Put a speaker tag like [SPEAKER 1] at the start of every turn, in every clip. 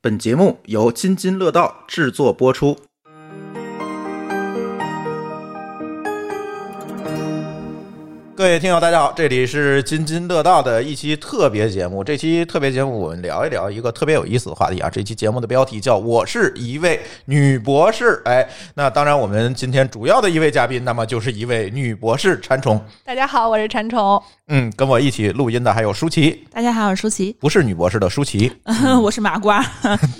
[SPEAKER 1] 本节目由津津乐道制作播出。各位听友，大家好，这里是津津乐道的一期特别节目。这期特别节目，我们聊一聊一个特别有意思的话题啊。这期节目的标题叫“我是一位女博士”。哎，那当然，我们今天主要的一位嘉宾，那么就是一位女博士馋虫。
[SPEAKER 2] 大家好，我是馋虫。
[SPEAKER 1] 嗯，跟我一起录音的还有舒淇，
[SPEAKER 3] 大家好，我是舒淇，
[SPEAKER 1] 不是女博士的舒淇。
[SPEAKER 3] 我是麻瓜。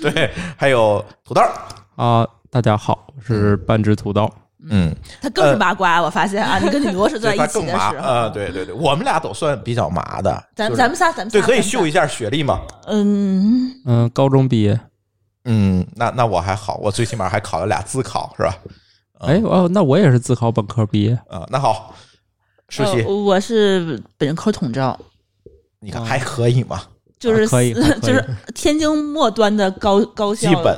[SPEAKER 1] 对，还有土豆。
[SPEAKER 4] 啊、大家好，我是半只土豆。
[SPEAKER 1] 嗯，
[SPEAKER 3] 他更是麻瓜，我发现啊，你跟女博士坐在
[SPEAKER 1] 对，
[SPEAKER 3] 一
[SPEAKER 1] 他
[SPEAKER 3] 起
[SPEAKER 1] 更
[SPEAKER 3] 的
[SPEAKER 1] 麻
[SPEAKER 3] 时候，
[SPEAKER 1] 啊、对对对，我们俩都算比较麻的。
[SPEAKER 3] 咱
[SPEAKER 1] 就是
[SPEAKER 3] 咱们仨，咱们
[SPEAKER 1] 对，
[SPEAKER 3] 仨
[SPEAKER 1] 可以秀一
[SPEAKER 3] 下。
[SPEAKER 1] 下学历嘛？
[SPEAKER 3] 嗯，
[SPEAKER 4] 嗯、高中毕业。
[SPEAKER 1] 嗯，那那我还好，我最起码还考了俩自考，是吧？
[SPEAKER 4] 哎，哦，那我也是自考本科毕业。
[SPEAKER 1] 啊、那好，舒淇，
[SPEAKER 3] 呃我是本科统招，
[SPEAKER 1] 你看
[SPEAKER 4] 嗯
[SPEAKER 1] 还可以嘛？
[SPEAKER 3] 就
[SPEAKER 4] 啊
[SPEAKER 3] 是
[SPEAKER 4] 可以还可以
[SPEAKER 3] 就是天津末端的高高校，
[SPEAKER 1] 基本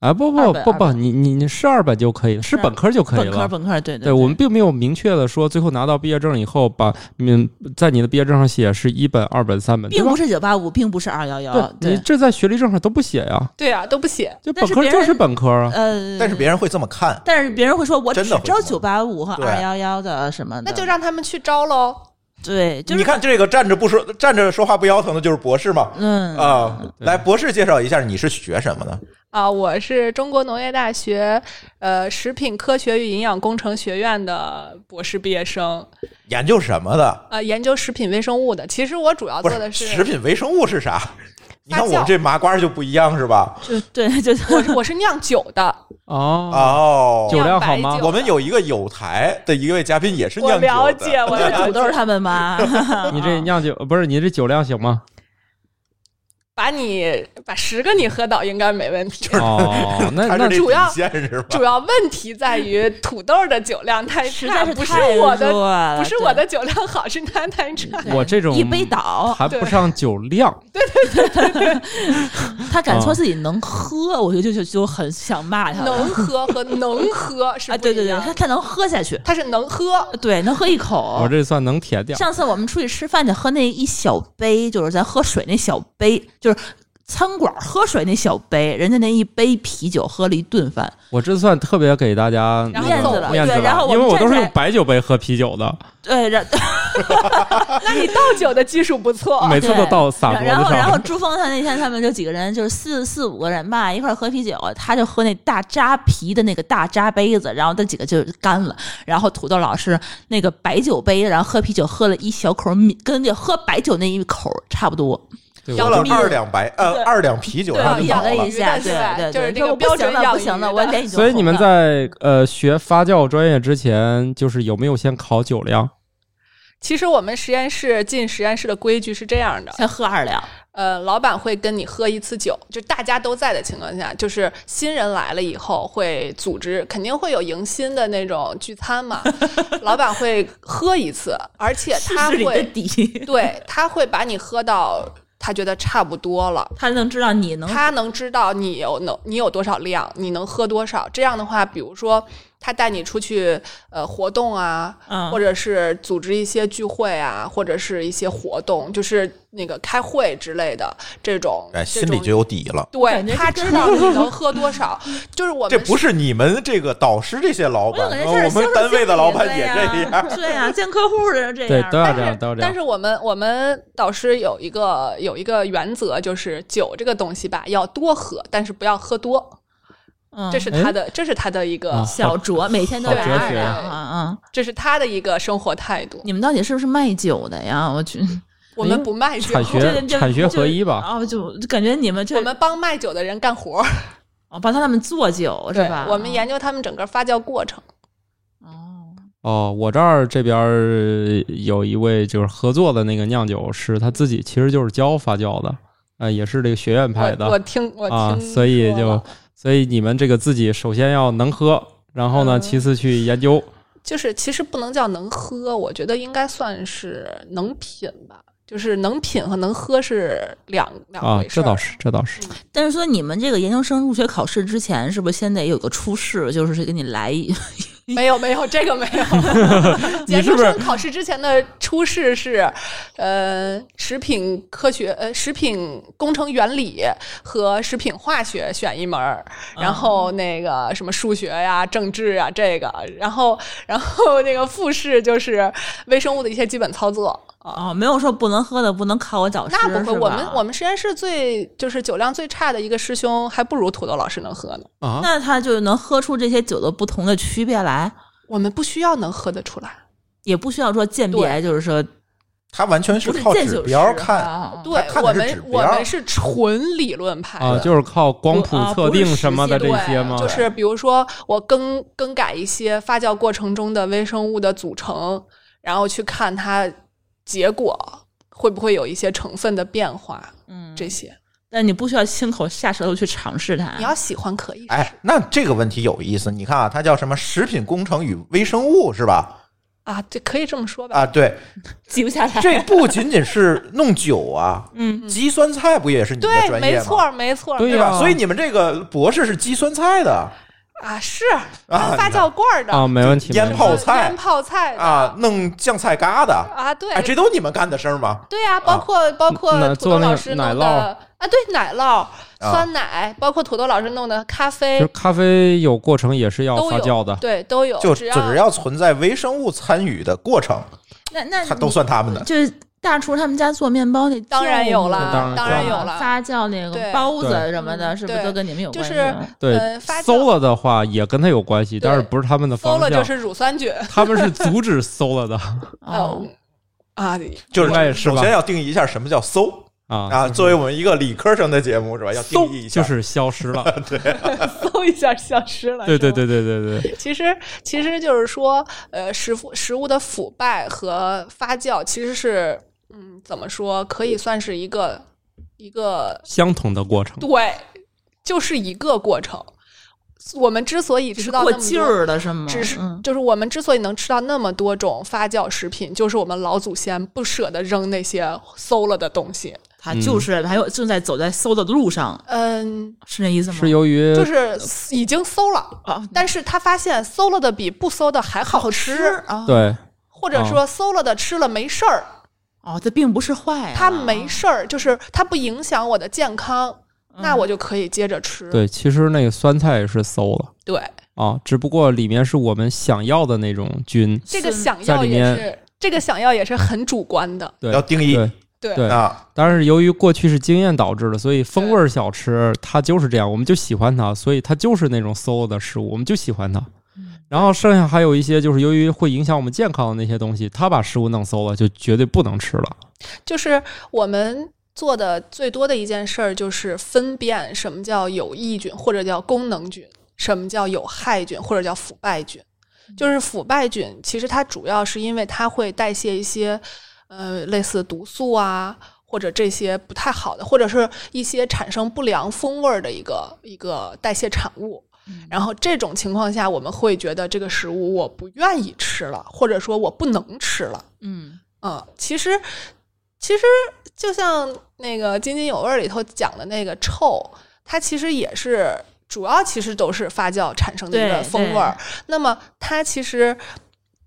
[SPEAKER 4] 啊，不
[SPEAKER 3] 二
[SPEAKER 4] 不
[SPEAKER 3] 本
[SPEAKER 4] 不
[SPEAKER 3] 二
[SPEAKER 4] 不，你你你是二本就可以了，是
[SPEAKER 3] 是
[SPEAKER 4] 本科就可以
[SPEAKER 3] 本
[SPEAKER 4] 了。
[SPEAKER 3] 科本科，对
[SPEAKER 4] 对
[SPEAKER 3] 对，
[SPEAKER 4] 我们并没有明确的说，最后拿到毕业证以后，把嗯，在你的毕业证上写是一本、二本、三本，
[SPEAKER 3] 并
[SPEAKER 4] 对吧
[SPEAKER 3] 不？是九八五，并不是二幺幺，
[SPEAKER 4] 对，你
[SPEAKER 3] 对，
[SPEAKER 4] 这在学历证上都不写呀，
[SPEAKER 2] 对啊，都不写，
[SPEAKER 4] 就
[SPEAKER 3] 但
[SPEAKER 4] 本
[SPEAKER 3] 是
[SPEAKER 4] 科
[SPEAKER 3] 别
[SPEAKER 4] 就是
[SPEAKER 3] 人
[SPEAKER 4] 本科啊。
[SPEAKER 3] 呃，
[SPEAKER 1] 但是别人会这么看。
[SPEAKER 3] 但是别人会说，我只
[SPEAKER 1] 真的会
[SPEAKER 3] 招
[SPEAKER 1] 这
[SPEAKER 3] 九
[SPEAKER 1] 么
[SPEAKER 3] 八五和
[SPEAKER 1] 对
[SPEAKER 3] 二幺幺的什么的，
[SPEAKER 2] 那就让他们去招喽。
[SPEAKER 3] 对，就
[SPEAKER 1] 你
[SPEAKER 3] 是
[SPEAKER 1] 看这个站着不说站着说话不腰疼的就是博士嘛。
[SPEAKER 3] 嗯
[SPEAKER 1] 啊、
[SPEAKER 4] 对
[SPEAKER 1] 来，博士介绍一下你是学什么的？
[SPEAKER 2] 啊，我是中国农业大学呃食品科学与营养工程学院的博士毕业生，
[SPEAKER 1] 研究什么的？
[SPEAKER 2] 呃，研究食品微生物的。其实我主要
[SPEAKER 1] 不
[SPEAKER 2] 做
[SPEAKER 1] 是
[SPEAKER 2] 的是
[SPEAKER 1] 食，品微生物是啥？你看
[SPEAKER 2] 发酵
[SPEAKER 1] 我们这麻瓜就不一样是吧？
[SPEAKER 3] 就对， 就
[SPEAKER 2] 我是我是酿酒的，
[SPEAKER 3] 嗯
[SPEAKER 4] 哦，
[SPEAKER 1] 哦，
[SPEAKER 4] 酒量
[SPEAKER 2] 酿白
[SPEAKER 4] 好吗
[SPEAKER 2] 酒的
[SPEAKER 1] 我们有一个有台的一位嘉宾也是
[SPEAKER 2] 我
[SPEAKER 1] 酿酒的，
[SPEAKER 2] 了解，我
[SPEAKER 3] 就是
[SPEAKER 2] 了
[SPEAKER 3] 土豆
[SPEAKER 2] 解。
[SPEAKER 3] 他 们嘛，
[SPEAKER 4] 你这酿酒不是你这酒量行吗？
[SPEAKER 2] 把你把十个你喝倒应该没问题。
[SPEAKER 4] 哦，那
[SPEAKER 1] 他
[SPEAKER 4] 那
[SPEAKER 1] 是这
[SPEAKER 2] 哎主要
[SPEAKER 1] 底线是吧？
[SPEAKER 2] 主要问题在于土豆的酒量太
[SPEAKER 3] 实
[SPEAKER 2] 差
[SPEAKER 3] 在是
[SPEAKER 2] 不是
[SPEAKER 3] 太
[SPEAKER 2] 我
[SPEAKER 3] 弱
[SPEAKER 2] 的，
[SPEAKER 3] 了
[SPEAKER 2] 不是
[SPEAKER 3] 对
[SPEAKER 2] 我的酒量好，是他太差。
[SPEAKER 4] 我这种
[SPEAKER 3] 一杯倒，
[SPEAKER 4] 谈不上酒量，
[SPEAKER 3] 他敢说自己能喝，我就就就就很想骂他了
[SPEAKER 2] 嗯能喝和能 喝是
[SPEAKER 3] 啊！
[SPEAKER 2] 不一
[SPEAKER 3] 对对对，
[SPEAKER 2] 样
[SPEAKER 3] 他他能喝下去，
[SPEAKER 2] 它是能喝，
[SPEAKER 3] 对，能喝一口
[SPEAKER 4] 我。这算能舔点儿。
[SPEAKER 3] 上次我们出去吃饭去，喝那一小杯，就是咱喝水那小杯，就是餐馆喝水那小杯，人家那一杯啤酒喝了一顿饭，
[SPEAKER 4] 我这算特别给大家
[SPEAKER 2] 然后
[SPEAKER 4] 那
[SPEAKER 2] 面
[SPEAKER 4] 个
[SPEAKER 2] 子了
[SPEAKER 4] 面子
[SPEAKER 3] 对然后
[SPEAKER 4] 了，
[SPEAKER 3] 我
[SPEAKER 4] 因为
[SPEAKER 3] 们
[SPEAKER 4] 我都是
[SPEAKER 3] 站
[SPEAKER 4] 用
[SPEAKER 3] 在
[SPEAKER 4] 白酒杯喝啤酒的，
[SPEAKER 3] 对，然
[SPEAKER 2] 那你倒酒的技术不错。
[SPEAKER 4] 每次都倒洒
[SPEAKER 3] 哦然
[SPEAKER 4] 脖
[SPEAKER 3] 后
[SPEAKER 4] 子
[SPEAKER 3] 然后
[SPEAKER 4] 上。
[SPEAKER 3] 朱峰他那天他们就几个人，就是四四五个人吧，一块儿喝啤酒，他就喝那大扎啤的那个大扎杯子，然后那几个就干了。然后土豆老师那个白酒杯，然后喝啤酒喝了一小口米，跟那喝白酒那一口差不多。
[SPEAKER 4] 对
[SPEAKER 1] 喝
[SPEAKER 4] 我
[SPEAKER 1] 了
[SPEAKER 3] 米
[SPEAKER 1] 二两白呃
[SPEAKER 3] 对
[SPEAKER 1] 二两啤酒，
[SPEAKER 2] 对
[SPEAKER 1] 然后
[SPEAKER 2] 了
[SPEAKER 1] 就
[SPEAKER 2] 养
[SPEAKER 1] 倒
[SPEAKER 3] 演
[SPEAKER 2] 了一
[SPEAKER 3] 了一
[SPEAKER 2] 下
[SPEAKER 3] 下，
[SPEAKER 2] 对对
[SPEAKER 3] 对对，
[SPEAKER 2] 就是这个
[SPEAKER 3] 不行
[SPEAKER 2] 标准
[SPEAKER 3] 了，
[SPEAKER 2] 养
[SPEAKER 3] 不行了，
[SPEAKER 2] 鱼
[SPEAKER 3] 我
[SPEAKER 2] 的
[SPEAKER 3] 脸已经
[SPEAKER 4] 所以你们
[SPEAKER 3] 红了
[SPEAKER 4] 在呃学发酵专业之前，就是有没有先考酒量？
[SPEAKER 2] 其实我们实验室进实验室的规矩是这样的，
[SPEAKER 3] 先喝二两，
[SPEAKER 2] 呃，老板会跟你喝一次酒，就大家都在的情况下，就是新人来了以后会组织，肯定会有迎新的那种聚餐嘛，老板会喝一次，而且
[SPEAKER 3] 试
[SPEAKER 2] 他
[SPEAKER 3] 试你的
[SPEAKER 2] 会
[SPEAKER 3] 底，
[SPEAKER 2] 对他会把你喝到他觉得差不多了。
[SPEAKER 3] 他能知道你能
[SPEAKER 2] 他能知道你有能你有多少量，你能喝多少。这样的话，比如说他带你出去呃活动啊，
[SPEAKER 3] 嗯
[SPEAKER 2] 或者是组织一些聚会啊，或者是一些活动，就是那个开会之类的这种，
[SPEAKER 1] 哎，心
[SPEAKER 2] 这
[SPEAKER 1] 里
[SPEAKER 2] 种
[SPEAKER 1] 就有底了。
[SPEAKER 2] 对
[SPEAKER 3] 感觉
[SPEAKER 2] 他
[SPEAKER 3] 这
[SPEAKER 2] 知
[SPEAKER 3] 真
[SPEAKER 2] 道
[SPEAKER 3] 是
[SPEAKER 2] 你能喝多少， 就是我们
[SPEAKER 1] 这不
[SPEAKER 2] 是
[SPEAKER 1] 是你们这个导师这些老板，
[SPEAKER 3] 我有
[SPEAKER 1] 呃
[SPEAKER 3] 人这儿
[SPEAKER 1] 我们
[SPEAKER 3] 销售
[SPEAKER 1] 单位的
[SPEAKER 3] 经理
[SPEAKER 1] 老板
[SPEAKER 3] 对
[SPEAKER 1] 也
[SPEAKER 3] 呀
[SPEAKER 1] 这 样。
[SPEAKER 3] 对呀，见客户的这
[SPEAKER 4] 对，
[SPEAKER 3] 样
[SPEAKER 4] 都要
[SPEAKER 3] 吧，
[SPEAKER 4] 这样，都要这
[SPEAKER 2] 但
[SPEAKER 4] 样
[SPEAKER 2] 是。我们我们导师有一个有一个原则，就是酒这个东西吧，要多喝，但是不要喝多，
[SPEAKER 3] 嗯
[SPEAKER 2] 这是他的这是他的一个
[SPEAKER 1] 嗯
[SPEAKER 4] 啊
[SPEAKER 3] 小酌，每天都
[SPEAKER 4] 好
[SPEAKER 3] 来
[SPEAKER 4] 哲
[SPEAKER 3] 二
[SPEAKER 4] 学
[SPEAKER 3] 两啊啊！
[SPEAKER 2] 这是他的一个生活态
[SPEAKER 4] 哎
[SPEAKER 2] 度。
[SPEAKER 3] 你们到底是不是卖酒的呀？我去，
[SPEAKER 2] 我们不卖酒
[SPEAKER 4] 产，学
[SPEAKER 3] 这个这
[SPEAKER 4] 产学合一吧
[SPEAKER 3] 啊，就就感觉你们这
[SPEAKER 2] 我们帮卖酒的人干活儿，
[SPEAKER 3] 哦帮他们做酒是吧？
[SPEAKER 2] 我们研究他们整个发酵过程。
[SPEAKER 3] 哦，
[SPEAKER 4] 哦，我这儿这边儿有一位就是合作的那个酿酒师，他自己其实就是教发酵的，呃，也是这个学院派
[SPEAKER 2] 我我
[SPEAKER 4] 的
[SPEAKER 2] 听我听、
[SPEAKER 4] 啊，所以就所以你们这个自己首先要能喝，然后呢，
[SPEAKER 2] 嗯
[SPEAKER 4] 其次去研究。
[SPEAKER 2] 就是其实不能叫能喝，我觉得应该算是能品吧。就是能品和能喝是两两
[SPEAKER 4] 啊
[SPEAKER 2] 回，事、
[SPEAKER 4] 这倒。是，这倒是。
[SPEAKER 3] 但是说你们这个研究生入学考试之前，是不是先得有个初试，就是给你来一
[SPEAKER 2] 没有没有，这个没 有。
[SPEAKER 4] 你
[SPEAKER 2] 研
[SPEAKER 4] 是
[SPEAKER 2] 究
[SPEAKER 4] 不是
[SPEAKER 2] 生考试之前的初试是，呃，食品科学、呃，食品工程原理和食品化学选一门儿，
[SPEAKER 4] 嗯
[SPEAKER 2] 然后那个什么数学呀、政治呀这个，然后然后那个复试就是微生物的一些基本操作。
[SPEAKER 3] 哦，没有说不能喝的，不能考我早师。
[SPEAKER 2] 那不会，
[SPEAKER 3] 是吧
[SPEAKER 2] 我们我们实验室最就是酒量最差的一个师兄，还不如土豆老师能喝呢。
[SPEAKER 4] 啊，
[SPEAKER 3] 那他就能喝出这些酒的不同的区别来，
[SPEAKER 2] 我们不需要能喝得出来，
[SPEAKER 3] 也不需要说鉴别，就是说
[SPEAKER 1] 它完全是
[SPEAKER 3] 不是
[SPEAKER 1] 靠
[SPEAKER 3] 见
[SPEAKER 1] 指
[SPEAKER 3] 酒
[SPEAKER 1] 标
[SPEAKER 3] 识
[SPEAKER 1] 看，
[SPEAKER 3] 啊
[SPEAKER 2] 对
[SPEAKER 1] 他看
[SPEAKER 2] 我
[SPEAKER 1] 的是指
[SPEAKER 2] 们
[SPEAKER 1] 标
[SPEAKER 2] 我们是纯理论派的。
[SPEAKER 4] 啊，就是靠光谱
[SPEAKER 3] 啊
[SPEAKER 4] 测
[SPEAKER 3] 不是
[SPEAKER 4] 定什么的这
[SPEAKER 2] 对
[SPEAKER 4] 些吗？
[SPEAKER 2] 就是比如说，我更更改一些发酵过程中的微生物的组成，然后去看它结果会不会有一些成分的变化，
[SPEAKER 3] 嗯，
[SPEAKER 2] 这些
[SPEAKER 3] 但你不需要亲口下舌头去尝试它。
[SPEAKER 2] 你要喜欢可以。
[SPEAKER 1] 哎，那这个问题有意思，你看啊，它叫什么？食品工程与微生物是吧？
[SPEAKER 2] 啊，对，可以这么说吧。
[SPEAKER 1] 啊， 对，
[SPEAKER 3] 记不下来，
[SPEAKER 1] 这不仅仅是弄酒啊，
[SPEAKER 3] 嗯，
[SPEAKER 1] 鸡酸菜不也是你们的
[SPEAKER 2] 对，
[SPEAKER 1] 专
[SPEAKER 2] 没
[SPEAKER 1] 业吗？
[SPEAKER 2] 错，哎没错，
[SPEAKER 4] 对
[SPEAKER 1] 对
[SPEAKER 4] 呀
[SPEAKER 1] 吧？所以你们这个博士是鸡酸菜的
[SPEAKER 2] 啊，是
[SPEAKER 1] 啊
[SPEAKER 2] 发酵罐儿的
[SPEAKER 4] 啊，没问题，
[SPEAKER 1] 腌
[SPEAKER 4] 没问
[SPEAKER 1] 泡
[SPEAKER 4] 题
[SPEAKER 1] 菜
[SPEAKER 2] 腌泡菜的
[SPEAKER 1] 啊，弄酱菜疙瘩
[SPEAKER 2] 啊，对，
[SPEAKER 1] 哎，这都你们干的事儿吗？
[SPEAKER 2] 对呀、包括、包括
[SPEAKER 4] 那
[SPEAKER 2] 土
[SPEAKER 4] 做
[SPEAKER 2] 豆
[SPEAKER 4] 那
[SPEAKER 2] 老
[SPEAKER 4] 个
[SPEAKER 2] 师
[SPEAKER 4] 奶
[SPEAKER 2] 弄
[SPEAKER 4] 酪
[SPEAKER 2] 的啊，对奶酪、酸奶，包括土豆老师弄的咖啡
[SPEAKER 4] 就是，咖啡有过程也是要
[SPEAKER 2] 都
[SPEAKER 4] 发酵
[SPEAKER 2] 有，
[SPEAKER 4] 的，
[SPEAKER 2] 对，都有，
[SPEAKER 1] 就
[SPEAKER 2] 只
[SPEAKER 1] 只要存在微生物参与的过程，
[SPEAKER 3] 那那
[SPEAKER 1] 它都算他
[SPEAKER 2] 嗯
[SPEAKER 1] 们的。
[SPEAKER 3] 就是大厨他们家做面包那
[SPEAKER 2] 当然有
[SPEAKER 3] 酵母
[SPEAKER 4] 当
[SPEAKER 2] 啦
[SPEAKER 4] 然，
[SPEAKER 2] 当然
[SPEAKER 4] 有
[SPEAKER 2] 有
[SPEAKER 4] 了
[SPEAKER 2] 啦，
[SPEAKER 3] 发酵那个
[SPEAKER 2] 对
[SPEAKER 3] 包子
[SPEAKER 4] 对
[SPEAKER 3] 什么的，
[SPEAKER 2] 嗯
[SPEAKER 3] 是不是
[SPEAKER 2] 对
[SPEAKER 3] 都跟你们有关
[SPEAKER 2] 就
[SPEAKER 3] 系？啊
[SPEAKER 2] 是
[SPEAKER 4] 对
[SPEAKER 2] 呃发酵
[SPEAKER 4] 馊了的话也跟它有关系，
[SPEAKER 2] 对
[SPEAKER 4] 但是不是他们的
[SPEAKER 2] 馊
[SPEAKER 4] 方
[SPEAKER 2] 了
[SPEAKER 4] 向，
[SPEAKER 2] 就是乳酸菌，嗯
[SPEAKER 4] 他们是阻止馊了的
[SPEAKER 2] 呃
[SPEAKER 3] 哦，
[SPEAKER 2] 啊，
[SPEAKER 1] 就是
[SPEAKER 4] 应该是
[SPEAKER 1] 首
[SPEAKER 4] 吧
[SPEAKER 1] 先要定义一下什么叫馊
[SPEAKER 4] 啊
[SPEAKER 1] 啊，作为我们一个理科生的节目是吧？要定义一下，
[SPEAKER 4] 就是消失 了，
[SPEAKER 2] 嗖一下消失了，
[SPEAKER 4] 对对
[SPEAKER 2] 是吗。
[SPEAKER 4] 对对对对，
[SPEAKER 2] 其实其实就是说，呃，食物食物的腐败和发酵其实是，嗯，怎么说，可以算是一个一个
[SPEAKER 4] 相同的过程，
[SPEAKER 2] 对，就是一个过程。我们之所以
[SPEAKER 3] 只
[SPEAKER 2] 吃
[SPEAKER 3] 是
[SPEAKER 2] 到
[SPEAKER 3] 过
[SPEAKER 2] 那么
[SPEAKER 3] 劲
[SPEAKER 2] 多，
[SPEAKER 3] 儿了是吗？
[SPEAKER 2] 只是
[SPEAKER 3] 嗯
[SPEAKER 2] 就是我们之所以能吃到那么多种发酵食品，就是我们老祖先不舍得扔那些馊了的东西。
[SPEAKER 3] 他就是还有正在走在馊的路上，
[SPEAKER 2] 嗯，
[SPEAKER 3] 是那意思吗？
[SPEAKER 4] 是由
[SPEAKER 3] 呃
[SPEAKER 4] 于
[SPEAKER 2] 就是已经馊了，
[SPEAKER 3] 啊，
[SPEAKER 2] 但是他发现馊了的比不馊的还好
[SPEAKER 3] 吃
[SPEAKER 2] 吃，
[SPEAKER 3] 啊，
[SPEAKER 4] 对
[SPEAKER 2] 或
[SPEAKER 4] 嗯
[SPEAKER 2] 者说馊了的吃了没事儿，
[SPEAKER 3] 哦，这并不是坏啊，
[SPEAKER 2] 它没事儿，就是它不影响我的健康，那
[SPEAKER 3] 嗯
[SPEAKER 2] 我就可以接着吃。
[SPEAKER 4] 对，其实那个酸菜也是馊了
[SPEAKER 2] 对，
[SPEAKER 4] 啊，只不过里面是我们想要的那种菌，
[SPEAKER 2] 这个
[SPEAKER 3] 是
[SPEAKER 2] 想
[SPEAKER 4] 在
[SPEAKER 2] 要
[SPEAKER 4] 里
[SPEAKER 2] 也
[SPEAKER 4] 面
[SPEAKER 2] 是这个想要也是很主观的，
[SPEAKER 4] 对
[SPEAKER 1] 要定义
[SPEAKER 4] 对
[SPEAKER 2] 对
[SPEAKER 4] 对。
[SPEAKER 1] 啊。
[SPEAKER 4] 但是由于过去是经验导致的，所以风味儿小吃它就是这样，我们就喜欢它，所以它就是那种 solo 的食物，我们就喜欢它。然后剩下还有一些就是由于会影响我们健康的那些东西，它把食物弄馊了，就绝对不能吃了。
[SPEAKER 2] 就是我们做的最多的一件事儿，就是分辨什么叫有益菌，或者叫功能菌，什么叫有害菌，或者叫腐败菌。就是腐败菌，其实它主要是因为它会代谢一些，呃，类似毒素啊，或者这些不太好的，或者是一些产生不良风味儿的一个一个代谢产物。然后这种情况下，我们会觉得这个食物我不愿意吃了，或者说我不能吃了。
[SPEAKER 3] 嗯，
[SPEAKER 2] 嗯，其实其实就像那个《津津有味》里头讲的那个臭，它其实也是主要其实都是发酵产生的一个
[SPEAKER 3] 对
[SPEAKER 2] 风味儿。那么它其实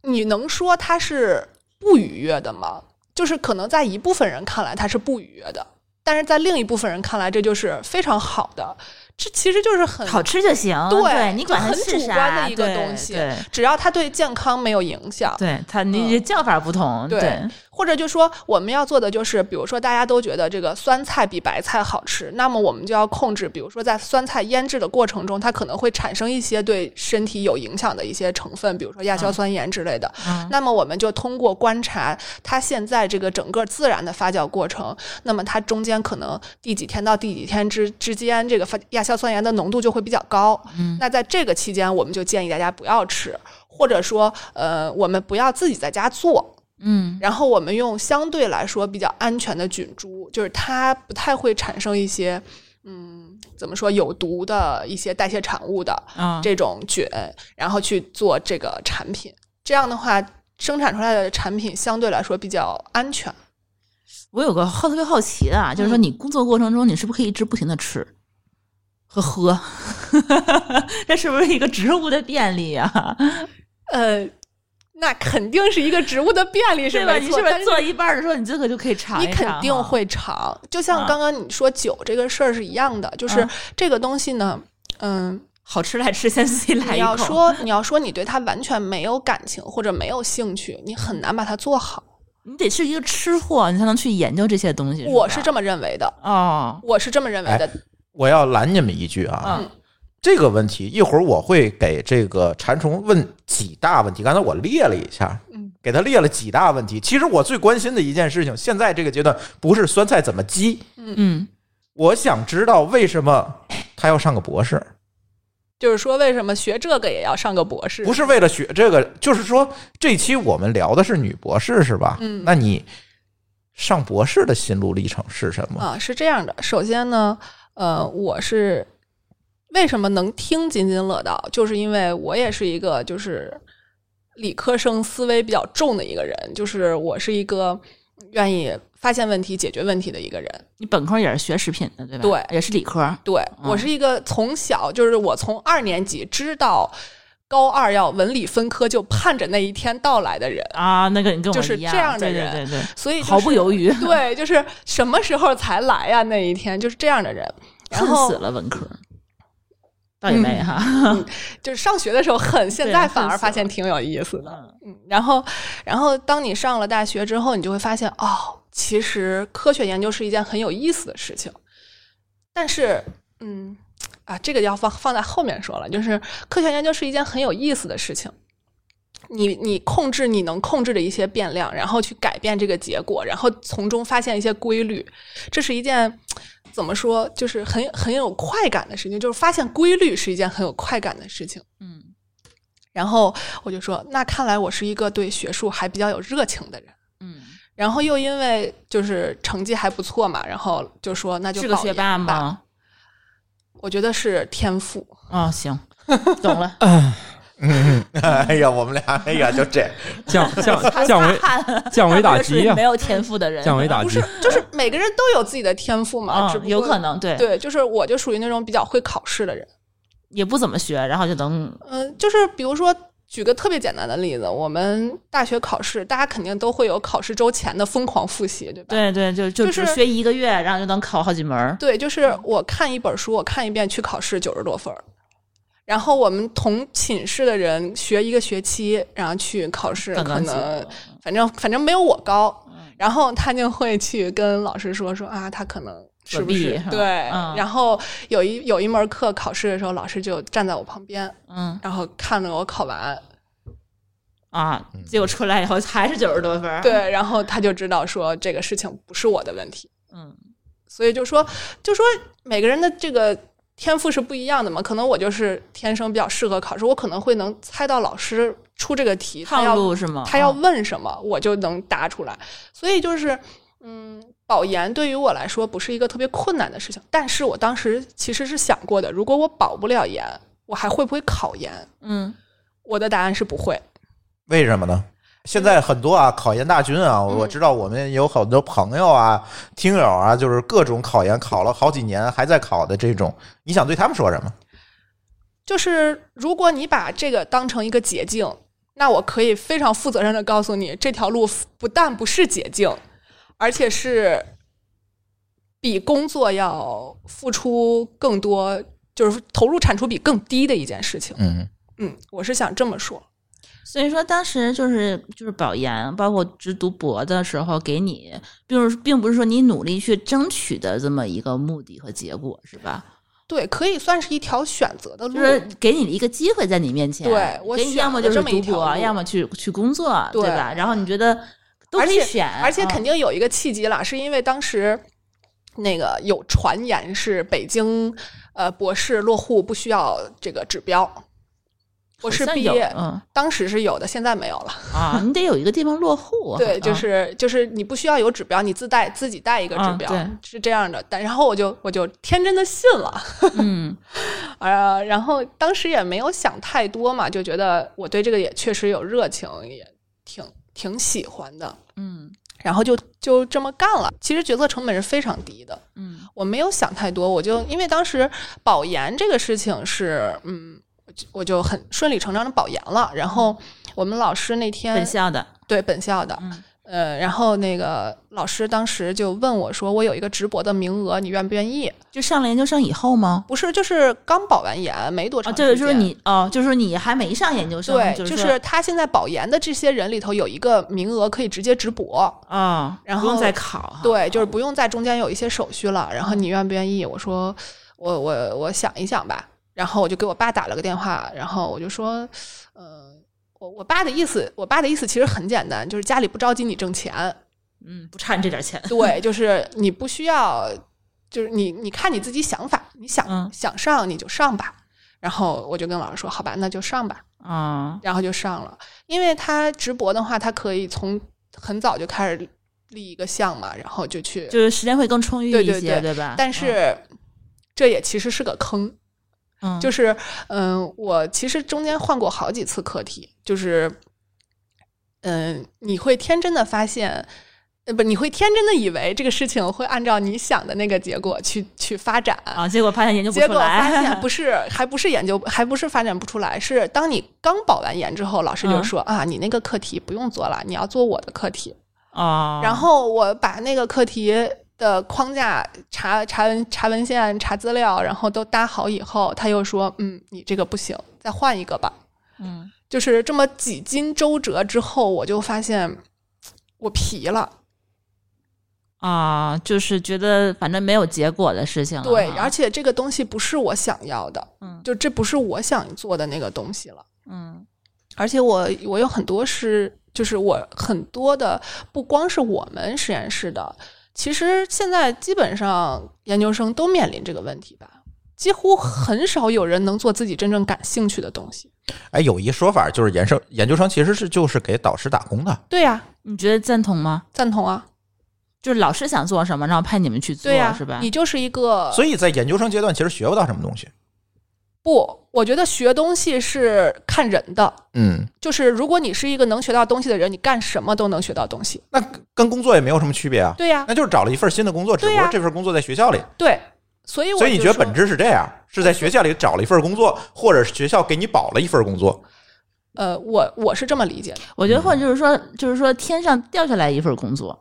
[SPEAKER 2] 你能说它是不愉悦的吗？就是可能在一部分人看来它是不愉悦的，但是在另一部分人看来这就是非常好的。这其实就是很
[SPEAKER 3] 好吃就行，
[SPEAKER 2] 嗯对
[SPEAKER 3] 对你管它
[SPEAKER 2] 很
[SPEAKER 3] 是
[SPEAKER 2] 主
[SPEAKER 3] 啥
[SPEAKER 2] 观的一个
[SPEAKER 3] 对
[SPEAKER 2] 东西
[SPEAKER 3] 对
[SPEAKER 2] 只要它对健康没有影响，
[SPEAKER 3] 对它你这叫法不同，
[SPEAKER 2] 对
[SPEAKER 3] 对，
[SPEAKER 2] 或者就说我们要做的就是，比如说大家都觉得这个酸菜比白菜好吃，那么我们就要控制，比如说在酸菜腌制的过程中，它可能会产生一些对身体有影响的一些成分，比如说亚硝酸盐之类的。
[SPEAKER 3] 嗯
[SPEAKER 2] 那么我们就通过观察它现在这个整个自然的发酵过程，那么它中间可能第几天到第几天之之间，这个发亚硝酸盐的浓度就会比较高。
[SPEAKER 3] 嗯
[SPEAKER 2] 那在这个期间，我们就建议大家不要吃，或者说，呃，我们不要自己在家做。
[SPEAKER 3] 嗯
[SPEAKER 2] 然后我们用相对来说比较安全的菌株，就是它不太会产生一些，嗯，怎么说有毒的一些代谢产物的
[SPEAKER 3] 啊，
[SPEAKER 2] 这种菌，然后去做这个产品。这样的话，生产出来的产品相对来说比较安全。
[SPEAKER 3] 我有个好特别好奇的啊，就是说
[SPEAKER 2] 嗯
[SPEAKER 3] 你工作过程中，你是不是可以一直不停的吃 和喝？这是不是一个植物的便利啊？
[SPEAKER 2] 呃，那肯定是一个植物的便利
[SPEAKER 3] 对吧？
[SPEAKER 2] 没
[SPEAKER 3] 你
[SPEAKER 2] 错，
[SPEAKER 3] 是不
[SPEAKER 2] 但是
[SPEAKER 3] 是做一半的时候，你这个就可以尝一
[SPEAKER 2] 你
[SPEAKER 3] 尝？
[SPEAKER 2] 肯定。会尝。就像
[SPEAKER 3] 啊
[SPEAKER 2] 刚刚你说酒这个事儿是一样的，就是
[SPEAKER 3] 啊
[SPEAKER 2] 这个东西呢，嗯，
[SPEAKER 3] 好吃来吃，先自己 来
[SPEAKER 2] 你
[SPEAKER 3] 一口。
[SPEAKER 2] 要说你要说你对它完全没有感情或者没有兴趣，你很难把它做好。
[SPEAKER 3] 你得是一个吃货，你才能去研究这些东西。
[SPEAKER 2] 我是
[SPEAKER 3] 这
[SPEAKER 2] 这么认为的，
[SPEAKER 3] 哦，
[SPEAKER 2] 我是这么认为的。
[SPEAKER 1] 我要拦你们一句啊，
[SPEAKER 3] 嗯
[SPEAKER 1] 这个问题一会儿我会给这个馋虫问几大问题。刚才我列了一下，
[SPEAKER 2] 嗯，
[SPEAKER 1] 给他列了几大问题。其实我最关心的一件事情，现在这个阶段不是酸菜怎么鸡，
[SPEAKER 3] 嗯，
[SPEAKER 1] 我想知道为什么他要上个博士，
[SPEAKER 2] 就是说，为什么学这个也要上个博士？
[SPEAKER 1] 不是为了学这个，就是说这期我们聊的是女博士是吧？
[SPEAKER 2] 嗯
[SPEAKER 1] 那你上博士的心路历程是什么？
[SPEAKER 2] 啊，是这样的。首先呢，呃，我是为什么能听津津乐道，就是因为我也是一个就是理科生思维比较重的一个人，就是我是一个愿意发现问题、解决问题的一个人。
[SPEAKER 3] 你本科也是学食品的，对吧？
[SPEAKER 2] 对
[SPEAKER 3] 也是理科。
[SPEAKER 2] 对我
[SPEAKER 3] 嗯
[SPEAKER 2] 是一个从小就是我从二年级知道高二要文理分科，就盼着那一天到来的人。
[SPEAKER 3] 啊，那个你跟
[SPEAKER 2] 就
[SPEAKER 3] 我
[SPEAKER 2] 是
[SPEAKER 3] 一样，
[SPEAKER 2] 这样的
[SPEAKER 3] 对
[SPEAKER 2] 人
[SPEAKER 3] 对对对，
[SPEAKER 2] 所以、就是、
[SPEAKER 3] 毫不犹豫
[SPEAKER 2] 对，就是什么时候才来呀、那一天就是这样的人。然后嗯
[SPEAKER 3] 恨死了文科，倒也没哈。
[SPEAKER 2] 就是上学的时候很，现
[SPEAKER 3] 对啊
[SPEAKER 2] 在反而
[SPEAKER 3] 恨死
[SPEAKER 2] 发现
[SPEAKER 3] 了
[SPEAKER 2] 挺有意思的。
[SPEAKER 3] 嗯
[SPEAKER 2] 嗯，然后，然后当你上了大学之后，你就会发现，哦，其实科学研究是一件很有意思的事情。但是，嗯，啊，这个要放放在后面说了，就是科学研究是一件很有意思的事情。你你控制你能控制的一些变量，然后去改变这个结果，然后从中发现一些规律，这是一件怎么说，就是很很有快感的事情。就是发现规律是一件很有快感的事情。
[SPEAKER 3] 嗯，
[SPEAKER 2] 然后我就说，那看来我是一个对学术还比较有热情的人。
[SPEAKER 3] 嗯，
[SPEAKER 2] 然后又因为就是成绩还不错嘛，然后就说那就是
[SPEAKER 3] 个
[SPEAKER 2] 保
[SPEAKER 3] 学
[SPEAKER 2] 研
[SPEAKER 3] 霸
[SPEAKER 2] 吧？
[SPEAKER 3] 吗？
[SPEAKER 2] 我觉得是天赋。
[SPEAKER 3] 哦，行，懂了。
[SPEAKER 1] 哎呀，我们俩哎呀就这，
[SPEAKER 4] 降呃 降降维
[SPEAKER 3] 汗，
[SPEAKER 4] 降维打
[SPEAKER 3] 他属于
[SPEAKER 4] 击啊
[SPEAKER 3] 没，有天赋的人，
[SPEAKER 4] 降维打
[SPEAKER 2] 不
[SPEAKER 4] 击
[SPEAKER 2] 是，就是每个人都有自己的天赋嘛，
[SPEAKER 3] 啊
[SPEAKER 2] 只不，过
[SPEAKER 3] 有可能对，
[SPEAKER 2] 对，就是我就属于那种比较会考试的人。
[SPEAKER 3] 也不怎么学，然后就能
[SPEAKER 2] 嗯，就是比如说。举个特别简单的例子，我们大学考试，大家肯定都会有考试周前的疯狂复习，对吧？
[SPEAKER 3] 对对，就就
[SPEAKER 2] 就
[SPEAKER 3] 只
[SPEAKER 2] 是
[SPEAKER 3] 学一个月，然后就能考好几门儿。
[SPEAKER 2] 对，就是我看一本书，我看一遍去考试九十多分儿，然后我们同寝室的人学一个学期，然后去考试，
[SPEAKER 3] 刚
[SPEAKER 2] 可
[SPEAKER 3] 刚
[SPEAKER 2] 能
[SPEAKER 3] 起
[SPEAKER 2] 反正反正没有我高，
[SPEAKER 3] 嗯
[SPEAKER 2] 然后他就会去跟老师说说啊，他可能。是不
[SPEAKER 3] 作弊
[SPEAKER 2] 是
[SPEAKER 3] 是吧
[SPEAKER 2] 对？
[SPEAKER 3] 嗯
[SPEAKER 2] 然后有一有一门课考试的时候，老师就站在我旁边，
[SPEAKER 3] 嗯
[SPEAKER 2] 然后看着我考完，
[SPEAKER 3] 啊，
[SPEAKER 4] 嗯
[SPEAKER 3] 结果出来以后还是九十多分儿。，
[SPEAKER 2] 对，然后他就知道说这个事情不是我的问题，
[SPEAKER 3] 嗯，
[SPEAKER 2] 所以就说，就说每个人的这个天赋是不一样的嘛。可能我就是天生比较适合考试，我可能会能猜到老师出这个题，他
[SPEAKER 3] 套
[SPEAKER 2] 要
[SPEAKER 3] 路是吗？
[SPEAKER 2] 他要
[SPEAKER 3] 嗯
[SPEAKER 2] 问什么，我就能答出来。所以就是，嗯，保研对于我来说不是一个特别困难的事情，但是我当时其实是想过的，如果我保不了研，我还会不会考研？
[SPEAKER 3] 嗯，
[SPEAKER 2] 我的答案是不会。
[SPEAKER 1] 为什么呢？现在很多啊，考研大军啊，我知道我们有很多朋友啊、听友啊，就是各种考研考了好几年还在考的这种，你想对他们说什么？
[SPEAKER 2] 就是如果你把这个当成一个捷径，那我可以非常负责任的告诉你，这条路不但不是捷径，而且是比工作要付出更多，就是投入产出比更低的一件事情。
[SPEAKER 1] 嗯，
[SPEAKER 2] 嗯，我是想这么说。
[SPEAKER 3] 所以说当时就是就是保研，包括只读博的时候，给你并不是并不是说你努力去争取的这么一个目的和结果，是吧？
[SPEAKER 2] 对，可以算是一条选择的路
[SPEAKER 3] 就。是给你一个机会在你面前，
[SPEAKER 2] 嗯对我
[SPEAKER 3] 给你
[SPEAKER 2] 选
[SPEAKER 3] 要么
[SPEAKER 2] 了
[SPEAKER 3] 就是
[SPEAKER 2] 这么一
[SPEAKER 3] 读
[SPEAKER 2] 条
[SPEAKER 3] 博，
[SPEAKER 2] 路
[SPEAKER 3] 要么去去工作，对
[SPEAKER 2] 对
[SPEAKER 3] 吧？然后你觉得都
[SPEAKER 2] 而
[SPEAKER 3] 可以
[SPEAKER 2] 且
[SPEAKER 3] 选，
[SPEAKER 2] 而且
[SPEAKER 3] 嗯
[SPEAKER 2] 肯定有一个契机啦，是因为当时那个有传言是北京呃博士落户不需要这个指标，博士
[SPEAKER 3] 好像
[SPEAKER 2] 毕
[SPEAKER 3] 有
[SPEAKER 2] 业
[SPEAKER 3] 嗯
[SPEAKER 2] 当时是有的，现在没有了。
[SPEAKER 3] 啊，你得有一个地方落户 啊，
[SPEAKER 2] 对，就
[SPEAKER 3] 嗯
[SPEAKER 2] 是就是你不需要有指标，你自带自己带一个指
[SPEAKER 3] 嗯
[SPEAKER 2] 标
[SPEAKER 3] 对，
[SPEAKER 2] 是这样的。但然后我就我就天真的信了，
[SPEAKER 3] 嗯
[SPEAKER 2] 啊，然后当时也没有想太多嘛，就觉得我对这个也确实有热情，也挺挺喜欢的。
[SPEAKER 3] 嗯
[SPEAKER 2] 然后就就这么干了。其实决策成本是非常低的，
[SPEAKER 3] 嗯
[SPEAKER 2] 我没有想太多，我就因为当时保研这个事情是，嗯，我就很顺理成章的保研了。然后我们老师那天
[SPEAKER 3] 本校的，
[SPEAKER 2] 对本校的，
[SPEAKER 3] 嗯
[SPEAKER 2] 呃，然后那个老师当时就问我说：“我有一个直博的名额，你愿不愿意
[SPEAKER 3] 就上了研究生以后吗？”？
[SPEAKER 2] 不是，就是刚保完研没多
[SPEAKER 3] 啊，
[SPEAKER 2] 长时间，
[SPEAKER 3] 对，就是你哦，就是你还没上研究生，
[SPEAKER 2] 对，
[SPEAKER 3] 就
[SPEAKER 2] 就是是他现在保研的这些人里头有一个名额可以直接直博，
[SPEAKER 3] 啊，哦
[SPEAKER 2] 然
[SPEAKER 3] 不用
[SPEAKER 2] 后
[SPEAKER 3] 再考哈，
[SPEAKER 2] 对，就是不用在中间有一些手续了。然后你愿不愿意？我说我我我想一想吧。然后我就给我爸打了个电话，然后我就说，呃，我我爸的意思，我爸的意思其实很简单，就是家里不着急你挣钱，
[SPEAKER 3] 嗯，不差你这点 钱，
[SPEAKER 2] 对，就是你不需要，就是你你看你自己想法，你想、
[SPEAKER 3] 嗯
[SPEAKER 2] 想上你就上吧。然后我就跟老师说，好吧，那就上吧。
[SPEAKER 3] 啊，
[SPEAKER 2] 然后就上了，因为他直博的话，他可以从很早就开始立一个项嘛，然后就去
[SPEAKER 3] 就是时间会更充裕
[SPEAKER 2] 对
[SPEAKER 3] 一
[SPEAKER 2] 对
[SPEAKER 3] 些，
[SPEAKER 2] 对
[SPEAKER 3] 对吧？
[SPEAKER 2] 但是这也其实是个坑，
[SPEAKER 3] 嗯，
[SPEAKER 2] 就是是嗯，我其实中间换过好几次课题，就是嗯，你会天真的发现。呃，不，你会天真的以为这个事情会按照你想的那个结果去去发展，
[SPEAKER 3] 啊，结果发现研究不
[SPEAKER 2] 结
[SPEAKER 3] 出
[SPEAKER 2] 果发现
[SPEAKER 3] 来，
[SPEAKER 2] 不是，还不是研究，还不是发展不出来，是当你刚保完研之后，老师就
[SPEAKER 3] 嗯
[SPEAKER 2] 说、啊，你那个课题不用做了，你要做我的课题。
[SPEAKER 3] 啊，
[SPEAKER 2] 然后我把那个课题的框架查查文查文献、查资料，然后都搭好以后，他又说：“嗯，你这个不行，再换一个吧。
[SPEAKER 3] 嗯，”
[SPEAKER 2] 就是这么几经周折之后，我就发现我皮了。
[SPEAKER 3] 啊，就是觉得反正没有结果的事情了哈，
[SPEAKER 2] 对，而且这个东西不是我想要的，
[SPEAKER 3] 啊嗯
[SPEAKER 2] 就这不是我想做的那个东西了。
[SPEAKER 3] 嗯
[SPEAKER 2] 而且我我有很多是，就是我很多的不光是我们实验室的，其实现在基本上研究生都面临这个问题吧，几乎很少有人能做自己真正感兴趣的东西。
[SPEAKER 1] 哎，有一说法就是研生研究生其实是就是给导师打工的，
[SPEAKER 2] 对呀、
[SPEAKER 3] 你觉得赞同吗？
[SPEAKER 2] 赞同啊，
[SPEAKER 3] 就是老师想做什么，然后派你们去做
[SPEAKER 2] 对呀、，
[SPEAKER 3] 是吧？
[SPEAKER 2] 你就是一个
[SPEAKER 1] 所以在研究生阶段其实学不到什么东西。
[SPEAKER 2] 不，我觉得学东西是看人的。
[SPEAKER 1] 嗯，
[SPEAKER 2] 就是如果你是一个能学到东西的人，你干什么都能学到东西。
[SPEAKER 1] 那跟工作也没有什么区别啊，
[SPEAKER 2] 对呀、
[SPEAKER 1] 那就是找了一份新的工作，只不
[SPEAKER 2] 对
[SPEAKER 1] 过
[SPEAKER 2] 呀
[SPEAKER 1] 这份工作在学校里。
[SPEAKER 2] 对，所以我
[SPEAKER 1] 所以你
[SPEAKER 2] 就
[SPEAKER 1] 觉得
[SPEAKER 2] 说
[SPEAKER 1] 本质是这样，是在学校里找了一份工作，或者是学校给你保了一份工作。
[SPEAKER 2] 呃，我我是这么理解的。
[SPEAKER 3] 我觉得或
[SPEAKER 1] 嗯
[SPEAKER 3] 者就是说，就是说天上掉下来一份工作，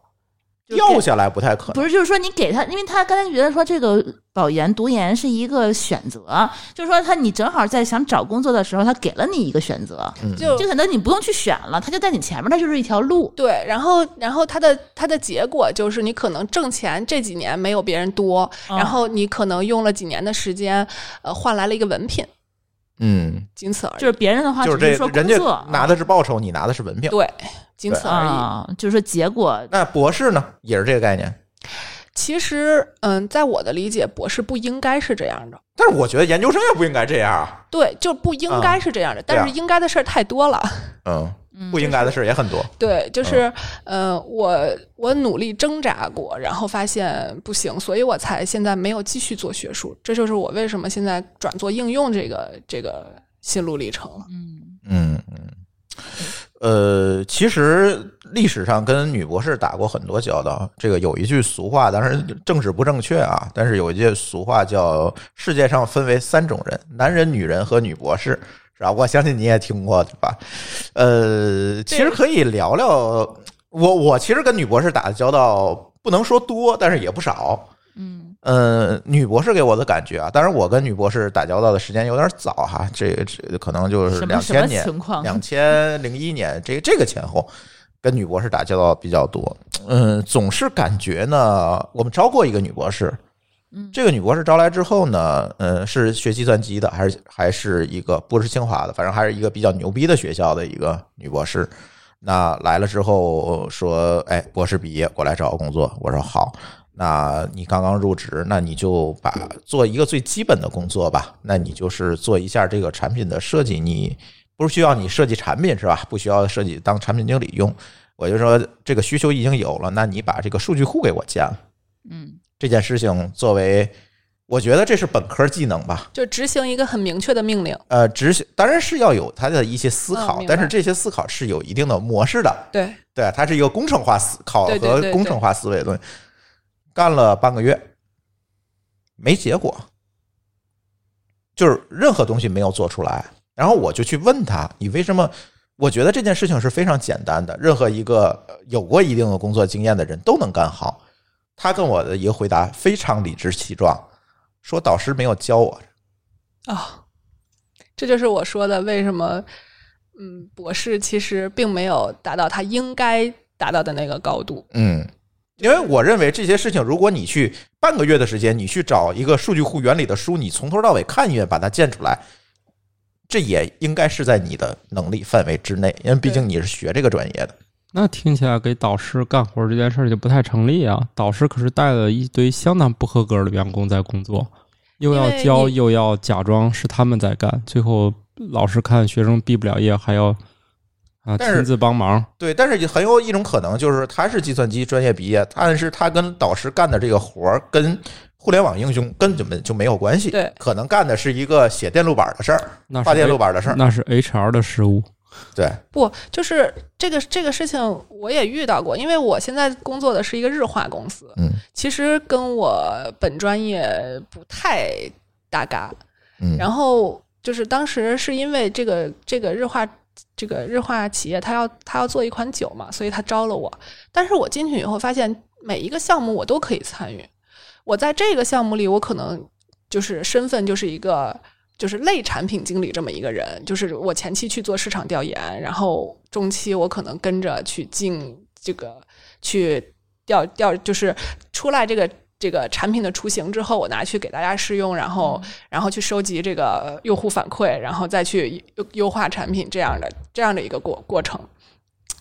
[SPEAKER 3] 就
[SPEAKER 1] 要
[SPEAKER 3] 给
[SPEAKER 1] 下来不太可能
[SPEAKER 3] 不。是，就是说你给他，因为他刚才觉得说这个保研读研是一个选择，就是说他你正好在想找工作的时候，他给了你一个选择，
[SPEAKER 1] 嗯
[SPEAKER 2] 就
[SPEAKER 3] 这个选择你不用去选了，他就在你前面，他就是一条路。
[SPEAKER 2] 对，然后然后它的它的结果就是你可能挣钱这几年没有别人多，
[SPEAKER 3] 嗯
[SPEAKER 2] 然后你可能用了几年的时间，呃，换来了一个文凭，
[SPEAKER 1] 嗯，
[SPEAKER 2] 仅此而已。
[SPEAKER 3] 就是别人的话，
[SPEAKER 1] 就是
[SPEAKER 3] 啊只
[SPEAKER 1] 这
[SPEAKER 3] 说
[SPEAKER 1] 人
[SPEAKER 3] 工
[SPEAKER 1] 家
[SPEAKER 3] 作
[SPEAKER 1] 拿的是报酬，你拿的是文凭。
[SPEAKER 2] 对，仅此而已。
[SPEAKER 3] 啊，就是说结果
[SPEAKER 1] 那博士呢，也是这个概念。
[SPEAKER 2] 其实，嗯，在我的理解，博士不应该是这样的。
[SPEAKER 1] 但是我觉得研究生也不应该这样啊。
[SPEAKER 2] 对，就不应该是这样的，
[SPEAKER 1] 对啊
[SPEAKER 2] 但是应该的事儿太多了。
[SPEAKER 1] 嗯，
[SPEAKER 3] 嗯
[SPEAKER 1] 不应该的事也很多。
[SPEAKER 2] 对，
[SPEAKER 1] 嗯
[SPEAKER 2] 就是，呃，我我努力挣扎过，然后发现不行，所以我才现在没有继续做学术。这就是我为什么现在转做应用这个这个心路历程了。
[SPEAKER 3] 嗯
[SPEAKER 1] 嗯嗯。呃，其实历史上跟女博士打过很多交道。这个有一句俗话，当然政治不正确啊，但是有一句俗话叫“世界上分为三种人：男人、女人和女博士”，是吧？我相信你也听过，对吧？呃，其实可以聊聊我，我其实跟女博士打的交道，不能说多，但是也不少。
[SPEAKER 3] 嗯
[SPEAKER 1] 呃，女博士给我的感觉啊，当然我跟女博士打交道的时间有点早哈，这这可能就是
[SPEAKER 3] 什么
[SPEAKER 1] 两
[SPEAKER 3] 什么
[SPEAKER 1] 千年、
[SPEAKER 3] 情况？
[SPEAKER 1] 两千零一年这这个前后，跟女博士打交道比较多。嗯，总是感觉呢，我们招过一个女博士，
[SPEAKER 3] 嗯
[SPEAKER 1] 这个女博士招来之后呢，嗯，是学计算机的，还是还是一个不是清华的，反正还是一个比较牛逼的学校的一个女博士。那来了之后说，哎，博士毕业过来找我工作，我说好。那你刚刚入职，那你就把做一个最基本的工作吧。那你就是做一下这个产品的设计，你不需要你设计产品是吧？不需要设计当产品经理用。我就说这个需求已经有了，那你把这个数据库给我建了。
[SPEAKER 3] 嗯
[SPEAKER 1] 这件事情作为，我觉得这是本科技能吧。
[SPEAKER 2] 就执行一个很明确的命令。
[SPEAKER 1] 呃，执行当然是要有它的一些思考，
[SPEAKER 2] 嗯明白
[SPEAKER 1] 但是这些思考是有一定的模式的。
[SPEAKER 2] 对，
[SPEAKER 1] 对，它是一个工程化思考
[SPEAKER 2] 对对
[SPEAKER 1] 和
[SPEAKER 2] 对对
[SPEAKER 1] 工程化思维的东西。干了半个月，没结果，就是任何东西没有做出来。然后我就去问他，你为什么？我觉得这件事情是非常简单的，任何一个呃有过一定的工作经验的人都能干好。他跟我的一个回答非常理直气壮，说导师没有教我。
[SPEAKER 2] 啊、这就是我说的为什么，嗯，博士其实并没有达到他应该达到的那个高度。
[SPEAKER 1] 嗯，因为我认为这些事情，如果你去半个月的时间，你去找一个数据库原理的书，你从头到尾看一遍，把它建出来，这也应该是在你的能力范围之内，因为毕竟你是学这个专业的。
[SPEAKER 4] 那听起来给导师干活这件事儿就不太成立啊！导师可是带了一堆相当不合格的员工在工作，又要
[SPEAKER 2] 因为
[SPEAKER 4] 教，
[SPEAKER 2] 你
[SPEAKER 4] 又要假装是他们在干，最后老师看学生毕不了业，还要啊
[SPEAKER 1] 但是
[SPEAKER 4] 亲自帮忙。
[SPEAKER 1] 对，但是也很有一种可能就是他是计算机专业毕业，但是他跟导师干的这个活儿跟互联网应用根本就没有关系，
[SPEAKER 2] 对，
[SPEAKER 1] 可能干的是一个写电路板的事儿、
[SPEAKER 4] 那啊是
[SPEAKER 1] 画电路板的事儿。
[SPEAKER 4] 那是 HR 的失误。
[SPEAKER 1] 对，
[SPEAKER 2] 不，就是这个这个事情我也遇到过，因为我现在工作的是一个日化公司，
[SPEAKER 1] 嗯
[SPEAKER 2] 其实跟我本专业不太搭嘎。
[SPEAKER 1] 嗯，
[SPEAKER 2] 然后就是当时是因为这个这个日化这个日化企业，它要它要做一款酒嘛，所以它招了我。但是我进去以后发现，每一个项目我都可以参与。我在这个项目里，我可能就是身份就是一个就是类产品经理这么一个人，就是我前期去做市场调研，然后中期我可能跟着去进这个去调调，就是出来这个。这个产品的雏形之后，我拿去给大家试用，然后然后去收集这个用户反馈，然后再去优优化产品这样的这样的一个过过程，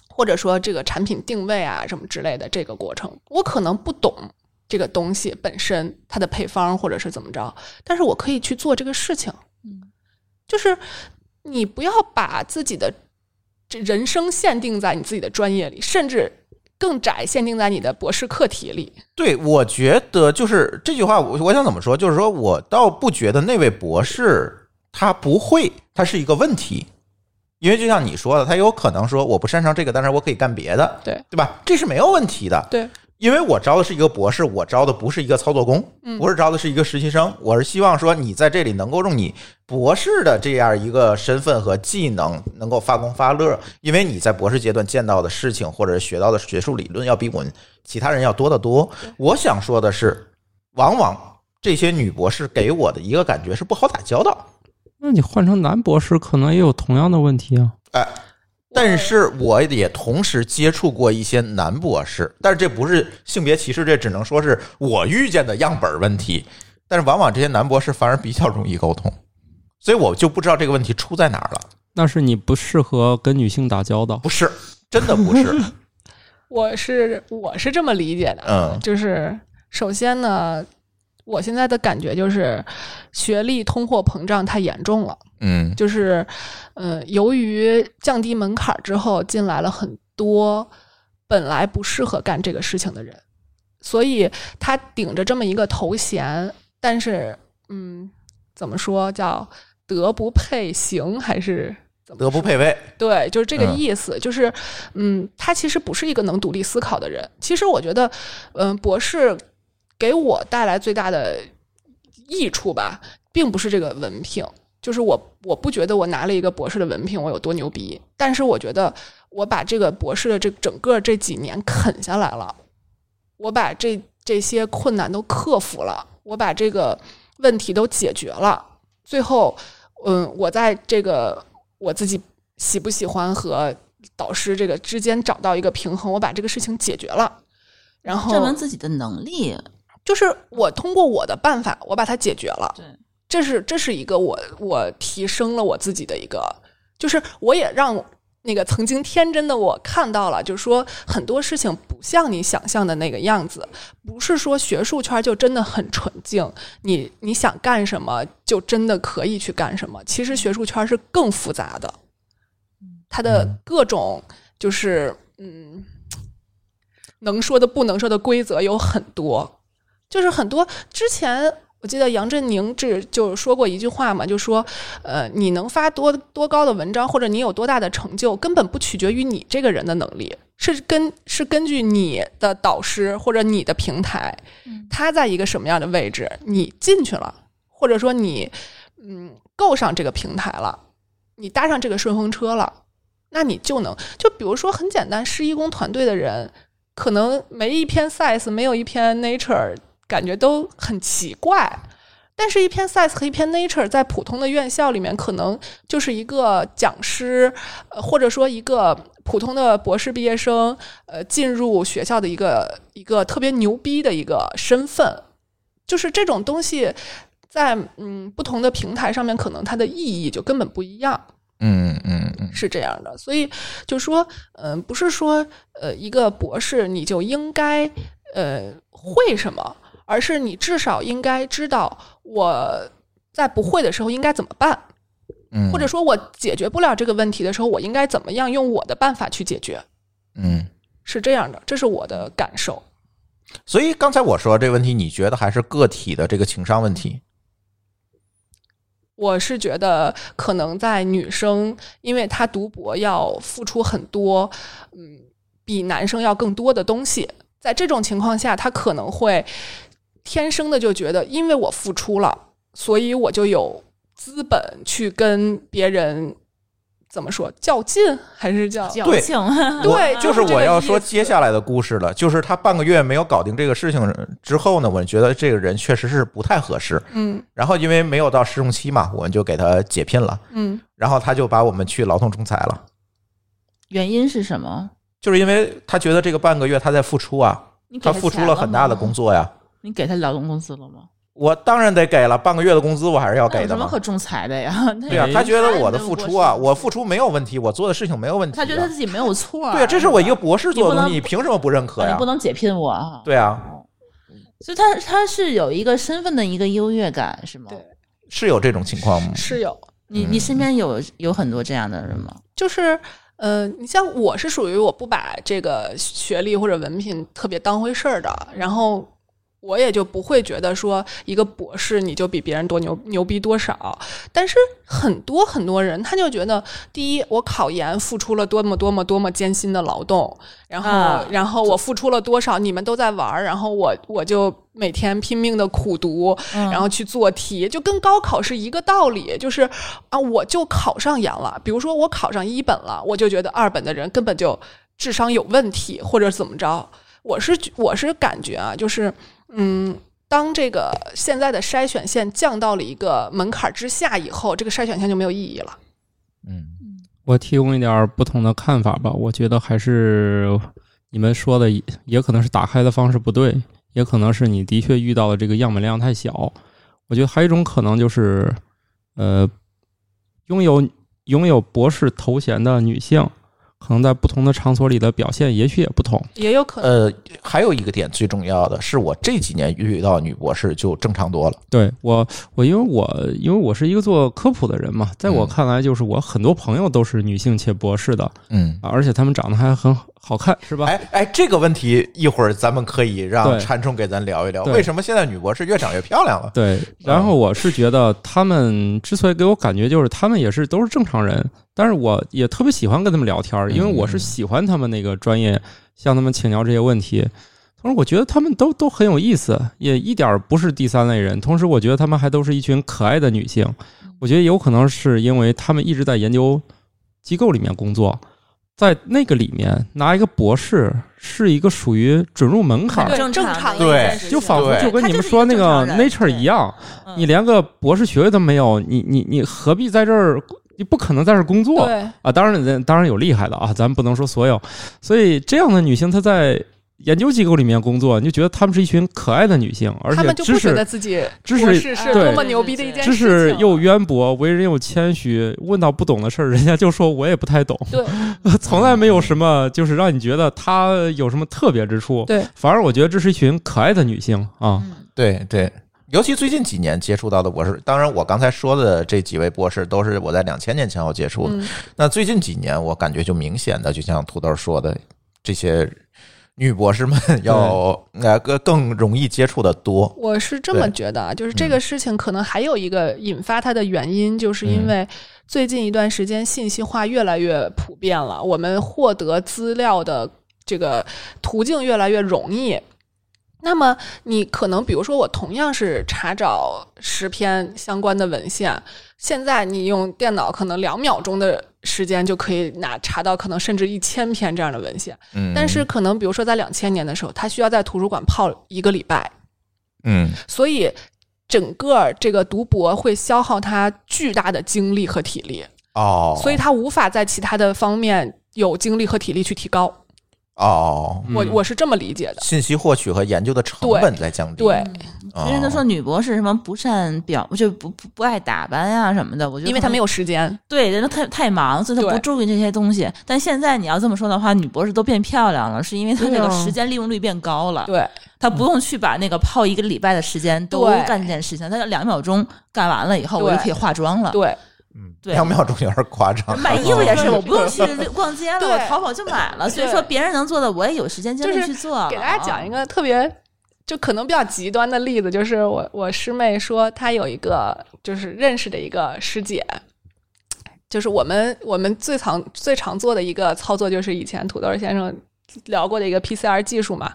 [SPEAKER 2] 或者说这个产品定位啊什么之类的这个过程，我可能不懂这个东西本身它的配方或者是怎么着，但是我可以去做这个事情。
[SPEAKER 3] 嗯，
[SPEAKER 2] 就是你不要把自己的这人生限定在你自己的专业里，甚至更窄限定在你的博士课题里。
[SPEAKER 1] 对，我觉得就是这句话，我我想怎么说，就是说我倒不觉得那位博士他不会，他是一个问题，因为就像你说的，他有可能说我不擅长这个，但是我可以干别的，
[SPEAKER 2] 对
[SPEAKER 1] 对吧？这是没有问题的，
[SPEAKER 2] 对，
[SPEAKER 1] 因为我招的是一个博士，我招的不是一个操作工，不是招的是一个实习生，我是希望说你在这里能够用你博士的这样一个身份和技能，能够发光发热，因为你在博士阶段见到的事情或者学到的学术理论要比我们其他人要多得多。我想说的是，往往这些女博士给我的一个感觉是不好打交道，
[SPEAKER 4] 那你换成男博士，可能也有同样的问题啊。
[SPEAKER 1] 但是我也同时接触过一些男博士，但是这不是性别歧视，这只能说是我遇见的样本问题。但是往往这些男博士反而比较容易沟通，所以我就不知道这个问题出在哪儿了。
[SPEAKER 4] 那是你不适合跟女性打交道。
[SPEAKER 1] 不是，真的不是。
[SPEAKER 2] 我是我是这么理解的啊，
[SPEAKER 1] 嗯
[SPEAKER 2] 就是首先呢，我现在的感觉就是学历通货膨胀太严重了，
[SPEAKER 1] 嗯
[SPEAKER 2] 就是呃，由于降低门槛之后，进来了很多本来不适合干这个事情的人，所以他顶着这么一个头衔，但是嗯，怎么说叫德不配行还是？怎么
[SPEAKER 1] 德
[SPEAKER 2] 说
[SPEAKER 1] 不配位。
[SPEAKER 2] 对，就是这个
[SPEAKER 1] 嗯
[SPEAKER 2] 意思，就是，嗯，他其实不是一个能独立思考的人。其实我觉得，嗯，博士给我带来最大的益处吧，并不是这个文凭，就是我我不觉得我拿了一个博士的文凭我有多牛逼，但是我觉得我把这个博士的这整个这几年啃下来了，我把这这些困难都克服了，我把这个问题都解决了，最后，嗯，我在这个我自己喜不喜欢和导师这个之间找到一个平衡，我把这个事情解决了，然后
[SPEAKER 3] 证明自己的能力，
[SPEAKER 2] 就是我通过我的办法，我把它解决了。
[SPEAKER 3] 对，
[SPEAKER 2] 这是这是一个我我提升了我自己的一个，就是我也让那个曾经天真的我看到了，就是说很多事情不像你想象的那个样子，不是说学术圈就真的很纯净，你你想干什么就真的可以去干什么。其实学术圈是更复杂的，它的各种就是嗯，能说的不能说的规则有很多，就是很多之前我记得杨振宁这就说过一句话嘛，就说呃，你能发多多高的文章，或者你有多大的成就，根本不取决于你这个人的能力，是根是根据你的导师或者你的平台，他在一个什么样的位置，你进去了，或者说你嗯够上这个平台了，你搭上这个顺风车了，那你就能就比如说很简单，施一工团队的人，可能没一篇 Science，没有一篇 Nature，感觉都很奇怪。但是，一篇 Science 和一篇 Nature 在普通的院校里面，可能就是一个讲师，呃，或者说一个普通的博士毕业生，呃，进入学校的一个一个特别牛逼的一个身份。就是这种东西在，嗯不同的平台上面，可能它的意义就根本不一样。
[SPEAKER 1] 嗯嗯嗯，
[SPEAKER 2] 是这样的，所以就说，嗯、不是说，呃，一个博士你就应该，呃，会什么，而是你至少应该知道我在不会的时候应该怎么办，
[SPEAKER 1] 嗯，
[SPEAKER 2] 或者说我解决不了这个问题的时候，我应该怎么样用我的办法去解决，
[SPEAKER 1] 嗯，
[SPEAKER 2] 是这样的，这是我的感受。
[SPEAKER 1] 所以刚才我说这个问题，你觉得还是个体的这个情商问题？
[SPEAKER 2] 我是觉得，可能在女生，因为她读博要付出很多，嗯，比男生要更多的东西。在这种情况下，她可能会天生的就觉得，因为我付出了，所以我就有资本去跟别人怎么说较劲，还是叫
[SPEAKER 3] 矫情，
[SPEAKER 2] 对
[SPEAKER 1] 我就
[SPEAKER 2] 就
[SPEAKER 1] 是
[SPEAKER 2] 这个
[SPEAKER 1] 我要说
[SPEAKER 2] 意思
[SPEAKER 1] 接下来的故事了，就是他半个月没有搞定这个事情之后呢，我觉得这个人确实是不太合适。
[SPEAKER 2] 嗯
[SPEAKER 1] 然后因为没有到试用期嘛，我们就给他解聘了，
[SPEAKER 2] 嗯
[SPEAKER 1] 然后他就把我们去劳动仲裁了，
[SPEAKER 3] 原因是什么？
[SPEAKER 1] 就是因为他觉得这个半个月他在付出啊，
[SPEAKER 3] 你给
[SPEAKER 1] 他
[SPEAKER 3] 他
[SPEAKER 1] 付出
[SPEAKER 3] 钱
[SPEAKER 1] 了很大的
[SPEAKER 3] 吗
[SPEAKER 1] 工，作呀，
[SPEAKER 3] 你给他劳动工资了吗？
[SPEAKER 1] 我当然得给了半个月的工资，我还是要
[SPEAKER 3] 那
[SPEAKER 1] 给
[SPEAKER 3] 有
[SPEAKER 1] 的
[SPEAKER 3] 什么
[SPEAKER 1] 嘛
[SPEAKER 3] 可。仲裁的呀？
[SPEAKER 1] 对啊呀、
[SPEAKER 4] 哎
[SPEAKER 1] 他觉得我的
[SPEAKER 3] 他
[SPEAKER 1] 付出啊，
[SPEAKER 3] 我
[SPEAKER 1] 我付出没有问题，我做的事情没有问题、啊。
[SPEAKER 3] 他觉得他自己没有错儿。
[SPEAKER 1] 对啊，这是我一个博士做的东西，
[SPEAKER 3] 你
[SPEAKER 1] 你
[SPEAKER 3] 不能
[SPEAKER 1] 凭什么不认可
[SPEAKER 3] 你
[SPEAKER 1] 呀
[SPEAKER 3] 不？能解聘我啊。，
[SPEAKER 1] 对啊，
[SPEAKER 3] 所以他他是有一个身份的一个优越感，是吗？
[SPEAKER 2] 对
[SPEAKER 1] 是有这种情况吗？
[SPEAKER 2] 是有。
[SPEAKER 1] 嗯
[SPEAKER 3] 你你身边有有很多这样的人吗？
[SPEAKER 2] 就是，呃，你像我是属于我不把这个学历或者文凭特别当回事儿的，然后我也就不会觉得说一个博士你就比别人多牛牛逼多少。但是很多很多人他就觉得，第一，我考研付出了多么多么多么艰辛的劳动，然后、
[SPEAKER 3] 啊
[SPEAKER 2] 然后我付出了多少，你们都在玩儿，然后我我就每天拼命的苦读，
[SPEAKER 3] 嗯
[SPEAKER 2] 然后去做题，就跟高考是一个道理，就是啊，我就考上研了，比如说我考上一本了，我就觉得二本的人根本就智商有问题，或者怎么着。我是我是感觉啊，就是嗯，当这个现在的筛选线降到了一个门槛之下以后，这个筛选线就没有意义了。
[SPEAKER 1] 嗯，
[SPEAKER 4] 我提供一点儿不同的看法吧。我觉得还是你们说的也，也可能是打开的方式不对，也可能是你的确遇到的这个样本量太小。我觉得还有一种可能就是，呃，拥有拥有博士头衔的女性，可能在不同的场所里的表现也许也不同。
[SPEAKER 2] 也有可能，
[SPEAKER 1] 呃，还有一个点最重要的是，我这几年遇到女博士就正常多了。
[SPEAKER 4] 对我，我因为我因为我是一个做科普的人嘛，在我
[SPEAKER 1] 嗯
[SPEAKER 4] 看来，就是我很多朋友都是女性且博士的，
[SPEAKER 1] 嗯，
[SPEAKER 4] 啊而且她们长得还很好看，是吧？
[SPEAKER 1] 哎哎，这个问题一会儿咱们可以让
[SPEAKER 4] 对
[SPEAKER 1] 禅冲给咱聊一聊，
[SPEAKER 4] 对
[SPEAKER 1] 为什么现在女博士越长越漂亮了？
[SPEAKER 4] 对，然后我是觉得他们之所以给我感觉就是他们也是都是正常人，但是我也特别喜欢跟他们聊天儿，因为
[SPEAKER 3] 嗯
[SPEAKER 4] 我是喜欢他们那个专业，向他们请教这些问题。同时，我觉得他们都都很有意思，也一点儿不是第三类人。同时，我觉得他们还都是一群可爱的女性。
[SPEAKER 3] 嗯
[SPEAKER 4] 我觉得有可能是因为他们一直在研究机构里面工作，在那个里面拿一个博士是一个属于准入门槛
[SPEAKER 2] 对
[SPEAKER 4] 儿，
[SPEAKER 2] 正常
[SPEAKER 3] 常
[SPEAKER 1] 对
[SPEAKER 3] 的一件事情，
[SPEAKER 4] 就仿佛
[SPEAKER 1] 对
[SPEAKER 4] 就跟
[SPEAKER 3] 他
[SPEAKER 4] 你
[SPEAKER 3] 就
[SPEAKER 4] 们
[SPEAKER 3] 是一
[SPEAKER 4] 说那
[SPEAKER 3] 正常
[SPEAKER 4] 个
[SPEAKER 3] 人
[SPEAKER 4] Nature
[SPEAKER 3] 对
[SPEAKER 4] 一样。
[SPEAKER 3] 嗯
[SPEAKER 4] 你连个博士学位都没有，你你你何必在这儿？你不可能在这儿工作
[SPEAKER 2] 对，
[SPEAKER 4] 啊！当然人，当然有厉害的啊，咱们不能说所有。所以这样的女性，她在研究机构里面工作，你就觉得她们是一群可爱的女性，而
[SPEAKER 2] 他
[SPEAKER 4] 且
[SPEAKER 2] 们就
[SPEAKER 4] 知
[SPEAKER 2] 不觉得
[SPEAKER 4] 识
[SPEAKER 2] 自己
[SPEAKER 4] 知
[SPEAKER 2] 博
[SPEAKER 4] 识
[SPEAKER 2] 士是
[SPEAKER 3] 对
[SPEAKER 2] 多么牛逼的一件
[SPEAKER 4] 知
[SPEAKER 2] 事情
[SPEAKER 4] 识
[SPEAKER 2] 了
[SPEAKER 4] 又渊博，为人又谦虚。问到不懂的事儿，人家就说我也 不太懂，
[SPEAKER 2] 对
[SPEAKER 4] 从来没有什么就是让你觉得她有什么特别之处。
[SPEAKER 2] 对，
[SPEAKER 4] 反而我觉得这是一群可爱的女性啊。
[SPEAKER 3] 嗯
[SPEAKER 1] 对对，尤其最近几年接触到的博士，当然我刚才说的这几位博士都是我在两千年前后接触的。
[SPEAKER 2] 嗯
[SPEAKER 1] 那最近几年，我感觉就明显的，就像土豆说的，这些女博士们要呃更更容易接触的多。
[SPEAKER 2] 我是这么
[SPEAKER 1] 对嗯
[SPEAKER 2] 觉得啊，就是这个事情可能还有一个引发它的原因，就是
[SPEAKER 1] 嗯
[SPEAKER 2] 因为最近一段时间信息化越来越普遍了，我们获得资料的这个途径越来越容易。那么你可能，比如说我同样是查找十篇相关的文献，现在你用电脑可能两秒钟的时间就可以拿查到可能甚至一千篇这样的文献，
[SPEAKER 1] 嗯，
[SPEAKER 2] 但是可能比如说在两千年的时候，他需要在图书馆泡一个礼拜，
[SPEAKER 1] 嗯
[SPEAKER 2] 所以整个这个读博会消耗他巨大的精力和体力，
[SPEAKER 1] 哦，
[SPEAKER 2] 所以他无法在其他的方面有精力和体力去提高。
[SPEAKER 1] 哦，
[SPEAKER 2] 我
[SPEAKER 4] 嗯
[SPEAKER 2] 我是这么理解的。
[SPEAKER 1] 信息获取和研究的成本在降低。
[SPEAKER 2] 对，
[SPEAKER 1] 哦，
[SPEAKER 3] 人家都说女博士什么不善表，就不不不爱打扮呀、什么的，我觉得
[SPEAKER 2] 因为他没
[SPEAKER 3] 有
[SPEAKER 2] 有时间，
[SPEAKER 3] 对人家太太忙，所以他
[SPEAKER 2] 对
[SPEAKER 3] 不注意这些东西。但现在你要这么说的话，女博士都变漂亮了，是因为她
[SPEAKER 4] 对
[SPEAKER 3] 这
[SPEAKER 4] 啊
[SPEAKER 3] 个时间利用率变高了，
[SPEAKER 2] 对
[SPEAKER 3] 她不用去把那个泡一个礼拜的时间都
[SPEAKER 2] 对
[SPEAKER 3] 干这件事情，她就两秒钟干完了以后，
[SPEAKER 2] 对
[SPEAKER 3] 我就可以化妆了。
[SPEAKER 2] 对
[SPEAKER 1] 嗯
[SPEAKER 3] 对
[SPEAKER 1] 两秒钟有点夸张。嗯
[SPEAKER 3] 买衣服也是，我不用去逛街了，
[SPEAKER 2] 对
[SPEAKER 3] 我淘宝就买了。所以说，别人能做的，我也有时间精
[SPEAKER 2] 就
[SPEAKER 3] 力
[SPEAKER 2] 是
[SPEAKER 3] 去做。啊
[SPEAKER 2] 给大家讲一，个特别。就可能比较极端的例子，就是我我师妹说她有一个就是认识的一个师姐，就是我们我们最常最常做的一个操作，就是以前土豆先生聊过的一个 PCR 技术嘛。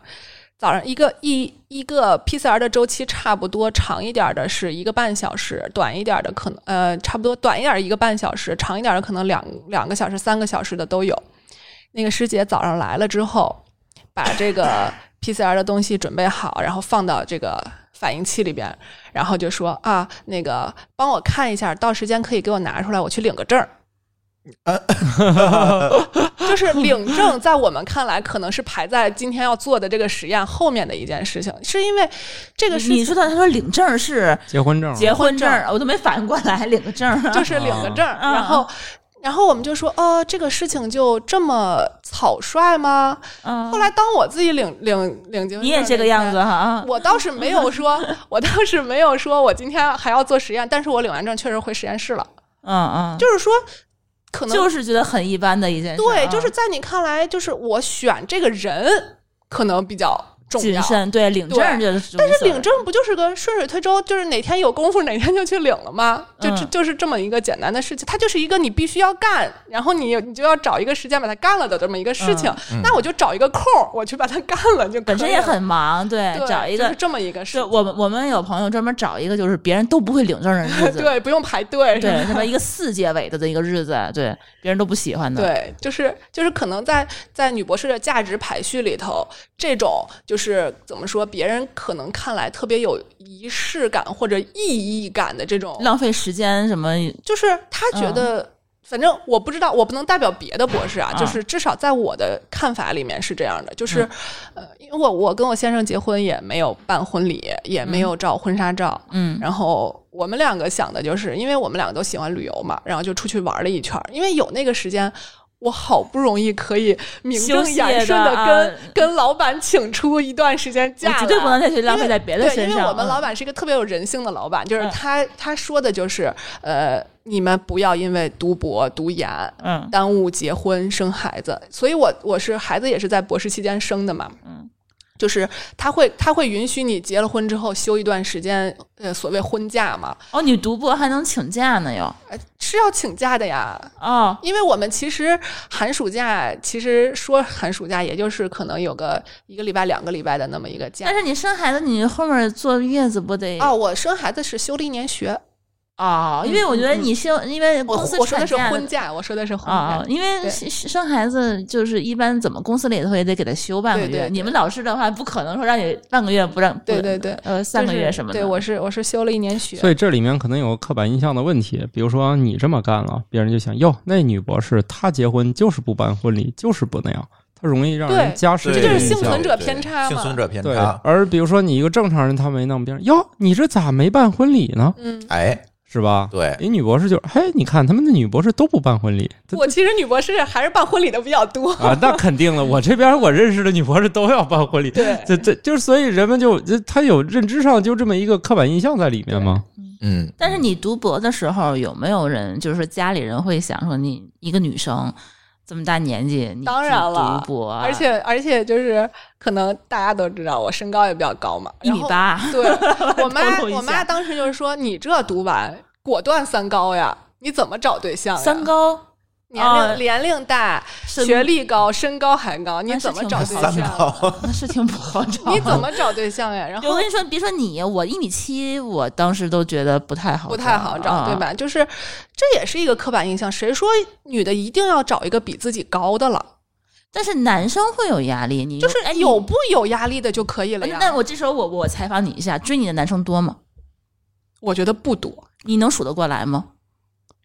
[SPEAKER 2] 早上一个一一个 PCR 的周期差不多长一点儿的是一个半小时，短一点儿的可能呃差不多短一点儿一个半小时，长一点儿的可能两两个小时、三个小时的都有。那个师姐早上来了之后，把这个 PCR 的东西准备好，然后放到这个反应器里边，然后就说啊，那个帮我看一下，到时间可以给我拿出来，我去领个证儿。 就是领证，在我们看来可能是排在今天要做的这个实验后面的一件事情，是因为这个事
[SPEAKER 3] 你
[SPEAKER 2] 情
[SPEAKER 3] 说的，他说领证是
[SPEAKER 4] 结婚证，
[SPEAKER 3] 结婚证
[SPEAKER 2] 证，
[SPEAKER 3] 我都没反应过来，领个证啊。
[SPEAKER 2] 就是领个证儿，
[SPEAKER 3] 嗯
[SPEAKER 2] 然后，然后我们就说，哦，这个事情就这么草率吗？
[SPEAKER 3] 嗯
[SPEAKER 2] 后来当我自己领领领结婚
[SPEAKER 3] 你也
[SPEAKER 2] 证
[SPEAKER 3] 这
[SPEAKER 2] 那
[SPEAKER 3] 个样
[SPEAKER 2] 天
[SPEAKER 3] 子哈啊。
[SPEAKER 2] 我倒是没有说，我倒是没有说我今天还要做实验，但是我领完证确实回实验室了。
[SPEAKER 3] 嗯嗯，
[SPEAKER 2] 就是说，可能
[SPEAKER 3] 就是觉得很一般的一件事啊。
[SPEAKER 2] 对，就是在你看来，就是我选这个人可能比较重
[SPEAKER 3] 谨
[SPEAKER 2] 要。
[SPEAKER 3] 慎，对领证
[SPEAKER 2] 对
[SPEAKER 3] 就是。
[SPEAKER 2] 但是领，证不就是个顺水推舟，就是哪天有功夫哪天就去领了吗？就这
[SPEAKER 3] 嗯
[SPEAKER 2] 就是这么一个简单的事情，它就是一个你必须要干，然后你你就要找一个时间把它干了的这么一个事情。
[SPEAKER 1] 嗯
[SPEAKER 2] 那我就找一个空儿，我去把它干了就可以了。啊
[SPEAKER 3] 本身也很忙，对，
[SPEAKER 2] 对
[SPEAKER 3] 找一
[SPEAKER 2] 就
[SPEAKER 3] 个
[SPEAKER 2] 是。这么一个事
[SPEAKER 3] 对，
[SPEAKER 2] 情，
[SPEAKER 3] 我们我们有朋友专门找一个，就是别人都不会领证的日子，
[SPEAKER 2] 对，不用排队，
[SPEAKER 3] 对， 什么一个四结尾的这一个日子，对，别人都不喜欢的，
[SPEAKER 2] 对，就是就是可能在在女博士的价值排序里头，这种就是怎么说，别人可能看来特别有仪式感或者意义感的这种，
[SPEAKER 3] 浪费时间什么，
[SPEAKER 2] 就是他
[SPEAKER 3] 嗯
[SPEAKER 2] 觉得、反正我不知道，我不能代表别的博士啊，
[SPEAKER 3] 嗯
[SPEAKER 2] 就是至少在我的看法里面是这样的，就是、呃，因为我我跟我先生结婚也没有办婚礼，也没有照婚纱照，
[SPEAKER 3] 嗯
[SPEAKER 2] 然后我们两个想的就是，因为我们两个都喜欢旅游嘛，然后就出去玩了一圈儿，因为有那个时间。我好不容易可以名正言顺的
[SPEAKER 3] 休息的啊
[SPEAKER 2] 跟跟老板请出一段时间假
[SPEAKER 3] 我
[SPEAKER 2] 来，
[SPEAKER 3] 绝对不能再去浪费在别的
[SPEAKER 2] 对，
[SPEAKER 3] 身
[SPEAKER 2] 因为我
[SPEAKER 3] 上。
[SPEAKER 2] 们老
[SPEAKER 3] 嗯
[SPEAKER 2] 板是一个特别有人性的老板，就是
[SPEAKER 3] 嗯
[SPEAKER 2] 他、他说的就是，呃，你们不要因为读博读研
[SPEAKER 3] 嗯
[SPEAKER 2] 耽误结婚生孩子，所以我我是孩子也是在博士期间生的嘛，
[SPEAKER 3] 嗯，
[SPEAKER 2] 就是他会他会允许你结了婚之后休一段时间，呃，所谓婚假嘛，
[SPEAKER 3] 哦，你读博还能请假呢又
[SPEAKER 2] 呃是要请假的呀，
[SPEAKER 3] 哦，
[SPEAKER 2] 因为我们其实寒暑假其实说寒暑假也就是可能有个一个礼拜两个礼拜的那么一个假
[SPEAKER 3] 但。是你生孩子，你后面坐月子不得
[SPEAKER 2] 哦，我生孩子是休了一年学，
[SPEAKER 3] 哦，因为我觉得你生，因为
[SPEAKER 2] 我
[SPEAKER 3] 公司
[SPEAKER 2] 我说的
[SPEAKER 3] 产
[SPEAKER 2] 是
[SPEAKER 3] 假
[SPEAKER 2] 婚假，我说的是婚
[SPEAKER 3] 啊、
[SPEAKER 2] 假。
[SPEAKER 3] 因为
[SPEAKER 2] 对
[SPEAKER 3] 生生孩子就是一般怎么公司里头也得给他休半个月，
[SPEAKER 2] 对对对
[SPEAKER 3] 你们老师的话不可能说让你半个月不让，不
[SPEAKER 2] 对对对，
[SPEAKER 3] 呃三个
[SPEAKER 2] 就是
[SPEAKER 3] 月什么的，
[SPEAKER 2] 对，我是我是休了一年学。
[SPEAKER 4] 所以这里面可能有刻板印象的问题，比如说你这么干了，别人就想哟，那女博士她结婚就是不办婚礼，就是不那样，她容易让人
[SPEAKER 2] 对
[SPEAKER 4] 加深
[SPEAKER 2] 这
[SPEAKER 4] 个
[SPEAKER 2] 就
[SPEAKER 4] 印
[SPEAKER 2] 是幸
[SPEAKER 4] 象。
[SPEAKER 2] 存者偏差嘛
[SPEAKER 1] 幸存者偏
[SPEAKER 4] 对
[SPEAKER 1] 差，。
[SPEAKER 4] 而比如说你一个正常人，他没弄，别人哟，你这咋没办婚礼呢？
[SPEAKER 2] 嗯，
[SPEAKER 1] 哎，
[SPEAKER 4] 是吧？
[SPEAKER 1] 对，
[SPEAKER 4] 人女博士就嘿，你看他们的女博士都不办婚礼，她
[SPEAKER 2] 我其实女博士还是办婚礼的比较多。
[SPEAKER 4] 啊，那肯定了，我这边我认识的女博士都要办婚礼，
[SPEAKER 2] 对
[SPEAKER 4] 这这就是所以人们就这他有认知上就这么一个刻板印象在里面嘛。
[SPEAKER 1] 嗯，
[SPEAKER 3] 但是你读博的时候有没有人就是家里人会想说你一个女生这么大年纪，你
[SPEAKER 2] 当
[SPEAKER 3] 去
[SPEAKER 2] 然了
[SPEAKER 3] 读博啊，
[SPEAKER 2] 而且而且就是，可能大家都知道我身高也比较高嘛，
[SPEAKER 3] 一
[SPEAKER 2] 然
[SPEAKER 3] 米
[SPEAKER 2] 后。
[SPEAKER 3] 八，
[SPEAKER 2] 对 我妈
[SPEAKER 3] 透露一，下
[SPEAKER 2] 我妈当时就是说：“你这读完，果断三高呀，你怎么找对象呀？”
[SPEAKER 3] 三高啊
[SPEAKER 2] 年龄、年龄大、
[SPEAKER 3] 身
[SPEAKER 2] 学历高、身高还高，你
[SPEAKER 3] 那是
[SPEAKER 2] 怎么
[SPEAKER 3] 挺
[SPEAKER 2] 找
[SPEAKER 3] 好
[SPEAKER 2] 对
[SPEAKER 1] 三
[SPEAKER 2] 象？
[SPEAKER 1] 高，
[SPEAKER 3] 那是挺不 好找。
[SPEAKER 2] 你怎？么找对象呀？然
[SPEAKER 3] 我
[SPEAKER 2] 后
[SPEAKER 3] 跟你说，别说你，我一米七，我当时都觉得不太好，啊
[SPEAKER 2] 不太好找，对？吧？就是这也是一个刻板印象，谁说女的一定要找一个比自己高的了？
[SPEAKER 3] 但是男生会有压力，你
[SPEAKER 2] 就是
[SPEAKER 3] 哎你哎
[SPEAKER 2] 有不有压力的就可以了呀。
[SPEAKER 3] 那我这时候我我采访你一下，追你的男生多吗？
[SPEAKER 2] 我觉得不多，
[SPEAKER 3] 你能数得过来吗？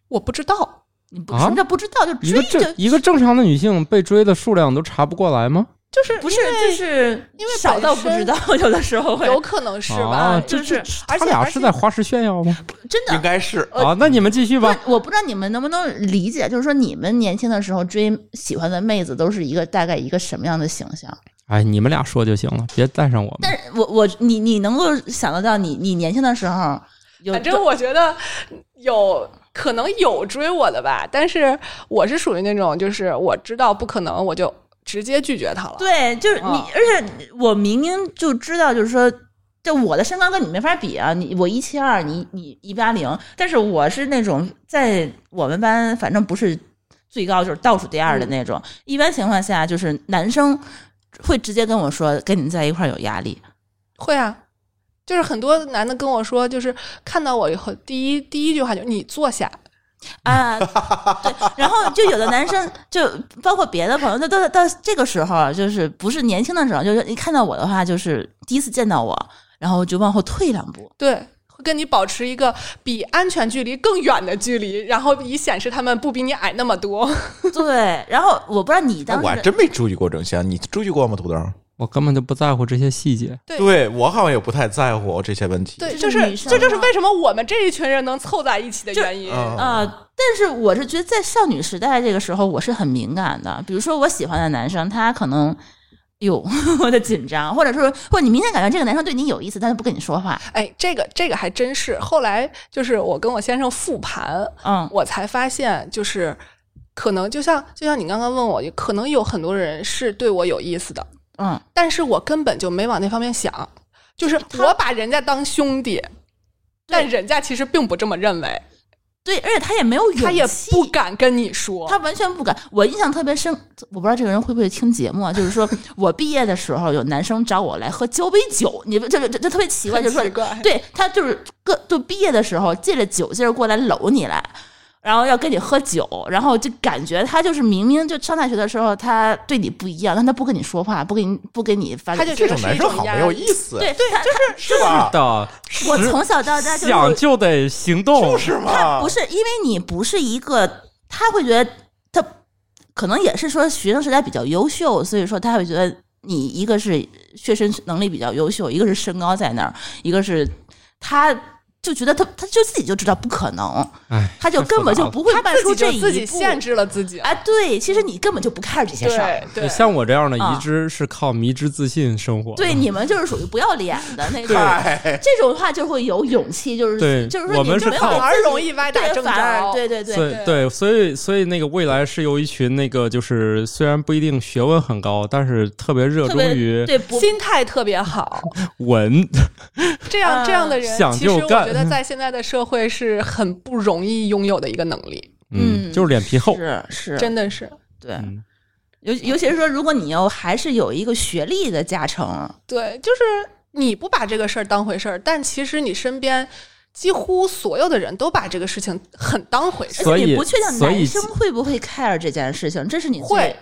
[SPEAKER 2] 我不知道，
[SPEAKER 3] 你不
[SPEAKER 4] 啊
[SPEAKER 3] 什么叫不知道就
[SPEAKER 4] 一个
[SPEAKER 3] 追就
[SPEAKER 4] 正一个正常的女性被追的数量你都查不过来吗？
[SPEAKER 2] 就是
[SPEAKER 3] 不是
[SPEAKER 2] 因为
[SPEAKER 3] 就是
[SPEAKER 2] 因为本
[SPEAKER 3] 少到不知
[SPEAKER 2] 身
[SPEAKER 3] 道， 有的时候会
[SPEAKER 2] 有可能是吧
[SPEAKER 4] 啊，？
[SPEAKER 2] 哦就
[SPEAKER 4] 这
[SPEAKER 2] 是
[SPEAKER 4] 这
[SPEAKER 2] 而
[SPEAKER 4] 他
[SPEAKER 2] 且
[SPEAKER 4] 俩
[SPEAKER 2] 而且
[SPEAKER 4] 是在花式炫耀吗？
[SPEAKER 3] 真
[SPEAKER 1] 应
[SPEAKER 3] 的。
[SPEAKER 1] 该是
[SPEAKER 3] 呃
[SPEAKER 4] 啊，那你们继续
[SPEAKER 3] 不
[SPEAKER 4] 吧
[SPEAKER 3] 是，。我不知道你们能不能理解，就是说你们年轻的时候追喜欢的妹子都是一个大概一个什么样的形象？
[SPEAKER 4] 哎，你们俩说就行了，别带上我
[SPEAKER 3] 但
[SPEAKER 4] 们。
[SPEAKER 3] 是我我你你能够想得到你你年轻的时候有
[SPEAKER 2] 反正我觉得有可能有追我的吧，但是我是属于那种，就是我知道不可能，我就直接拒绝他了。
[SPEAKER 3] 对，就是你，
[SPEAKER 2] 嗯
[SPEAKER 3] 而且我明明就知道，就是说，就我的身高跟你没法比啊，你我一七二，你你一八零，但是我是那种在我们班，反正不是最高就是倒数第二的那种。一般情况下，就是男生会直接跟我说，跟你在一块儿有压力。
[SPEAKER 2] 会啊，就是很多男的跟我说，就是看到我以后，第一第一句话就是你坐下，
[SPEAKER 3] 啊，对，然后就有的男生，就包括别的朋友，他都到这个时候啊，就是不是年轻的时候，就是一看到我的话，就是第一次见到我，然后就往后退两步。
[SPEAKER 2] 对。会跟你保持一个比安全距离更远的距离，然后以显示他们不比你矮那么多。
[SPEAKER 3] 对，然后我不知道你
[SPEAKER 1] 哎
[SPEAKER 3] 当
[SPEAKER 1] 我还
[SPEAKER 3] 时的
[SPEAKER 1] 真没注意过这种现象，你注意过吗，土豆？
[SPEAKER 4] 我根本就不在乎这些细节。
[SPEAKER 2] 对
[SPEAKER 1] 对我好像也不太在乎这些问题。
[SPEAKER 2] 对，就
[SPEAKER 3] 这
[SPEAKER 2] 是是
[SPEAKER 3] 女生
[SPEAKER 2] 这就是
[SPEAKER 3] 啊
[SPEAKER 2] 为什么我们这一群人能凑在一起的
[SPEAKER 3] 就
[SPEAKER 2] 原因。
[SPEAKER 1] 嗯
[SPEAKER 3] 呃，但是我是觉得在少女时代这个时候，我是很敏感的。比如说我喜欢的男生，他可能。有 我的紧张，或者说，或者你明显感觉这个男生对你有意思，但是不跟你说话。
[SPEAKER 2] 哎，这个这个还真是。后来就是我跟我先生复盘，
[SPEAKER 3] 嗯，
[SPEAKER 2] 我才发现，就是可能就像就像你刚刚问我，可能有很多人是对我有意思的，
[SPEAKER 3] 嗯，
[SPEAKER 2] 但是我根本就没往那方面想，就是我把人家当兄弟，但人家其实并不这么认为，
[SPEAKER 3] 对，而且他也没有勇气，
[SPEAKER 2] 他也不敢跟你说。
[SPEAKER 3] 他完全不敢。我印象特别深，我不知道这个人会不会听节目啊？就是说 我毕业的时候，有男生找我来喝交杯酒，你们这这这特别奇怪，
[SPEAKER 2] 很
[SPEAKER 3] 就是说
[SPEAKER 2] 奇怪
[SPEAKER 3] 对他就是各就毕业的时候借着酒劲儿过来搂你来，然后要跟你喝酒，然后就感觉他就是明明就上大学的时候他对你不一样，但他不跟你说话，不给你不给你发，
[SPEAKER 2] 他就觉
[SPEAKER 1] 这
[SPEAKER 2] 得
[SPEAKER 1] 种
[SPEAKER 2] 是
[SPEAKER 1] 男
[SPEAKER 2] 一
[SPEAKER 1] 生
[SPEAKER 2] 种
[SPEAKER 1] 好
[SPEAKER 2] 压
[SPEAKER 1] 没有
[SPEAKER 2] 力
[SPEAKER 1] 意思，
[SPEAKER 3] 对对，就是
[SPEAKER 1] 是吧？
[SPEAKER 4] 的，
[SPEAKER 3] 我从小到大就是
[SPEAKER 4] 啊想就得行动，
[SPEAKER 1] 就是嘛，
[SPEAKER 3] 不是因为你不是一个，他会觉得他可能也是说学生时代比较优秀，所以说他会觉得你一个是确实能力比较优秀，一个是身高在那儿，一个是他就觉得他他就自己就知道不可能，
[SPEAKER 4] 哎，
[SPEAKER 3] 他就
[SPEAKER 4] 太复
[SPEAKER 3] 根本
[SPEAKER 4] 杂
[SPEAKER 3] 就
[SPEAKER 4] 了
[SPEAKER 3] 不会迈
[SPEAKER 2] 自
[SPEAKER 3] 出
[SPEAKER 2] 己
[SPEAKER 3] 这
[SPEAKER 2] 就
[SPEAKER 3] 一步。
[SPEAKER 2] 自己限制了自己。
[SPEAKER 3] 啊，对，其实你根本就不 care 这些事儿
[SPEAKER 2] 对。对，
[SPEAKER 4] 像我这样的
[SPEAKER 3] 啊
[SPEAKER 4] 已知是靠迷之自信生活的。
[SPEAKER 3] 对，你们就是属于不要脸的那种，
[SPEAKER 1] 哎
[SPEAKER 3] 这种话就会有勇气，就是
[SPEAKER 4] 对
[SPEAKER 3] 就是说
[SPEAKER 4] 我
[SPEAKER 3] 你
[SPEAKER 4] 们
[SPEAKER 3] 没有
[SPEAKER 4] 是
[SPEAKER 3] 给
[SPEAKER 4] 靠
[SPEAKER 3] 自
[SPEAKER 2] 反而
[SPEAKER 3] 己
[SPEAKER 2] 容易歪打
[SPEAKER 3] 对
[SPEAKER 2] 正
[SPEAKER 3] 反而
[SPEAKER 2] 着
[SPEAKER 3] 对对对，
[SPEAKER 4] 所以对，所以所以那个未来是由一群那个就是虽然不一定学问很高，但是特别热
[SPEAKER 3] 特
[SPEAKER 4] 衷于
[SPEAKER 3] 别对不
[SPEAKER 2] 心态特别好，
[SPEAKER 4] 文，
[SPEAKER 2] 这样这样的人
[SPEAKER 4] 嗯想，
[SPEAKER 2] 其实我
[SPEAKER 4] 就干
[SPEAKER 2] 觉得在现在的社会是很不容易拥有的一个能 力，
[SPEAKER 3] 嗯
[SPEAKER 4] 就是脸皮厚。
[SPEAKER 3] 是是，
[SPEAKER 2] 真的是
[SPEAKER 3] 对
[SPEAKER 4] 嗯，
[SPEAKER 3] 尤尤其是说，如果你要还是有一个学历的加成，
[SPEAKER 2] 对，就是你不把这个事儿当回事儿，但其实你身边几乎所有的人都把这个事情很当回事儿。
[SPEAKER 4] 所
[SPEAKER 3] 而且你
[SPEAKER 4] 以
[SPEAKER 3] 不确定
[SPEAKER 4] 所以
[SPEAKER 3] 男生会不会 care 这件事情，这是你最
[SPEAKER 2] 会，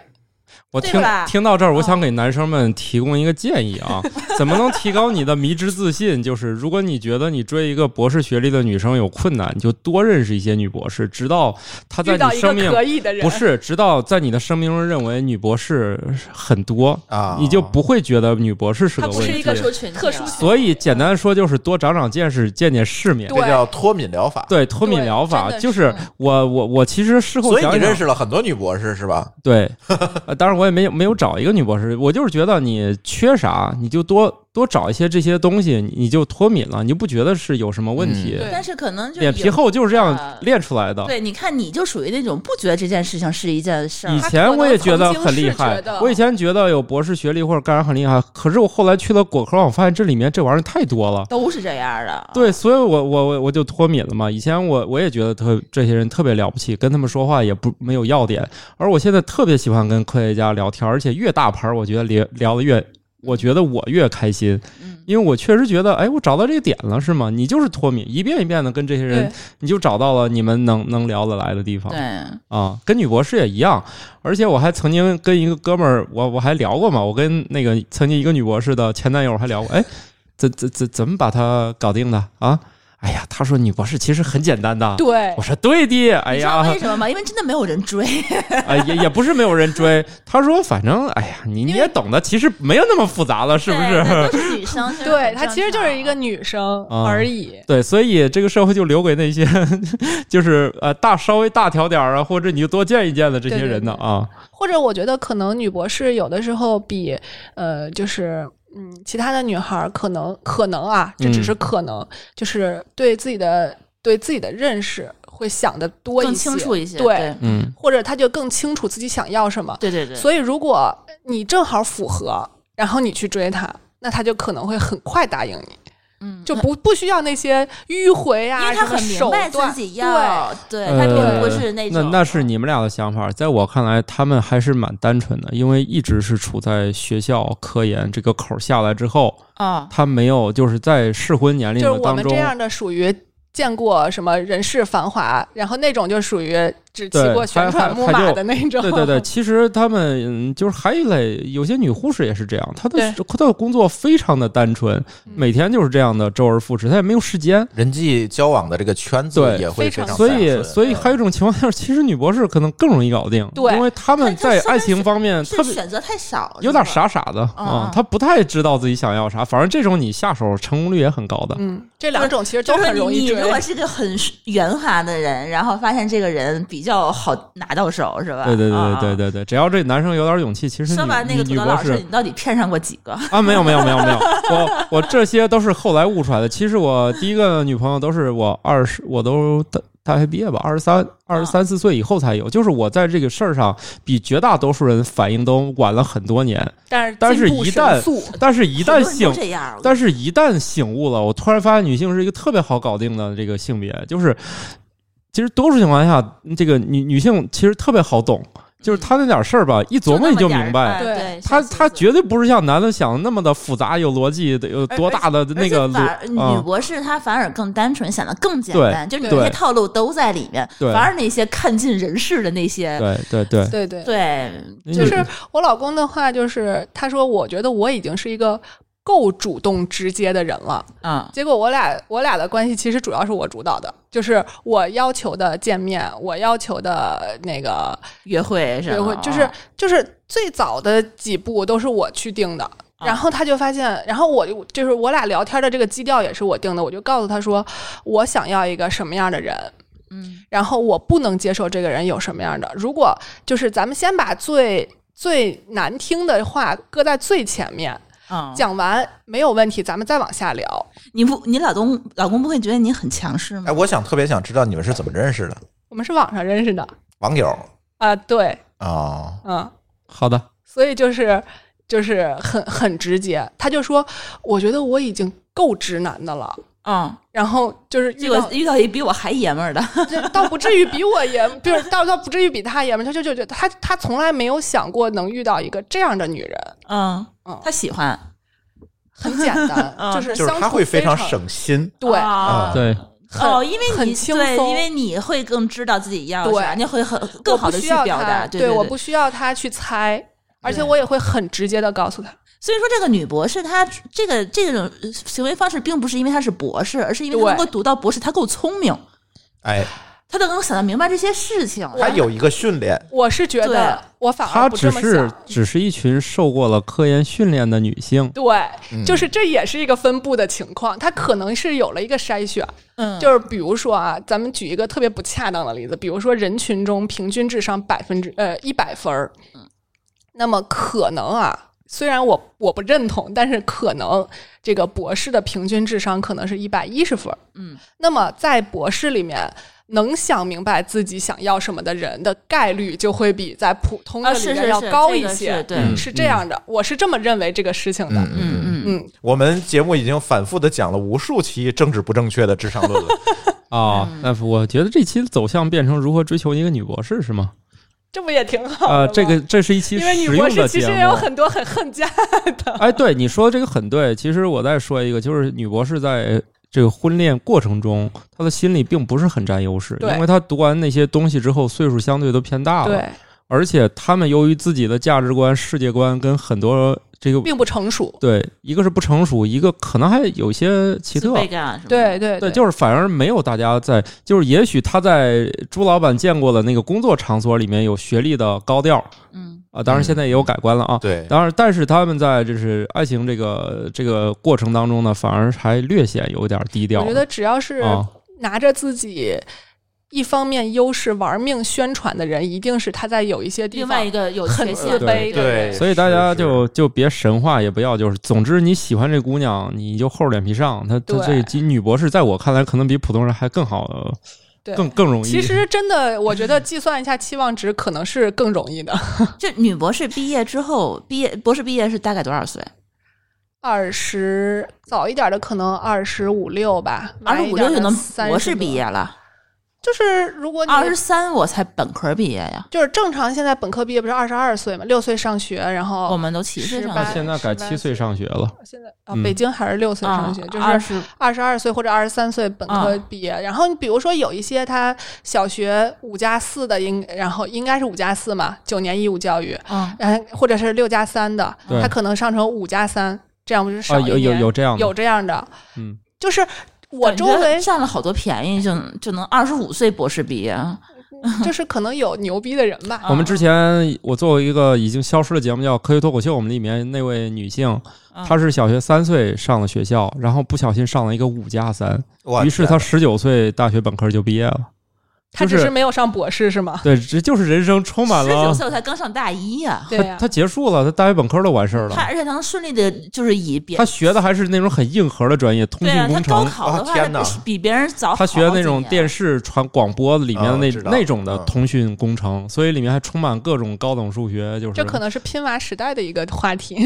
[SPEAKER 4] 我
[SPEAKER 3] 对
[SPEAKER 4] 听
[SPEAKER 3] 吧
[SPEAKER 4] 听到这儿，
[SPEAKER 2] 嗯
[SPEAKER 4] 我想给男生们提供一个建议 啊，怎么能提高你的迷之自信？就是如果你觉得你追一个博士学历的女生有困难，你就多认识一些女博士，直到她在
[SPEAKER 2] 遇到
[SPEAKER 4] 你
[SPEAKER 2] 一个
[SPEAKER 4] 生命
[SPEAKER 2] 可以的人，
[SPEAKER 4] 不是，直到在你的生命中认为女博士很多，
[SPEAKER 1] 啊，
[SPEAKER 4] 你就不会觉得女博士是
[SPEAKER 3] 它
[SPEAKER 4] 个
[SPEAKER 3] 不
[SPEAKER 4] 问
[SPEAKER 3] 是
[SPEAKER 4] 题
[SPEAKER 3] 一。个说群体
[SPEAKER 2] 特殊
[SPEAKER 3] 了
[SPEAKER 2] 群体啊
[SPEAKER 4] 所以简单说就是多长长见识，见见世面。
[SPEAKER 2] 对
[SPEAKER 1] 这叫脱敏疗法。
[SPEAKER 4] 对，脱敏
[SPEAKER 2] 对
[SPEAKER 4] 疗法
[SPEAKER 2] 真的
[SPEAKER 4] 就是是我我我其实事后
[SPEAKER 1] 所以
[SPEAKER 4] 想
[SPEAKER 1] 你
[SPEAKER 4] 想，
[SPEAKER 1] 认识了很多女博士是吧？
[SPEAKER 4] 对，呃当然我也没有没有找一个女博士，我就是觉得你缺啥你就多多找一些这些东西，你就脱敏了，你就不觉得是有什么问题。
[SPEAKER 2] 对呃
[SPEAKER 3] 但是可能就
[SPEAKER 4] 脸皮
[SPEAKER 3] 有。
[SPEAKER 4] 厚就是这
[SPEAKER 3] 啊
[SPEAKER 4] 样练出来的。
[SPEAKER 3] 对，你看你就属于那种不觉得这件事情是一件事儿
[SPEAKER 4] 以
[SPEAKER 2] 他，
[SPEAKER 4] 前
[SPEAKER 2] 可
[SPEAKER 4] 我
[SPEAKER 2] 能
[SPEAKER 4] 也觉得
[SPEAKER 2] 曾经
[SPEAKER 4] 很厉
[SPEAKER 2] 是觉
[SPEAKER 4] 害
[SPEAKER 2] 得，
[SPEAKER 4] 我以前觉得有博士学历或者干啥很厉害，可是我后来去了果壳网，我发现这里面这玩意儿太多了。
[SPEAKER 3] 都是这样的。
[SPEAKER 4] 对，，所以我我我我就脱敏了嘛。以前我我也觉得特这些人特别了不起，跟他们说话也不没有要点，而我现在特别喜欢跟科学家聊天，而且越大牌儿，我觉得聊聊的越。我觉得我越开心，
[SPEAKER 3] 嗯，
[SPEAKER 4] 因为我确实觉得，哎，我找到这个点了，是吗？你就是脱敏，一遍一遍的跟这些人
[SPEAKER 2] 对，
[SPEAKER 4] 你就找到了你们能能聊得来的地方。
[SPEAKER 3] 对，
[SPEAKER 4] 啊，跟女博士也一样，而且我还曾经跟一个哥们儿，我我还聊过嘛，我跟那个曾经一个女博士的前男友还聊过，哎，怎怎怎怎么把她搞定的啊？哎呀，他说女博士其实很简单的，
[SPEAKER 2] 对
[SPEAKER 4] 我，说对的，哎
[SPEAKER 3] 你知道
[SPEAKER 4] 呀
[SPEAKER 3] 为，什么吗？因为真的没有人追，
[SPEAKER 4] 哎也也不是没有人追，他说反正哎呀，你你也懂的，其实没有那么复杂了，是不
[SPEAKER 3] 对
[SPEAKER 4] 是？
[SPEAKER 3] 那都是女 生，就是
[SPEAKER 2] 对
[SPEAKER 3] 很
[SPEAKER 2] 她其实就是一个
[SPEAKER 3] 正
[SPEAKER 2] 女生
[SPEAKER 4] 啊
[SPEAKER 2] 而已。
[SPEAKER 4] 对，所以这个社会就留给那些 就是呃大稍微大条点儿啊，或者你就多见一见的这些
[SPEAKER 2] 对对
[SPEAKER 4] 人呢
[SPEAKER 2] 对
[SPEAKER 4] 啊，
[SPEAKER 2] 或者我觉得可能女博士有的时候比呃就是。嗯，其他的女孩儿可能可能啊，这只
[SPEAKER 3] 嗯
[SPEAKER 2] 是可能，就是对自己的对自己的认识会想的多
[SPEAKER 3] 常
[SPEAKER 2] 一些，
[SPEAKER 3] 更清楚一些，
[SPEAKER 2] 对
[SPEAKER 3] 对
[SPEAKER 4] 嗯。
[SPEAKER 2] 或者她就更清楚自己想要什么。
[SPEAKER 3] 对对对，
[SPEAKER 2] 所以，如果你正好符合，然后你去追她，那她就可能会很快答应你，
[SPEAKER 3] 嗯
[SPEAKER 2] 就不不需要那些迂回啊，
[SPEAKER 3] 因为他
[SPEAKER 2] 什么
[SPEAKER 3] 很明
[SPEAKER 2] 手
[SPEAKER 3] 白
[SPEAKER 2] 段
[SPEAKER 3] 自己要，对他并不是那
[SPEAKER 4] 呃那
[SPEAKER 3] 种，
[SPEAKER 4] 那是你们俩的想法，在我看来，他们还是蛮单纯的，因为一直是处在学校科研这个口儿下来之后，
[SPEAKER 3] 啊，
[SPEAKER 4] 他没有就是在适婚年龄
[SPEAKER 2] 就是
[SPEAKER 4] 的
[SPEAKER 2] 我
[SPEAKER 4] 当
[SPEAKER 2] 们
[SPEAKER 4] 中
[SPEAKER 2] 这，样的属于见过什么人世繁华，然后那种就属于只骑
[SPEAKER 4] 对
[SPEAKER 2] 过旋
[SPEAKER 4] 还
[SPEAKER 2] 转木
[SPEAKER 4] 还
[SPEAKER 2] 马
[SPEAKER 4] 就
[SPEAKER 2] 的那种。
[SPEAKER 4] 对 对对，其实他们嗯就是还有一类，有些女护士也是这样，她的她的工作非常的单纯，
[SPEAKER 3] 嗯
[SPEAKER 4] 每天就是这样的周而复始，她也没有时间。
[SPEAKER 1] 人际交往的这个圈子
[SPEAKER 4] 对
[SPEAKER 1] 也会
[SPEAKER 2] 非
[SPEAKER 1] 非
[SPEAKER 2] 常
[SPEAKER 1] 常
[SPEAKER 4] 所
[SPEAKER 1] 单
[SPEAKER 4] 以，
[SPEAKER 1] 纯
[SPEAKER 4] 所以还有一种情况下，其实女博士可能更容易搞定，
[SPEAKER 2] 对
[SPEAKER 4] 因为他们
[SPEAKER 3] 她她
[SPEAKER 4] 在
[SPEAKER 3] 说的
[SPEAKER 4] 爱
[SPEAKER 3] 是
[SPEAKER 4] 情方面嗯特
[SPEAKER 3] 是
[SPEAKER 4] 别
[SPEAKER 3] 选择太少，
[SPEAKER 4] 有点傻傻的
[SPEAKER 3] 嗯
[SPEAKER 4] 啊，他不太知道自己想要啥。反正这种你下手成功率也很高的。
[SPEAKER 2] 嗯，这两种其实
[SPEAKER 3] 就
[SPEAKER 2] 都
[SPEAKER 3] 是
[SPEAKER 2] 很
[SPEAKER 3] 你
[SPEAKER 2] 容易
[SPEAKER 3] 你
[SPEAKER 2] 追
[SPEAKER 3] 如。果是个很圆滑的人，然后发现这个人比较好拿到手，是吧？
[SPEAKER 4] 对对对
[SPEAKER 3] 啊
[SPEAKER 4] 对。对对，只要这男生有点勇气，其实
[SPEAKER 3] 说
[SPEAKER 4] 女
[SPEAKER 3] 完那个
[SPEAKER 4] 女
[SPEAKER 3] 土
[SPEAKER 4] 女
[SPEAKER 3] 豆
[SPEAKER 4] 博
[SPEAKER 3] 老师，
[SPEAKER 4] 士
[SPEAKER 3] 你到底骗上过几个？
[SPEAKER 4] 啊，没有没有没有没有，我 我这些都是后来悟出来的。其实我第一个女朋友都是我二十，我都大大学毕业吧，二十三二十三四岁以后才有。就是我在这个事儿上比绝大多数人反应都晚了很多年，
[SPEAKER 2] 但是
[SPEAKER 4] 但是
[SPEAKER 2] 进步
[SPEAKER 4] 一
[SPEAKER 2] 神
[SPEAKER 4] 旦
[SPEAKER 2] 速
[SPEAKER 4] 但是 一
[SPEAKER 3] 很多
[SPEAKER 4] 旦
[SPEAKER 3] 人
[SPEAKER 4] 醒
[SPEAKER 3] 都这样，
[SPEAKER 4] 但
[SPEAKER 3] 是
[SPEAKER 4] 是，一旦醒悟了，我突然发现女性是一个特别好搞定的这个性别，就是其实多数情况下，这个女女性其实特别好懂，就是她那点事儿吧，一琢磨你就明白。
[SPEAKER 2] 对
[SPEAKER 3] 哎对，
[SPEAKER 4] 她她
[SPEAKER 3] 觉
[SPEAKER 4] 绝对不是像男的想的那么的复杂、有逻辑、得有多大的那个
[SPEAKER 3] 反而
[SPEAKER 4] 啊
[SPEAKER 3] 女博士她反而更单纯，想的更简
[SPEAKER 4] 对
[SPEAKER 3] 单，就是你
[SPEAKER 4] 对
[SPEAKER 3] 那些套路都在里面，
[SPEAKER 4] 对
[SPEAKER 3] 反而那些看尽人世的那些，
[SPEAKER 4] 对对对，嗯
[SPEAKER 2] 对对，
[SPEAKER 3] 对，
[SPEAKER 4] 那
[SPEAKER 2] 就
[SPEAKER 4] 女
[SPEAKER 2] 是我老公的话，就是他说，我觉得我已经是一个够主动直接的人了。
[SPEAKER 3] 嗯，
[SPEAKER 2] 结果我俩我俩的关系其实主要是我主导的，就是我要求的见面，我要求的那个
[SPEAKER 3] 约会是吧？
[SPEAKER 2] 对，会就是
[SPEAKER 3] 啊
[SPEAKER 2] 就是最早的几步都是我去定的。然后他就发现，然后我就就是我俩聊天的这个基调也是我定的，我就告诉他说，我想要一个什么样的人，
[SPEAKER 3] 嗯
[SPEAKER 2] 然后我不能接受这个人有什么样的。如果就是咱们先把最最难听的话搁在最前面，
[SPEAKER 3] 嗯，
[SPEAKER 2] 讲完没有问题，咱们再往下聊。
[SPEAKER 3] 你不，你老公老公不会觉得你很强势
[SPEAKER 1] 哎，
[SPEAKER 3] 吗？
[SPEAKER 1] 我想特别想知道你们是怎么认识的，
[SPEAKER 2] 我们是网上认识的
[SPEAKER 1] 网友
[SPEAKER 2] 啊，对，
[SPEAKER 1] 啊，
[SPEAKER 2] 嗯，
[SPEAKER 4] 好的，
[SPEAKER 2] 所以就是就是很很直接，他就说，我觉得我已经够直男的了。
[SPEAKER 3] 嗯，
[SPEAKER 2] 然后就是遇
[SPEAKER 3] 结
[SPEAKER 2] 到
[SPEAKER 3] 果，遇到一比我还爷们儿的，
[SPEAKER 2] 这倒不至于比我爷们，就是倒倒不至于比他爷们，他就就觉得他他从来没有想过能遇到一个这样的女人，
[SPEAKER 3] 嗯
[SPEAKER 2] 嗯，
[SPEAKER 3] 他喜欢，
[SPEAKER 2] 很简 单，
[SPEAKER 3] 嗯
[SPEAKER 2] 就是
[SPEAKER 1] 就是
[SPEAKER 2] 相
[SPEAKER 1] 他
[SPEAKER 2] 处
[SPEAKER 1] 会
[SPEAKER 2] 非
[SPEAKER 1] 非常，省心，
[SPEAKER 2] 对，
[SPEAKER 3] 啊
[SPEAKER 4] 对
[SPEAKER 2] 很
[SPEAKER 3] 哦，因为
[SPEAKER 2] 很
[SPEAKER 3] 你
[SPEAKER 2] 轻
[SPEAKER 3] 对，
[SPEAKER 2] 松
[SPEAKER 3] 因为你会更知道自己要
[SPEAKER 2] 对
[SPEAKER 3] 啥，你会很
[SPEAKER 2] 我
[SPEAKER 3] 更好
[SPEAKER 2] 不
[SPEAKER 3] 的
[SPEAKER 2] 需
[SPEAKER 3] 去
[SPEAKER 2] 要
[SPEAKER 3] 表达，
[SPEAKER 2] 他，
[SPEAKER 3] 对
[SPEAKER 2] 对，我
[SPEAKER 3] 对
[SPEAKER 2] 不需要他去猜，而且我也会很直接的告诉他，
[SPEAKER 3] 所以说，这个女博士她这个这种行为方式，并不是因为她是博士，而是因为她
[SPEAKER 2] 对
[SPEAKER 3] 能够读到博士，她够聪明，
[SPEAKER 1] 哎，
[SPEAKER 3] 她都能想得明白这些事情。
[SPEAKER 1] 他有一个训练，
[SPEAKER 2] 我是觉
[SPEAKER 3] 对
[SPEAKER 2] 得我反
[SPEAKER 4] 她
[SPEAKER 2] 而不
[SPEAKER 4] 只
[SPEAKER 2] 这么
[SPEAKER 4] 是
[SPEAKER 2] 想。
[SPEAKER 4] 只是一群受过了科研训练的女性，
[SPEAKER 2] 对，就是这也是一个分布的情况，他可能是有了一个筛选，
[SPEAKER 3] 嗯，
[SPEAKER 2] 就是比如说啊，咱们举一个特别不恰当的例子，比如说人
[SPEAKER 3] 嗯
[SPEAKER 2] 群中平均智商百分之呃一百分儿，那么可能啊，虽然我我不认同，但是可能这个博士的平均智商可能是一百一十分。
[SPEAKER 3] 嗯，
[SPEAKER 2] 那么在博士里面，能想明白自己想要什么的人的概率就会比在普通的
[SPEAKER 3] 啊，
[SPEAKER 2] 里
[SPEAKER 3] 是
[SPEAKER 2] 面
[SPEAKER 3] 是
[SPEAKER 2] 要
[SPEAKER 3] 是，
[SPEAKER 2] 高
[SPEAKER 3] 这
[SPEAKER 2] 一
[SPEAKER 3] 个
[SPEAKER 2] 些。
[SPEAKER 3] 是对，
[SPEAKER 4] 嗯
[SPEAKER 2] 是这样的，我是这么认为这个事情的。
[SPEAKER 1] 嗯嗯嗯，
[SPEAKER 3] 嗯嗯
[SPEAKER 2] 嗯，
[SPEAKER 1] 我们节目已经反复的讲了无数期政治不正确的智商论了。
[SPEAKER 4] 啊。那我觉得这期走向变成如何追求一个女博士是吗？
[SPEAKER 2] 这不也挺好的吗
[SPEAKER 4] 呃，这个这是一期
[SPEAKER 2] 因为女博
[SPEAKER 4] 实用
[SPEAKER 2] 士
[SPEAKER 4] 的
[SPEAKER 2] 其
[SPEAKER 4] 节
[SPEAKER 2] 实
[SPEAKER 4] 目。
[SPEAKER 2] 也有很多很恨嫁，
[SPEAKER 4] 哎，对你说的这个很对。其实我再说一个，就是女博士在这个婚恋过程中，她的心理并不是很占优势，
[SPEAKER 2] 对
[SPEAKER 4] 因为她读完那些东西之后，岁数相对都偏大了，
[SPEAKER 2] 对，
[SPEAKER 4] 而且她们由于自己的价值观、世界观跟很多这个
[SPEAKER 2] 并不成熟。
[SPEAKER 4] 对，一个是不成熟，一个可能还有一些奇
[SPEAKER 3] 自
[SPEAKER 4] 特。
[SPEAKER 3] 卑感啊什么的，
[SPEAKER 2] 对对
[SPEAKER 4] 对，就是反而没有大家在，就是也许她在朱老板见过的那个工作场所里面有学历的高调
[SPEAKER 3] 嗯
[SPEAKER 4] 啊，当然现在也有改观了啊，
[SPEAKER 1] 对，
[SPEAKER 4] 当然，但是他们在就是爱情这个这个过程当中呢，反而还略显有点低调。
[SPEAKER 2] 我觉得只要是
[SPEAKER 4] 啊，
[SPEAKER 2] 拿着自己一方面优势玩命宣传的人，一定是他在有一些地
[SPEAKER 3] 另外一
[SPEAKER 2] 方
[SPEAKER 3] 个有
[SPEAKER 2] 很
[SPEAKER 3] 缺
[SPEAKER 2] 自
[SPEAKER 3] 陷，
[SPEAKER 2] 卑的
[SPEAKER 1] 对
[SPEAKER 2] 人。
[SPEAKER 4] 所以大
[SPEAKER 1] 是
[SPEAKER 4] 家
[SPEAKER 1] 是
[SPEAKER 4] 就就别神话，也不要就是，总之你喜欢这姑娘，你就厚着脸皮上。她她
[SPEAKER 2] 对
[SPEAKER 4] 这这女博士，在我看来，可能比普通人还更好，
[SPEAKER 2] 对
[SPEAKER 4] 更更容易。
[SPEAKER 2] 其实真的，我觉得计算一下期望值可能是更容易的。
[SPEAKER 3] 就女博士毕业之后，毕业博士毕业是大概多少岁？
[SPEAKER 2] 二十早一点的可能二十五六吧，
[SPEAKER 3] 二十五六就能博士毕业
[SPEAKER 2] 了。
[SPEAKER 3] 了，
[SPEAKER 2] 就是如果你
[SPEAKER 3] 二十三我才本科毕业呀。
[SPEAKER 2] 就是正常现在本科毕业不是二十二岁嘛，六岁上学，然后
[SPEAKER 3] 我们都七岁上
[SPEAKER 4] 那
[SPEAKER 2] 18
[SPEAKER 3] 学
[SPEAKER 4] 现在改七岁上学了，
[SPEAKER 2] 现在啊
[SPEAKER 4] 嗯
[SPEAKER 2] 北京还是六岁
[SPEAKER 3] 啊
[SPEAKER 2] 上学，就，
[SPEAKER 3] 二
[SPEAKER 2] 是
[SPEAKER 3] 十
[SPEAKER 2] 二十二岁或者二十三岁本科
[SPEAKER 3] 啊
[SPEAKER 2] 毕业。然后你比如说有一些他小学五加四的应，然后应该是五加四嘛，九年义务教育，
[SPEAKER 3] 嗯，
[SPEAKER 2] 然后或者是六加三的，
[SPEAKER 4] 对
[SPEAKER 2] 他可能上成五加三，这样不是少
[SPEAKER 4] 啊，
[SPEAKER 2] 一
[SPEAKER 4] 有有
[SPEAKER 2] 年
[SPEAKER 4] 有这样的，
[SPEAKER 2] 有这样的，
[SPEAKER 4] 嗯，
[SPEAKER 2] 就是我
[SPEAKER 3] 感觉
[SPEAKER 2] 周 围
[SPEAKER 3] 占了好多便宜，就就能二十五岁博士毕业。啊
[SPEAKER 2] 就是可能有牛逼的人吧，
[SPEAKER 4] 我们之前我做过一个已经消失的节目，叫《科学脱口秀》，我们里面那位女性，
[SPEAKER 3] 嗯
[SPEAKER 4] 她是小学三岁上的学校，然后不小心上了一个五加三，
[SPEAKER 1] 我
[SPEAKER 4] 于是她十九岁大学本科就毕业了。
[SPEAKER 2] 他只
[SPEAKER 4] 就是
[SPEAKER 2] 是没有上博士是吗？
[SPEAKER 4] 对，这就是人生充满
[SPEAKER 3] 嗯十九
[SPEAKER 4] 了，啊
[SPEAKER 3] 岁我才刚上大一呀、
[SPEAKER 2] 对呀、
[SPEAKER 4] 她结束了，她大学本科都完事儿
[SPEAKER 3] 他
[SPEAKER 4] 了。
[SPEAKER 3] 而且他能顺利的，就是以别
[SPEAKER 4] 她学的还是那种很硬核的专业，通
[SPEAKER 3] 对
[SPEAKER 4] 信
[SPEAKER 3] 啊，他
[SPEAKER 4] 工
[SPEAKER 3] 高
[SPEAKER 4] 程。
[SPEAKER 3] 考的
[SPEAKER 1] 啊
[SPEAKER 3] 话，
[SPEAKER 1] 天哪
[SPEAKER 3] 他比别人早
[SPEAKER 4] 她
[SPEAKER 3] 好
[SPEAKER 4] 学那种
[SPEAKER 3] 几年
[SPEAKER 4] 电视传广播里面的
[SPEAKER 1] 啊
[SPEAKER 4] 那
[SPEAKER 1] 知道
[SPEAKER 4] 那种的
[SPEAKER 1] 嗯
[SPEAKER 4] 通讯工程，所以里面还充满各种高等数学，就是
[SPEAKER 2] 这可能是拼娃时代的一个话 题。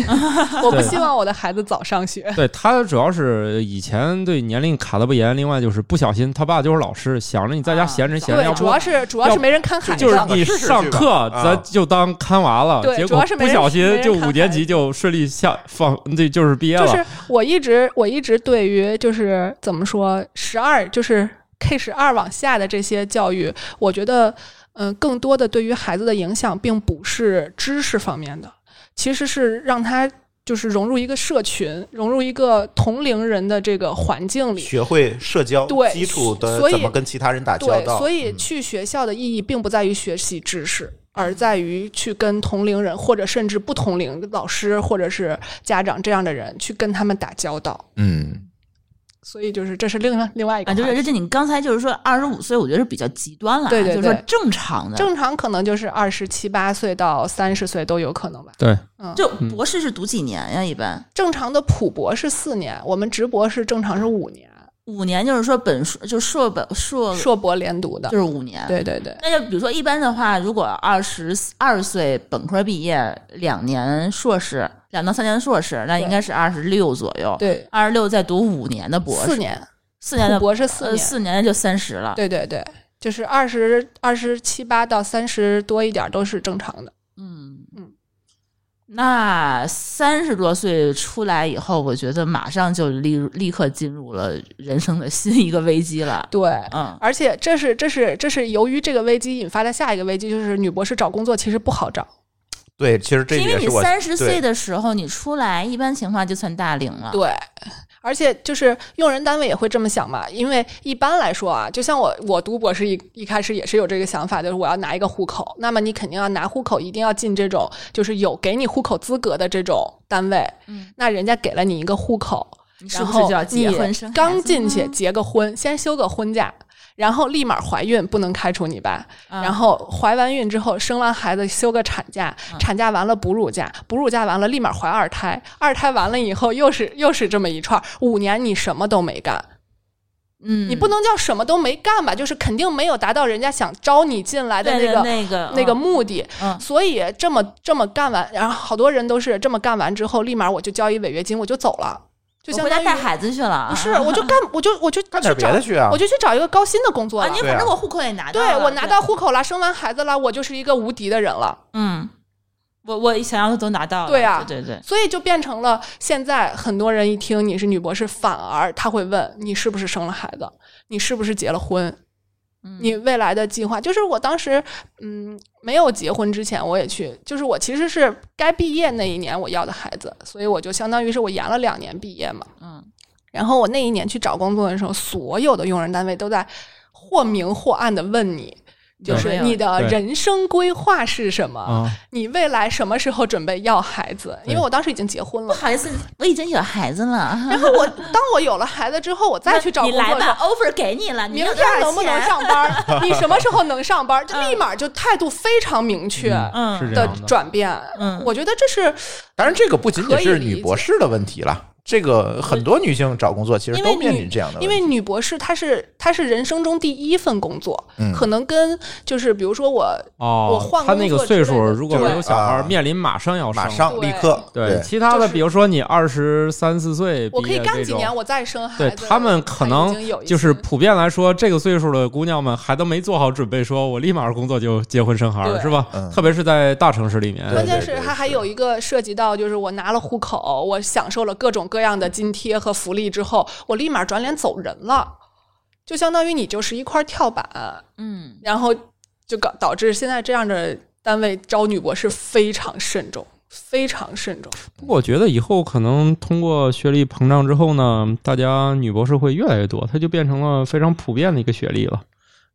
[SPEAKER 2] 我不
[SPEAKER 4] 对
[SPEAKER 2] 希望我的孩子早上学。
[SPEAKER 4] 对他主要是以前对年龄卡的不严，另外就是不小心，他爸就是老师，想着你在家
[SPEAKER 3] 啊
[SPEAKER 4] 闲着闲着，
[SPEAKER 2] 对
[SPEAKER 4] 要，
[SPEAKER 2] 主
[SPEAKER 4] 不
[SPEAKER 2] 要是主要是没人看 孩子
[SPEAKER 4] 就
[SPEAKER 1] 你上试试
[SPEAKER 4] 是你
[SPEAKER 1] 去
[SPEAKER 4] 上
[SPEAKER 1] 吧
[SPEAKER 4] 课
[SPEAKER 1] 啊
[SPEAKER 4] 咱就当看娃了，
[SPEAKER 2] 对
[SPEAKER 4] 结
[SPEAKER 2] 主
[SPEAKER 4] 果
[SPEAKER 2] 要是没
[SPEAKER 4] 不
[SPEAKER 2] 人
[SPEAKER 4] 小
[SPEAKER 2] 没
[SPEAKER 4] 心
[SPEAKER 2] 人
[SPEAKER 4] 就
[SPEAKER 2] 看
[SPEAKER 4] 五年
[SPEAKER 2] 孩
[SPEAKER 4] 级
[SPEAKER 2] 子
[SPEAKER 4] 就顺利下放，对，就是毕业
[SPEAKER 2] 就
[SPEAKER 4] 了。
[SPEAKER 2] 是我一直我一直对于就是怎么说十二就是 K 十二往下的这些教育，我觉得嗯、呃更多的对于孩子的影响并不是知识方面的，其实是让他就是融入一个社群，融入一个同龄人的这个环境里。
[SPEAKER 1] 学会社交，
[SPEAKER 2] 对
[SPEAKER 1] 基础的
[SPEAKER 2] 所以
[SPEAKER 1] 怎么跟其他人打交
[SPEAKER 2] 对，
[SPEAKER 1] 道，
[SPEAKER 2] 所以
[SPEAKER 1] 嗯
[SPEAKER 2] 去学校的意义并不在于学习知识，而在于去跟同龄人或者甚至不同龄的老师或者是家长这样的人去跟他们打交道。
[SPEAKER 1] 嗯，
[SPEAKER 2] 所以就是这是另外另外一个
[SPEAKER 3] 啊，
[SPEAKER 2] 话题，
[SPEAKER 3] 就是而且你刚才就是说二十五岁，我觉得是比较极端了啊，
[SPEAKER 2] 对对
[SPEAKER 3] 就是说
[SPEAKER 2] 对
[SPEAKER 3] 正常的，
[SPEAKER 2] 正常可能就是二十七八岁到三十岁都有可能吧。
[SPEAKER 4] 对，
[SPEAKER 2] 嗯，
[SPEAKER 3] 就博士是读几年呀？一般
[SPEAKER 2] 正常的普博是四年，我们直博是正常是五年，
[SPEAKER 3] 五年，就是说本硕就硕本硕
[SPEAKER 2] 硕博连读的
[SPEAKER 3] 哦就。是哦五年。
[SPEAKER 2] 对对对，
[SPEAKER 3] 那就比如说一般的话，如果二十二岁本科毕业，两年硕士，两到三年硕士，那
[SPEAKER 2] 对
[SPEAKER 3] 应该是二十六左右。，
[SPEAKER 2] 对，
[SPEAKER 3] 二十六再读五年的博士，
[SPEAKER 2] 四年，
[SPEAKER 3] 四年的
[SPEAKER 2] 普博是四
[SPEAKER 3] 呃
[SPEAKER 2] 年，
[SPEAKER 3] 四年就三十了。
[SPEAKER 2] 对对对，就是二十二十七八到三十多一点都是正常的。
[SPEAKER 3] 嗯
[SPEAKER 2] 嗯，
[SPEAKER 3] 那三十多岁出来以后，我觉得马上就立立刻进入了人生的新一个危机了。
[SPEAKER 2] 对，
[SPEAKER 3] 嗯，
[SPEAKER 2] 而且这是这是这是由于这个危机引发的下一个危机，就是女博士找工作其实不好找。
[SPEAKER 1] 对，其实这
[SPEAKER 3] 因
[SPEAKER 1] 也
[SPEAKER 3] 为你
[SPEAKER 1] 是我
[SPEAKER 3] 三十
[SPEAKER 1] 对
[SPEAKER 3] 岁的时候你出来，一般情况就算大龄了。
[SPEAKER 2] 对，而且就是用人单位也会这么想嘛，因为一般来说啊，就像我我读博士一一开始也是有这个想法，就是我要拿一个户口，那么你肯定要拿户口，一定要进这种就是有给你户口资格的这种单位，
[SPEAKER 3] 嗯，
[SPEAKER 2] 那人家给了你一个户口，
[SPEAKER 3] 你是
[SPEAKER 2] 然
[SPEAKER 3] 不是
[SPEAKER 2] 后
[SPEAKER 3] 就要结
[SPEAKER 2] 你
[SPEAKER 3] 婚生孩子呢嗯
[SPEAKER 2] 刚进去结个婚，先休个婚假。然后立马怀孕，不能开除你爸。
[SPEAKER 3] 嗯
[SPEAKER 2] 然后怀完孕之后，生完孩子休个产假，
[SPEAKER 3] 嗯
[SPEAKER 2] 产假完了哺乳假，哺乳假完了立马怀二胎，二胎完了以后又是又是这么一串儿，五年你什么都没干，
[SPEAKER 3] 嗯，
[SPEAKER 2] 你不能叫什么都没干吧，就是肯定没有达到人家想招你进来的那
[SPEAKER 3] 对对
[SPEAKER 2] 个
[SPEAKER 3] 那个
[SPEAKER 2] 那个
[SPEAKER 3] 嗯
[SPEAKER 2] 目的。
[SPEAKER 3] 嗯
[SPEAKER 2] 所以这么这么干完，然后好多人都是这么干完之后，立马我就交一违约金，我就走了，就
[SPEAKER 3] 我
[SPEAKER 2] 相
[SPEAKER 3] 回家
[SPEAKER 2] 当于
[SPEAKER 3] 带孩子去了啊，
[SPEAKER 2] 不是，我就干，我就我就
[SPEAKER 1] 干点
[SPEAKER 2] 去找
[SPEAKER 1] 别的去啊
[SPEAKER 2] 我就去找一个高薪的工作
[SPEAKER 3] 啊，
[SPEAKER 2] 了。
[SPEAKER 3] 您
[SPEAKER 1] 对啊
[SPEAKER 3] 反正我户口也拿到
[SPEAKER 2] 对
[SPEAKER 3] 了，
[SPEAKER 2] 我拿到户口了，生完孩子了，我就是一个无敌的人了。
[SPEAKER 3] 嗯，我我想要的都拿到了，
[SPEAKER 2] 对啊
[SPEAKER 3] 对对
[SPEAKER 2] 所以就变成了现在很多人一听你是女博士，反而他会问你是不是生了孩子，你是不是结了婚，
[SPEAKER 3] 嗯
[SPEAKER 2] 你未来的计划。就是我当时，嗯，没有结婚之前我也去，就是我其实是该毕业那一年我要的孩子，所以我就相当于是我延了两年毕业嘛。
[SPEAKER 3] 嗯
[SPEAKER 2] 然后我那一年去找工作的时候，所有的用人单位都在或明或暗的问你，就
[SPEAKER 3] 有没
[SPEAKER 2] 是
[SPEAKER 3] 有
[SPEAKER 2] 你的
[SPEAKER 4] 对
[SPEAKER 2] 人生规划是什么？
[SPEAKER 4] 啊，
[SPEAKER 2] 你未来什么时候准备要孩子？因为
[SPEAKER 4] 对
[SPEAKER 2] 我当时已经结婚
[SPEAKER 3] 不
[SPEAKER 2] 了。
[SPEAKER 3] 好意思，我已经有孩子了，
[SPEAKER 2] 然后我当我有了孩子之后，我再去找
[SPEAKER 3] 你
[SPEAKER 2] 工作
[SPEAKER 3] 来
[SPEAKER 2] 的时
[SPEAKER 3] 吧
[SPEAKER 2] 候。
[SPEAKER 3] ，offer 给你了，
[SPEAKER 2] 明
[SPEAKER 3] 你
[SPEAKER 2] 天能不能？上班？你什么时候能上 班？就立马就态度非常明确
[SPEAKER 3] 嗯，
[SPEAKER 4] 是这
[SPEAKER 2] 啊的
[SPEAKER 4] 样的。
[SPEAKER 2] 转变。
[SPEAKER 3] 嗯
[SPEAKER 2] 我觉得这是
[SPEAKER 1] 当然，这个不仅仅
[SPEAKER 2] 可以
[SPEAKER 1] 是
[SPEAKER 2] 理
[SPEAKER 1] 女
[SPEAKER 2] 解
[SPEAKER 1] 博士的问题了，这个很多女性找工作其实
[SPEAKER 2] 因
[SPEAKER 1] 都
[SPEAKER 2] 为
[SPEAKER 1] 面
[SPEAKER 2] 女
[SPEAKER 1] 临这样的问
[SPEAKER 2] 因
[SPEAKER 1] 题。
[SPEAKER 2] 为女博士她是她是人生中第一份工作，
[SPEAKER 1] 嗯
[SPEAKER 2] 可能跟就是比如说我我
[SPEAKER 4] 哦
[SPEAKER 2] 换，
[SPEAKER 4] 他
[SPEAKER 2] 工
[SPEAKER 4] 那个
[SPEAKER 2] 作
[SPEAKER 4] 岁
[SPEAKER 2] 之类
[SPEAKER 4] 数，
[SPEAKER 2] 的
[SPEAKER 4] 如果
[SPEAKER 2] 对
[SPEAKER 4] 没有小孩，
[SPEAKER 1] 啊
[SPEAKER 4] 面临马上要
[SPEAKER 1] 马
[SPEAKER 4] 生
[SPEAKER 1] 上立
[SPEAKER 2] 对
[SPEAKER 1] 刻
[SPEAKER 4] 对，其他
[SPEAKER 2] 就
[SPEAKER 4] 的
[SPEAKER 2] 是
[SPEAKER 4] 比如说你二十三四岁毕
[SPEAKER 2] 我可以
[SPEAKER 4] 业
[SPEAKER 2] 干
[SPEAKER 4] 这
[SPEAKER 2] 几
[SPEAKER 4] 种
[SPEAKER 2] 年，，我再生孩
[SPEAKER 4] 对
[SPEAKER 2] 子。
[SPEAKER 4] 他们可
[SPEAKER 2] 已经有
[SPEAKER 4] 能
[SPEAKER 2] 一
[SPEAKER 4] 就是
[SPEAKER 2] 些
[SPEAKER 4] 普遍来说，这个岁数的姑娘们还都没做好准备，说我立马工作就结婚生孩儿，
[SPEAKER 2] 对
[SPEAKER 4] 是吧
[SPEAKER 1] 嗯？
[SPEAKER 4] 特别是在大城市里面，
[SPEAKER 1] 对
[SPEAKER 2] 关键
[SPEAKER 1] 呃对
[SPEAKER 2] 是
[SPEAKER 1] 对
[SPEAKER 2] 它还
[SPEAKER 1] 是
[SPEAKER 2] 有一个涉及到，就是我拿了户口，我享受了各种各样的津贴和福利之后，我立马转脸走人了，就相当于你就是一块跳板，
[SPEAKER 3] 嗯，
[SPEAKER 2] 然后就搞导致现在这样的单位招女博士非常慎重，非常慎 重。
[SPEAKER 4] 不过我觉得以后可能通过学历膨胀之后呢，大家女博士会越来越多，它就变成了非常普遍的一个学历了。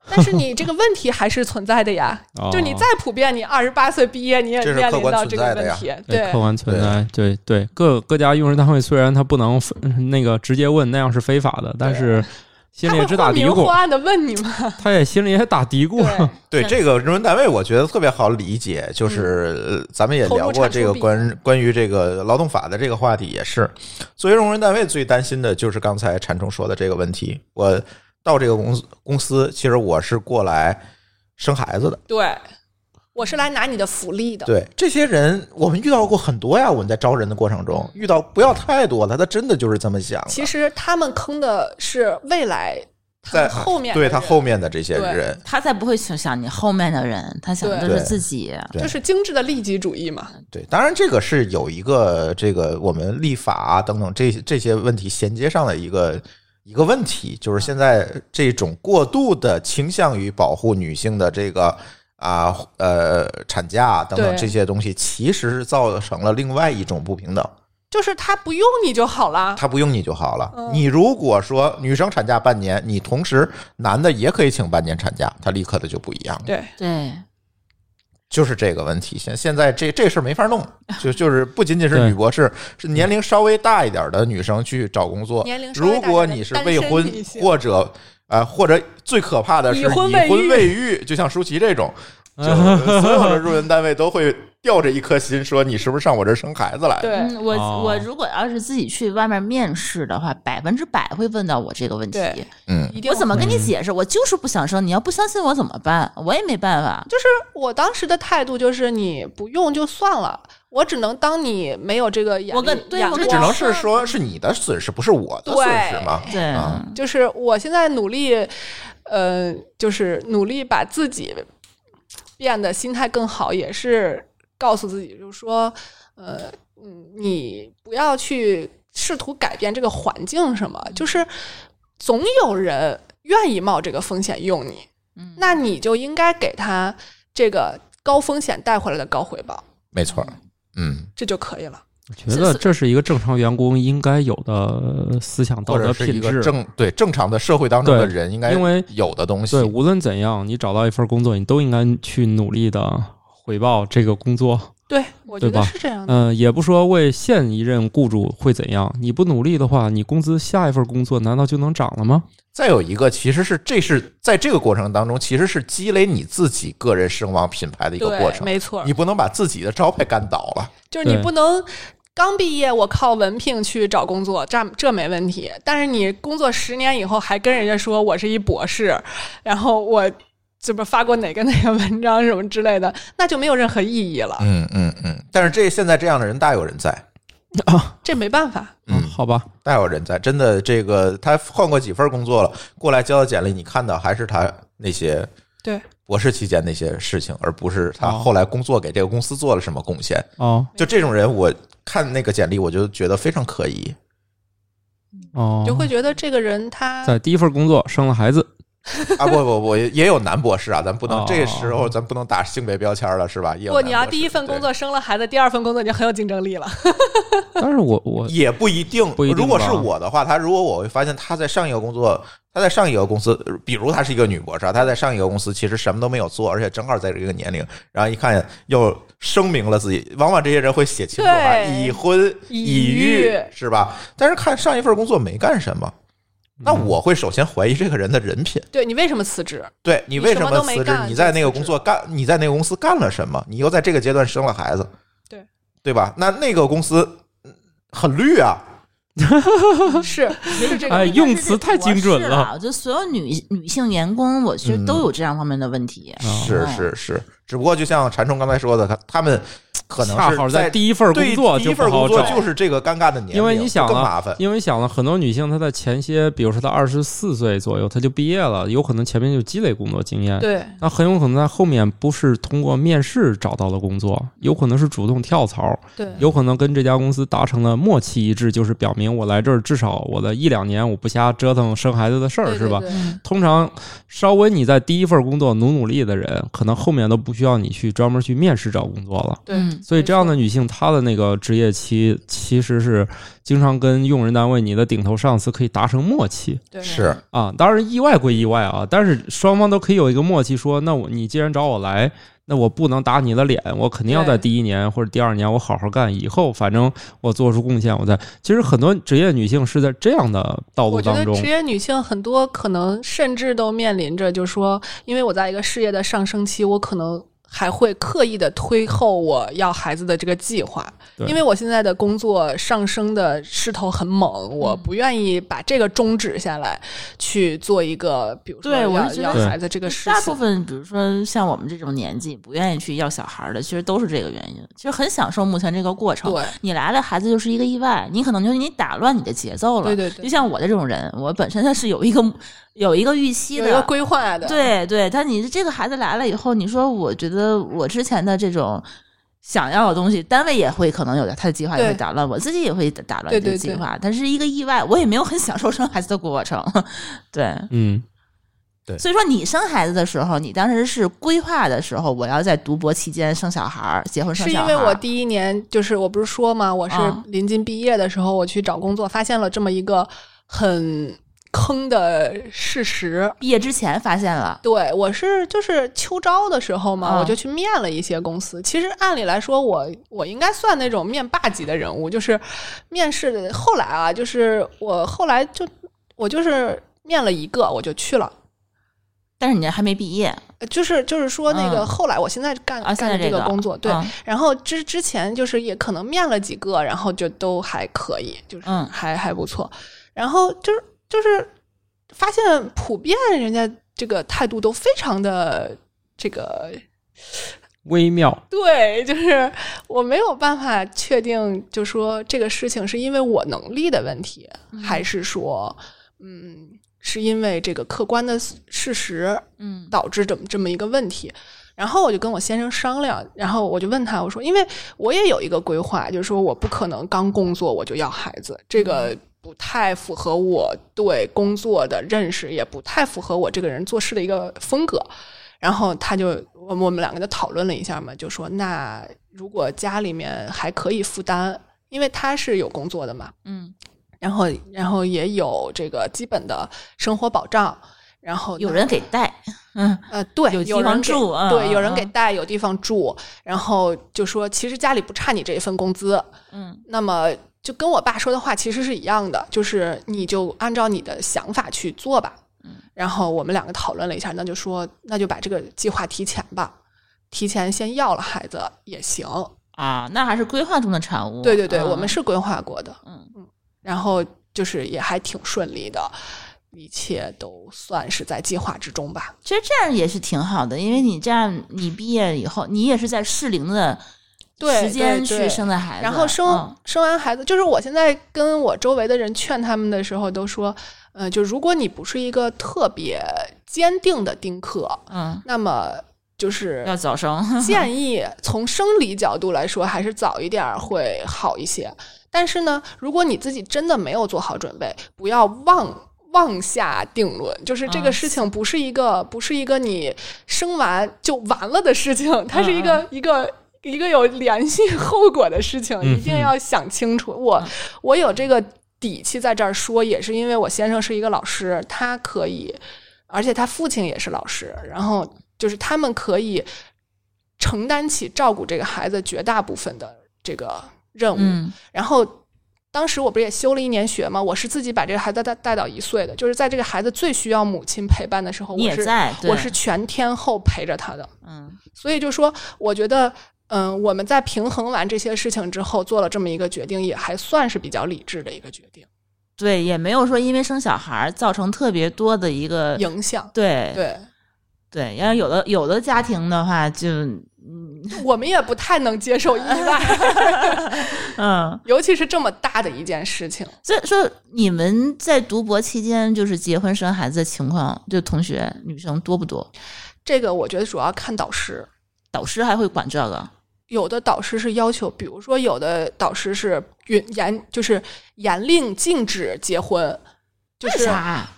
[SPEAKER 2] 但是你这个问题还是存在 的呀，
[SPEAKER 4] 哦
[SPEAKER 2] 就你再普遍，你二十八岁毕业，你也
[SPEAKER 1] 这是
[SPEAKER 2] 面
[SPEAKER 1] 客
[SPEAKER 2] 临
[SPEAKER 1] 观
[SPEAKER 2] 到
[SPEAKER 1] 存
[SPEAKER 2] 这个
[SPEAKER 1] 在的
[SPEAKER 2] 问
[SPEAKER 1] 呀哎
[SPEAKER 2] 题，
[SPEAKER 4] 客观哎存
[SPEAKER 1] 对
[SPEAKER 4] 在，对对，各各家用人单位虽然他不能分那个直接问，那样是非法的，但是心
[SPEAKER 2] 他
[SPEAKER 4] 里
[SPEAKER 2] 会
[SPEAKER 4] 也直打
[SPEAKER 2] 或
[SPEAKER 4] 嘀
[SPEAKER 2] 明或
[SPEAKER 4] 咕，
[SPEAKER 2] 暗的问你们，
[SPEAKER 4] 他也心里也打嘀咕。
[SPEAKER 1] 对
[SPEAKER 2] 对。
[SPEAKER 1] 这个用人单位，我觉得特别好理解，就是、呃咱们也
[SPEAKER 2] 投入
[SPEAKER 1] 聊过
[SPEAKER 2] 嗯产出
[SPEAKER 1] 这个
[SPEAKER 2] 比
[SPEAKER 1] 关关于这个劳动法的这个话题，也是作为用人单位最担心的就是刚才禅冲说的这个问题。我到这个公司公司，其实我是过来生孩子的，
[SPEAKER 2] 对，我是来拿你的福利的。
[SPEAKER 1] 对这些人，我们遇到过很多呀。我们在招人的过程中遇到不要太多了，他真的就是这么想的。
[SPEAKER 2] 嗯其实他们坑的是未来，他
[SPEAKER 1] 在
[SPEAKER 2] 们后面的
[SPEAKER 1] 对
[SPEAKER 2] 人
[SPEAKER 1] 他后面的这些
[SPEAKER 2] 对
[SPEAKER 1] 人，
[SPEAKER 3] 他才不会去想你后面的人，他想的
[SPEAKER 2] 对
[SPEAKER 3] 都是自己，啊
[SPEAKER 1] 对
[SPEAKER 2] 就是精致的利己主义嘛。
[SPEAKER 3] 嗯
[SPEAKER 1] 对，当然这个是有一个这个我们立法啊等等这这些问题衔接上的一个一个问题，就是现在这种过度的倾向于保护女性的这个啊呃产假啊等等
[SPEAKER 2] 对
[SPEAKER 1] 这些东西，其实是造成了另外一种不平等。
[SPEAKER 2] 就是他不用你就好啦，
[SPEAKER 1] 他不用你就好了。你如果说女生产假半年，你同时男的也可以请半年产假，他立刻的就不一样了。
[SPEAKER 2] 对，
[SPEAKER 3] 对，
[SPEAKER 1] 就是这个问题，现现在这这事儿没法弄，就就是不仅仅是女博士，是年龄稍微大一点的女生去找工作
[SPEAKER 2] 年龄。稍微
[SPEAKER 1] 如
[SPEAKER 2] 大一点的
[SPEAKER 1] 果你是未婚
[SPEAKER 2] 单身女性
[SPEAKER 1] 或者呃或者最可怕的是已
[SPEAKER 2] 已婚
[SPEAKER 1] 婚
[SPEAKER 2] 未育
[SPEAKER 1] 未育，就像舒淇这种， 就所有的入园单位都会吊着一颗心说你是不是上我这儿生孩子来？
[SPEAKER 2] 对
[SPEAKER 3] 嗯，我、
[SPEAKER 4] 哦
[SPEAKER 3] 我如果要是自己去外面面试的话，百分之百会问到我这个问题。
[SPEAKER 2] 对
[SPEAKER 1] 嗯，
[SPEAKER 2] 一定
[SPEAKER 3] 我怎么
[SPEAKER 2] 会
[SPEAKER 3] 跟你解释？我就是不想生，你要不相信我怎么办？我也没办法。
[SPEAKER 2] 就是我当时的态度就是你不用就算了，我只能当你没有这个眼力，
[SPEAKER 3] 我跟对
[SPEAKER 2] 眼
[SPEAKER 3] 我跟
[SPEAKER 1] 这
[SPEAKER 2] 光
[SPEAKER 1] 只能是说是你的损失，不是我的损失嘛？
[SPEAKER 3] 对，嗯
[SPEAKER 1] 啊
[SPEAKER 2] 就是我现在努力，呃，就是努力把自己变得心态更好，也是告诉自己，就是说，呃，嗯，你不要去试图改变这个环境，什么，就是总有人愿意冒这个风险用你，
[SPEAKER 3] 嗯
[SPEAKER 2] 那你就应该给他这个高风险带回来的高回报，
[SPEAKER 1] 没错儿，嗯，
[SPEAKER 2] 这就可以了。
[SPEAKER 4] 我觉得这是一个正常员工应该有的思想道
[SPEAKER 1] 或者
[SPEAKER 4] 德
[SPEAKER 1] 是一
[SPEAKER 4] 品
[SPEAKER 1] 个
[SPEAKER 4] 质。
[SPEAKER 1] 正对正常的社会当中的人应该
[SPEAKER 4] 因为
[SPEAKER 1] 有的东西
[SPEAKER 4] 对，。无论怎样，你找到一份工作，你都应该去努力的回报这个工作。
[SPEAKER 2] 对，我觉
[SPEAKER 4] 对
[SPEAKER 2] 得
[SPEAKER 4] 吧
[SPEAKER 2] 是这样的。
[SPEAKER 4] 嗯、也不说为现一任雇主会怎样，你不努力的话，你工资下一份工作难道就能涨了吗？
[SPEAKER 1] 再有一个，其实是这是在这个过程当中，其实是积累你自己个人声望品牌的一个过
[SPEAKER 2] 对，
[SPEAKER 1] 程。
[SPEAKER 2] 没错，
[SPEAKER 1] 你不能把自己的招牌干倒了。
[SPEAKER 2] 就是你
[SPEAKER 4] 对
[SPEAKER 2] 不能刚毕业，我靠文凭去找工作，这这没问题。但是你工作十年以后，还跟人家说我是一博士，然后我这不发过哪个哪 个文章什么之类的，那就没有任何意义了。
[SPEAKER 1] 嗯嗯嗯。但是这现在这样的人大有人在，
[SPEAKER 4] 啊，
[SPEAKER 2] 这没办法，
[SPEAKER 1] 嗯
[SPEAKER 4] 好吧，
[SPEAKER 1] 大有人在。真的，这个他换过几份工作了，过来交的简历，你看到还是他那些
[SPEAKER 2] 对，
[SPEAKER 1] 博士期间那些事情，而不是他
[SPEAKER 4] 哦
[SPEAKER 1] 后来工作给这个公司做了什么贡献。
[SPEAKER 4] 哦
[SPEAKER 1] 就这种人，我看那个简历，我就觉得非常可疑。
[SPEAKER 4] 哦，
[SPEAKER 2] 就会觉得这个人他
[SPEAKER 4] 在第一份工作生了孩子，
[SPEAKER 1] 啊不不不，也有男博士啊，咱不能、
[SPEAKER 4] 哦
[SPEAKER 1] 这时候咱不能打性别标签了，是吧？也有
[SPEAKER 2] 不，
[SPEAKER 1] 男
[SPEAKER 2] 你要
[SPEAKER 1] 博士
[SPEAKER 2] 第一份
[SPEAKER 1] 对
[SPEAKER 2] 工作生了孩子，第二份工作你就很有竞争力 了。
[SPEAKER 4] 但是我我
[SPEAKER 1] 也不一定。
[SPEAKER 4] 不一定吧
[SPEAKER 1] 如果是我的话，他如果我会发现他在上一个工作，他在上一个公司，呃比如他是一个女博士啊，他在上一个公司其实什么都没有做，而且正好在这个年龄，然后一看又声明了自己，往往这些人会写清楚啊，
[SPEAKER 2] 对
[SPEAKER 1] 已婚
[SPEAKER 2] 已
[SPEAKER 1] 已育
[SPEAKER 2] 育
[SPEAKER 1] 是吧？但是看上一份工作没干什么。 那
[SPEAKER 4] 嗯
[SPEAKER 1] 我会首先怀疑这个人的人品，
[SPEAKER 2] 对你为什么辞职？
[SPEAKER 1] 对你
[SPEAKER 2] 你
[SPEAKER 1] 为
[SPEAKER 2] 什
[SPEAKER 1] 什
[SPEAKER 2] 么
[SPEAKER 1] 么
[SPEAKER 2] 都没
[SPEAKER 1] 辞职？
[SPEAKER 2] 干
[SPEAKER 1] 你
[SPEAKER 2] 就
[SPEAKER 1] 在那个
[SPEAKER 2] 辞
[SPEAKER 1] 工作干，你在那个公司干了什么？你又在这个阶段生了孩子，
[SPEAKER 2] 对
[SPEAKER 1] 对吧？那那个公司嗯很绿啊，
[SPEAKER 2] 是是这啊
[SPEAKER 4] 哎
[SPEAKER 2] 个，
[SPEAKER 4] 用词太精准了嗯
[SPEAKER 3] 我是啦我觉得所有女女性员工，我觉得都有这样方面的问题。
[SPEAKER 4] 哦
[SPEAKER 1] 是
[SPEAKER 2] 哦
[SPEAKER 1] 是是，只不过就像馋虫刚才说的，他他们可能
[SPEAKER 4] 恰
[SPEAKER 1] 是
[SPEAKER 4] 好在
[SPEAKER 1] 第
[SPEAKER 4] 第一份工作
[SPEAKER 1] 第一
[SPEAKER 4] 就不
[SPEAKER 1] 份工
[SPEAKER 4] 好
[SPEAKER 1] 作
[SPEAKER 4] 找，
[SPEAKER 1] 就是这个尴尬的年龄，
[SPEAKER 4] 因为你想
[SPEAKER 1] 就更
[SPEAKER 4] 啊
[SPEAKER 1] 麻烦。
[SPEAKER 4] 因为想了很多女性，她在前些，比如说她二十四岁左右，她就毕业了，有可能前面就积累工作经验，
[SPEAKER 2] 对
[SPEAKER 4] 那很有可能在后面不是通过面试找到了工作，有可能是主动跳槽，
[SPEAKER 2] 对
[SPEAKER 4] 有可能跟这家公司达成了默契一致，就是表明我来这儿至少我的一两年我不瞎折腾生孩子的事儿，
[SPEAKER 2] 对
[SPEAKER 4] 是吧？
[SPEAKER 2] 对
[SPEAKER 3] 嗯
[SPEAKER 4] 通常稍微你在第一份工作努努力的人，可能后面都不需要你去专门去面试找工作了。
[SPEAKER 2] 对
[SPEAKER 3] 嗯
[SPEAKER 4] 所以这样的女性，她的那个职业期其实是经常跟用人单位、你的顶头上司可以达成默契
[SPEAKER 2] 对
[SPEAKER 1] 是，
[SPEAKER 4] 啊。当然意外归意外啊，但是双方都可以有一个默契说，那我你既然找我来，那我不能打你的脸，我肯定要在
[SPEAKER 2] 对
[SPEAKER 4] 第一年或者第二年我好好干，以后反正我做出贡献，我再。其实很多职业女性是在这样的道
[SPEAKER 2] 我
[SPEAKER 4] 路
[SPEAKER 2] 觉
[SPEAKER 4] 当
[SPEAKER 2] 得
[SPEAKER 4] 中
[SPEAKER 2] 职，业女性很多可能甚至都面临着，就是说，因为我在一个事业的上升期，我可能还会刻意的推后我要孩子的这个计划，
[SPEAKER 4] 对
[SPEAKER 2] 因为我现在的工作上升的势头很猛，我
[SPEAKER 3] 嗯
[SPEAKER 2] 不愿意把这个终止下来，去做一个比如说
[SPEAKER 3] 对我
[SPEAKER 2] 要
[SPEAKER 3] 是觉
[SPEAKER 2] 要
[SPEAKER 3] 得
[SPEAKER 2] 孩子这个事
[SPEAKER 3] 大部
[SPEAKER 2] 情。
[SPEAKER 3] 分，比如说像我们这种年纪不愿意去要小孩儿的，其实都是这个原因。其实很享受目前这个过程。
[SPEAKER 2] 对
[SPEAKER 3] 你来了，孩子就是一个意外，你可能就是你打乱你的节奏了。
[SPEAKER 2] 对对对
[SPEAKER 3] 就像我这种人，我本身他是有一个有一个预期
[SPEAKER 2] 有
[SPEAKER 3] 的，
[SPEAKER 2] 一个规划的，
[SPEAKER 3] 对对，但你这个孩子来了以后，你说我觉得我之前的这种想要的东西，单位也会可能有的他的计划也会
[SPEAKER 2] 对
[SPEAKER 3] 打乱，我自己也会打乱
[SPEAKER 2] 对
[SPEAKER 3] 这个
[SPEAKER 2] 对
[SPEAKER 3] 计
[SPEAKER 2] 对
[SPEAKER 3] 划，但是一个意外，我也没有很享受生孩子的过程，对。
[SPEAKER 4] 嗯，
[SPEAKER 3] 所以说，你生孩子的时候，你当时是规划的时候，我要在读博期间生小孩儿，结婚生
[SPEAKER 2] 是
[SPEAKER 3] 小孩
[SPEAKER 2] 因
[SPEAKER 3] 儿。
[SPEAKER 2] 为我第一年就是我不是说嘛，我是
[SPEAKER 3] 嗯
[SPEAKER 2] 临近毕业的时候，我去找工作，发现了这么一个很坑的事实。
[SPEAKER 3] 毕业之前发现了，
[SPEAKER 2] 对我是就是秋招的时候嘛，
[SPEAKER 3] 嗯
[SPEAKER 2] 我就去面了一些公司。其实按理来说，我我应该算那种面霸级的人物，就是面试的。后来啊，就是我后来就我就是面了一个，我就去了。
[SPEAKER 3] 但是你还没毕业
[SPEAKER 2] 呃就是就是说那个
[SPEAKER 3] 嗯
[SPEAKER 2] 后来我现在干、
[SPEAKER 3] 啊，现
[SPEAKER 2] 干
[SPEAKER 3] 在
[SPEAKER 2] 的这
[SPEAKER 3] 个
[SPEAKER 2] 工作，对，
[SPEAKER 3] 嗯
[SPEAKER 2] 然后之之前就是也可能面了几个，然后就都还可以，就是
[SPEAKER 3] 嗯
[SPEAKER 2] 还、还不错。然后就是就是发现普遍人家这个态度都非常的这个
[SPEAKER 4] 微妙。
[SPEAKER 2] 对，就是我没有办法确定，就说这个事情是因为我能力的问题，还是说嗯是因为这个客观的事实
[SPEAKER 3] 嗯
[SPEAKER 2] 导致这么这么一个问题。然后我就跟我先生商量，然后我就问他，我说，因为我也有一个规划，就是说我不可能刚工作我就要孩子，这
[SPEAKER 3] 嗯
[SPEAKER 2] 个不太符合我对工作的认识，也不太符合我这个人做事的一个风格。然后他就，我我们两个就讨论了一下嘛，就说那如果家里面还可以负担，因为他是有工作的嘛，
[SPEAKER 3] 嗯，
[SPEAKER 2] 然后然后也有这个基本的生活保障，然后
[SPEAKER 3] 有
[SPEAKER 2] 那
[SPEAKER 3] 人给带，嗯，
[SPEAKER 2] 呃，对，
[SPEAKER 3] 有
[SPEAKER 2] 有
[SPEAKER 3] 地方
[SPEAKER 2] 人给
[SPEAKER 3] 住啊
[SPEAKER 2] 对，有人
[SPEAKER 3] 啊
[SPEAKER 2] 给带，有地方住，然后就说其实家里不差你这一份工资，
[SPEAKER 3] 嗯，
[SPEAKER 2] 那么就跟我爸说的话其实是一样的，就是你就按照你的想法去做吧。
[SPEAKER 3] 嗯
[SPEAKER 2] 然后我们两个讨论了一下，那就说那就把这个计划提前吧，提前先要了孩子也行。
[SPEAKER 3] 啊，那还是规划中的产物。
[SPEAKER 2] 对对对，
[SPEAKER 3] 啊
[SPEAKER 2] 我们是规划过的，
[SPEAKER 3] 嗯
[SPEAKER 2] 然后就是也还挺顺利的，一切都算是在计划之中吧。
[SPEAKER 3] 其实这样也是挺好的，因为你这样，你毕业以后，你也是在适龄的
[SPEAKER 2] 对
[SPEAKER 3] 时间
[SPEAKER 2] 对
[SPEAKER 3] 去
[SPEAKER 2] 对
[SPEAKER 3] 生的孩子，
[SPEAKER 2] 然后生、
[SPEAKER 3] 嗯
[SPEAKER 2] 生完孩子，就是我现在跟我周围的人劝他们的时候，都说，呃，就如果你不是一个特别坚定的丁克，
[SPEAKER 3] 嗯，
[SPEAKER 2] 那么就是
[SPEAKER 3] 要早生，
[SPEAKER 2] 建议从生理角度来说，还是早一点儿会好一些。但是呢，如果你自己真的没有做好准备，不要妄妄下定论，就是这
[SPEAKER 3] 嗯
[SPEAKER 2] 个事情不是一个、不是一个你生完就完了的事情，它是一个、一个。一个有连续后果的事情，
[SPEAKER 4] 嗯
[SPEAKER 2] 一定要想清楚。我我有这个底气在这儿说，也是因为我先生是一个老师，他可以，而且他父亲也是老师，然后就是他们可以承担起照顾这个孩子绝大部分的这个任务。
[SPEAKER 3] 嗯
[SPEAKER 2] 然后当时我不是也休了一年学吗？我是自己把这个孩子带带到一岁的，就是在这个孩子最需要母亲陪伴的时候，
[SPEAKER 3] 你
[SPEAKER 2] 我
[SPEAKER 3] 也
[SPEAKER 2] 是
[SPEAKER 3] 在，对
[SPEAKER 2] 我是全天候陪着他的。
[SPEAKER 3] 嗯
[SPEAKER 2] 所以就说，我觉得，嗯、我们在平衡完这些事情之后，做了这么一个决定，也还算是比较理智的一个决定。
[SPEAKER 3] 对，也没有说因为生小孩儿造成特别多的一个
[SPEAKER 2] 影响，
[SPEAKER 3] 对
[SPEAKER 2] 对
[SPEAKER 3] 对，要有的有的家庭的话就嗯
[SPEAKER 2] 我们也不太能接受意外，
[SPEAKER 3] 嗯，
[SPEAKER 2] 尤其是这么大的一件事情。
[SPEAKER 3] 所以说你们在读博期间就是结婚生孩子的情况，就同学女生多不多？
[SPEAKER 2] 这个我觉得主要看导师，
[SPEAKER 3] 导师还会管这个？
[SPEAKER 2] 有的导师是要求，比如说有的导师是允严，就是严令禁止结婚，就是
[SPEAKER 3] 为
[SPEAKER 2] 就
[SPEAKER 3] 啥？啊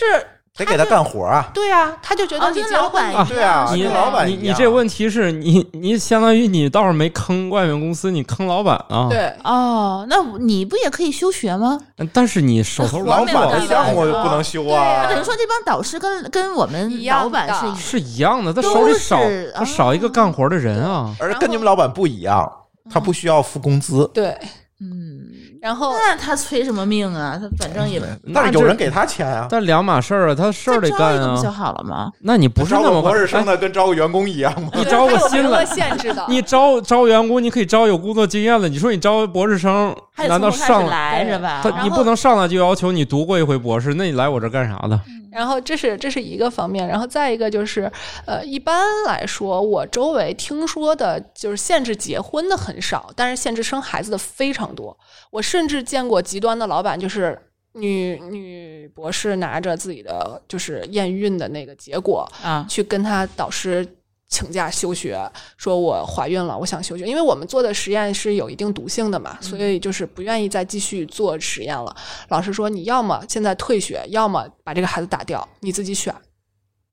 [SPEAKER 2] 是
[SPEAKER 1] 得给他干活啊！
[SPEAKER 2] 对啊，他就觉
[SPEAKER 3] 哦
[SPEAKER 2] 得你
[SPEAKER 3] 跟
[SPEAKER 2] 结
[SPEAKER 3] 老
[SPEAKER 2] 了婚
[SPEAKER 3] 板
[SPEAKER 2] 以后
[SPEAKER 3] 一样
[SPEAKER 1] 对啊，
[SPEAKER 4] 你
[SPEAKER 1] 跟老板
[SPEAKER 4] 你
[SPEAKER 1] 一
[SPEAKER 4] 你
[SPEAKER 1] 样
[SPEAKER 4] 这问题是你你相当于你倒是没坑外面公司，你坑老板啊。，
[SPEAKER 2] 对
[SPEAKER 3] 哦，那你不也可以休学吗？
[SPEAKER 4] 但是你手头
[SPEAKER 1] 老
[SPEAKER 4] 老
[SPEAKER 1] 板的
[SPEAKER 4] 板
[SPEAKER 1] 项目不能修啊
[SPEAKER 2] 对啊
[SPEAKER 3] 等于说这帮导师跟跟我们
[SPEAKER 2] 一样
[SPEAKER 3] 老板
[SPEAKER 2] 的
[SPEAKER 3] 是一
[SPEAKER 4] 是一样的，他手
[SPEAKER 3] 都
[SPEAKER 4] 里
[SPEAKER 3] 是
[SPEAKER 4] 少他
[SPEAKER 3] 啊
[SPEAKER 4] 少一个干活的人啊。
[SPEAKER 1] 而跟你们老板不一样，
[SPEAKER 2] 嗯
[SPEAKER 1] 他不需要付工资，
[SPEAKER 2] 对，
[SPEAKER 3] 嗯，
[SPEAKER 2] 然后
[SPEAKER 3] 那他催什么命啊？他反正也
[SPEAKER 1] 但是有人给他钱啊。
[SPEAKER 4] 但两码事儿啊，他事嗯儿
[SPEAKER 3] 再
[SPEAKER 4] 得
[SPEAKER 3] 招
[SPEAKER 4] 干
[SPEAKER 3] 一个不就
[SPEAKER 4] 啊。
[SPEAKER 3] 好了吗？
[SPEAKER 4] 那你不是
[SPEAKER 1] 招
[SPEAKER 4] 那
[SPEAKER 1] 个
[SPEAKER 4] 么
[SPEAKER 1] 博士生
[SPEAKER 4] 哎
[SPEAKER 1] 的跟招个员工一样吗？
[SPEAKER 4] 你
[SPEAKER 2] 对
[SPEAKER 4] 招
[SPEAKER 2] 他
[SPEAKER 4] 个
[SPEAKER 2] 有
[SPEAKER 4] 新
[SPEAKER 2] 名
[SPEAKER 4] 来
[SPEAKER 2] 额，限制 的，
[SPEAKER 4] 你招招员工，你可以招有工作经验的。你说你招博士生，
[SPEAKER 3] 还得从
[SPEAKER 4] 难道
[SPEAKER 3] 头开
[SPEAKER 4] 上
[SPEAKER 3] 始
[SPEAKER 2] 啊
[SPEAKER 3] 来是吧？
[SPEAKER 4] 他你不能上来就要求你读过一回博士，那你来我这干啥的？
[SPEAKER 2] 然后这是这是一个方面，然后再一个就是，呃，一般来说，我周围听说的就是限制结婚的很少，但是限制生孩子的非常多。我甚至见过极端的老板，就是女女博士拿着自己的就是验孕的那个结果，
[SPEAKER 3] 啊，
[SPEAKER 2] 去跟他导师请假休学，说我怀孕了，我想休学，因为我们做的实验是有一定毒性的嘛，所以就是不愿意再继续做实验了。老师说，你要么现在退学，要么把这个孩子打掉，你自己选。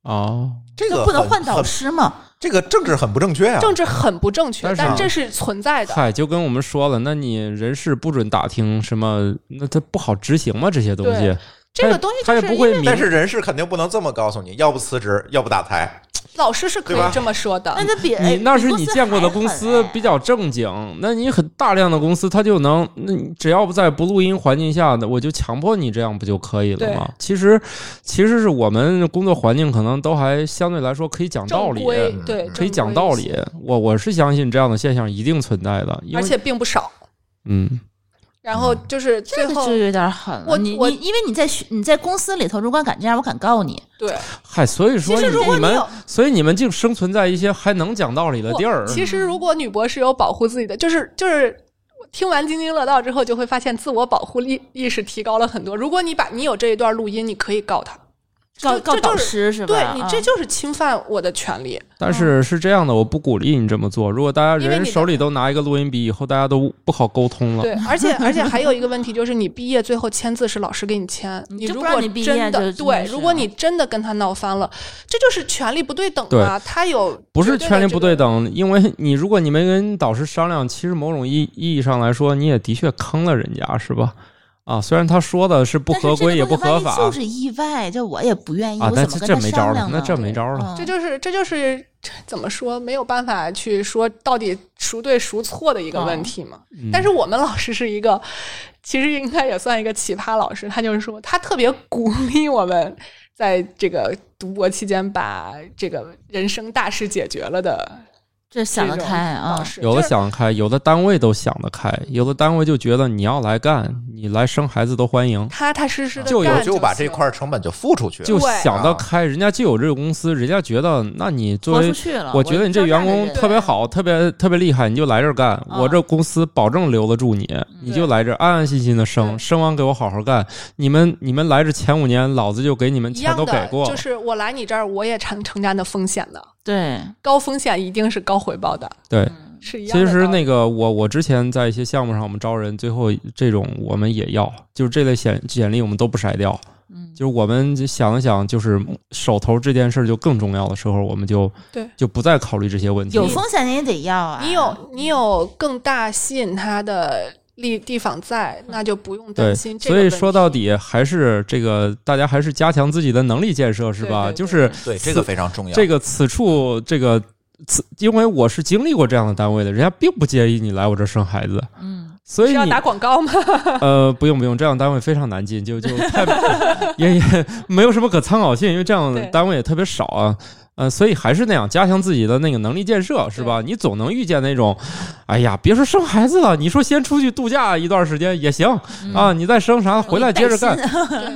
[SPEAKER 4] 哦，
[SPEAKER 1] 这个
[SPEAKER 3] 不能
[SPEAKER 1] 很
[SPEAKER 3] 换导
[SPEAKER 1] 很
[SPEAKER 3] 师嘛？
[SPEAKER 1] 这个政治很不正确啊！
[SPEAKER 2] 政治很不正确，
[SPEAKER 4] 但是啊
[SPEAKER 2] 但这是存在的。
[SPEAKER 4] 嗨，就跟我们说了，那你人事不准打听什么，那他不好执行吗？这些东西
[SPEAKER 2] 对，这个东西
[SPEAKER 4] 他
[SPEAKER 2] 就是
[SPEAKER 4] 也不
[SPEAKER 2] 因为
[SPEAKER 4] 会明
[SPEAKER 1] 但是人事肯定不能这么告诉你，要不辞职，要不打裁。
[SPEAKER 2] 老师是可
[SPEAKER 1] 对吧
[SPEAKER 2] 以这么说的
[SPEAKER 3] 那，就别
[SPEAKER 2] 哎
[SPEAKER 4] 你那
[SPEAKER 3] 比
[SPEAKER 4] 是你见过的公司
[SPEAKER 3] 还狠哎
[SPEAKER 4] 比较正经，那你很大量的公司，它就能，那你只要不在不录音环境下的，我就强迫你这样不就可以了吗？其实，其实是我们工作环境可能都还相对来说可以讲道
[SPEAKER 2] 正
[SPEAKER 4] 理，
[SPEAKER 2] 规对
[SPEAKER 1] 嗯
[SPEAKER 4] 可以讲道，理
[SPEAKER 2] 正规一些。
[SPEAKER 4] 我我是相信这样的现象一定存在的，因为
[SPEAKER 2] 而且并不少。
[SPEAKER 4] 嗯，
[SPEAKER 2] 然后就是最
[SPEAKER 3] 这个
[SPEAKER 2] 后
[SPEAKER 3] 就有点狠了。
[SPEAKER 2] 我
[SPEAKER 3] 你
[SPEAKER 2] 我
[SPEAKER 3] 你因为你在学你在公司里头，如果敢这样，我敢告你。
[SPEAKER 2] 对，
[SPEAKER 4] 嗨，所以说
[SPEAKER 3] 其实如果你
[SPEAKER 4] 你们
[SPEAKER 3] 有，
[SPEAKER 4] 所以你们竟生存在一些还能讲道理的
[SPEAKER 2] 不
[SPEAKER 4] 地儿。
[SPEAKER 2] 其实，如果女博士有保护自己的，就是就是。听完津津乐道之后，就会发现自我保护力意识提高了很多。如果你把你有这一段录音，你可以告他，
[SPEAKER 3] 告
[SPEAKER 2] 这
[SPEAKER 3] 告
[SPEAKER 2] 这
[SPEAKER 3] 导
[SPEAKER 2] 就是
[SPEAKER 3] 师是吧？
[SPEAKER 2] 对你这
[SPEAKER 3] 啊
[SPEAKER 2] 就是侵犯我的权利。
[SPEAKER 4] 但是是这样的，我不鼓励你这么做。如果大家
[SPEAKER 2] 嗯因为
[SPEAKER 4] 人
[SPEAKER 2] 你的
[SPEAKER 4] 手里都拿一个录音笔，以后大家都不好沟
[SPEAKER 3] 嗯
[SPEAKER 4] 通了。
[SPEAKER 2] 对，而且而且还有一个问题就是，你毕业最后签字是老师给你签，
[SPEAKER 3] 你嗯就
[SPEAKER 2] 如
[SPEAKER 3] 不让
[SPEAKER 2] 果
[SPEAKER 3] 你毕业
[SPEAKER 2] 真
[SPEAKER 3] 就
[SPEAKER 2] 的
[SPEAKER 3] 真的
[SPEAKER 2] 对，
[SPEAKER 3] 是啊
[SPEAKER 2] 如果你真的跟他闹翻了，这就是权力不对等
[SPEAKER 4] 对
[SPEAKER 2] 啊。他有
[SPEAKER 4] 不是
[SPEAKER 2] 绝
[SPEAKER 4] 权
[SPEAKER 2] 的
[SPEAKER 4] 利
[SPEAKER 2] 这
[SPEAKER 4] 不
[SPEAKER 2] 个
[SPEAKER 4] 对等，因为你如果你没跟导师商量，其实某种意意义上来说，你也的确坑了人家，是吧？啊，虽然他说的是不合规也不合法，
[SPEAKER 3] 就是意外，就我也不愿意，
[SPEAKER 4] 啊
[SPEAKER 3] 我
[SPEAKER 4] 那
[SPEAKER 3] 怎么
[SPEAKER 4] 这
[SPEAKER 3] 跟
[SPEAKER 4] 这
[SPEAKER 3] 他
[SPEAKER 4] 没招
[SPEAKER 3] 商
[SPEAKER 4] 了
[SPEAKER 3] 量
[SPEAKER 4] 那
[SPEAKER 3] 呢
[SPEAKER 4] 这没招了
[SPEAKER 3] 嗯
[SPEAKER 2] 这就是这就是这怎么说没有办法去说到底孰对孰错的一个问题嘛。
[SPEAKER 4] 嗯
[SPEAKER 2] 但是我们老师是一个，其实应该也算一个奇葩老师，他就是说他特别鼓励我们在这个读博期间把这个人生大事解决了的
[SPEAKER 3] 这
[SPEAKER 2] 这
[SPEAKER 3] 想
[SPEAKER 2] 种
[SPEAKER 3] 得开啊
[SPEAKER 2] 老，师，
[SPEAKER 4] 有的
[SPEAKER 2] 嗯就是
[SPEAKER 4] 想得开，有的单位都想得开，有的单位就觉得你要来干，你来生孩子都欢迎，
[SPEAKER 2] 踏踏实实的
[SPEAKER 4] 就有
[SPEAKER 1] 就把这块成本就付出去了，
[SPEAKER 4] 就
[SPEAKER 2] 对
[SPEAKER 4] 想得开，人家就有这个公司，人家觉得那你作
[SPEAKER 3] 豁
[SPEAKER 4] 为
[SPEAKER 3] 出去
[SPEAKER 2] 啊
[SPEAKER 3] 了。
[SPEAKER 4] 我觉得你这
[SPEAKER 3] 招
[SPEAKER 4] 员
[SPEAKER 3] 样的
[SPEAKER 4] 工
[SPEAKER 3] 人
[SPEAKER 4] 特别好，特别特别厉害，你就来这儿干。
[SPEAKER 3] 嗯
[SPEAKER 2] 啊
[SPEAKER 4] 我这公司保证留得住你，你就来这儿安安心心的
[SPEAKER 2] 嗯对
[SPEAKER 4] 升，升完给我好好干。你们你们来这前五年，老子就给你们
[SPEAKER 2] 一
[SPEAKER 4] 钱
[SPEAKER 2] 样
[SPEAKER 4] 都给
[SPEAKER 2] 的，
[SPEAKER 4] 过
[SPEAKER 2] 就。是我来你这儿，我也承承担的风险的，
[SPEAKER 3] 对，
[SPEAKER 2] 高风险一定是高回报的，
[SPEAKER 4] 对，
[SPEAKER 2] 嗯是一样
[SPEAKER 4] 其
[SPEAKER 2] 的道理。
[SPEAKER 4] 实那个我我之前在一些项目上，我们招人，最后这种我们也要，就是这类简简历我们都不筛掉。
[SPEAKER 3] 嗯，
[SPEAKER 4] 就是我们想了想，就是手头这件事儿就更重要的时候，我们就
[SPEAKER 2] 对
[SPEAKER 4] 就不再考虑这些问题。
[SPEAKER 3] 有风险你也得要啊。
[SPEAKER 2] 你有你有更大吸引他的地地方在，那就不用
[SPEAKER 4] 对，
[SPEAKER 2] 担心这个
[SPEAKER 4] 所
[SPEAKER 2] 问
[SPEAKER 4] 以
[SPEAKER 2] 题。
[SPEAKER 4] 说到底还是这个，大家还是加强自己的能力建设，是吧？
[SPEAKER 2] 对对对
[SPEAKER 4] 就是
[SPEAKER 1] 对这个非常重要。
[SPEAKER 4] 这个此处这个此，因为我是经历过这样的单位的，人家并不介意你来我这儿生孩子，
[SPEAKER 3] 嗯，
[SPEAKER 4] 所以
[SPEAKER 2] 是要
[SPEAKER 4] 你
[SPEAKER 2] 打广告吗？
[SPEAKER 4] 呃不用不用，这样单位非常难进，就就太也也没有什么可参考性，因为这样的
[SPEAKER 2] 对
[SPEAKER 4] 单位也特别少啊。呃，所以还是那样，加强自己的那个能力建设，是吧？你总能遇见那种，哎呀，别说生孩子了，你说先出去度假一段时间也行、
[SPEAKER 3] 嗯
[SPEAKER 4] 啊，你再生啥回来接着干，
[SPEAKER 3] 带 薪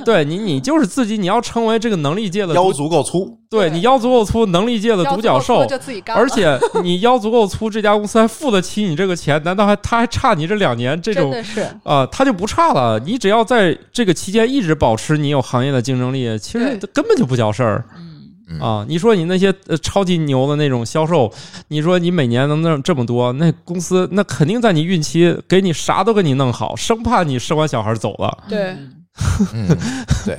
[SPEAKER 4] 对你，你就是自己，你要成为这个能力界的
[SPEAKER 1] 腰
[SPEAKER 4] 独，
[SPEAKER 1] 足够粗，
[SPEAKER 4] 对你腰足够粗，能力界的独角
[SPEAKER 2] 要做
[SPEAKER 4] 兽
[SPEAKER 2] 不做，就自己干了，
[SPEAKER 4] 而且你腰足够粗，这家公司还付得起你这个钱，难道还他还差你这两年这
[SPEAKER 2] 真
[SPEAKER 4] 种
[SPEAKER 2] 的是
[SPEAKER 4] 啊、他就不差了。你只要在这个期间一直保持你有行业的竞争力，其实
[SPEAKER 2] 对
[SPEAKER 4] 根本就不叫事儿
[SPEAKER 3] 嗯，
[SPEAKER 1] 嗯
[SPEAKER 4] 啊。你说你那些呃超级牛的那种销售，你说你每年能弄这么多，那公司那肯定在你孕期给你啥都给你弄好，生怕你生完小孩走了。
[SPEAKER 2] 对
[SPEAKER 1] 嗯，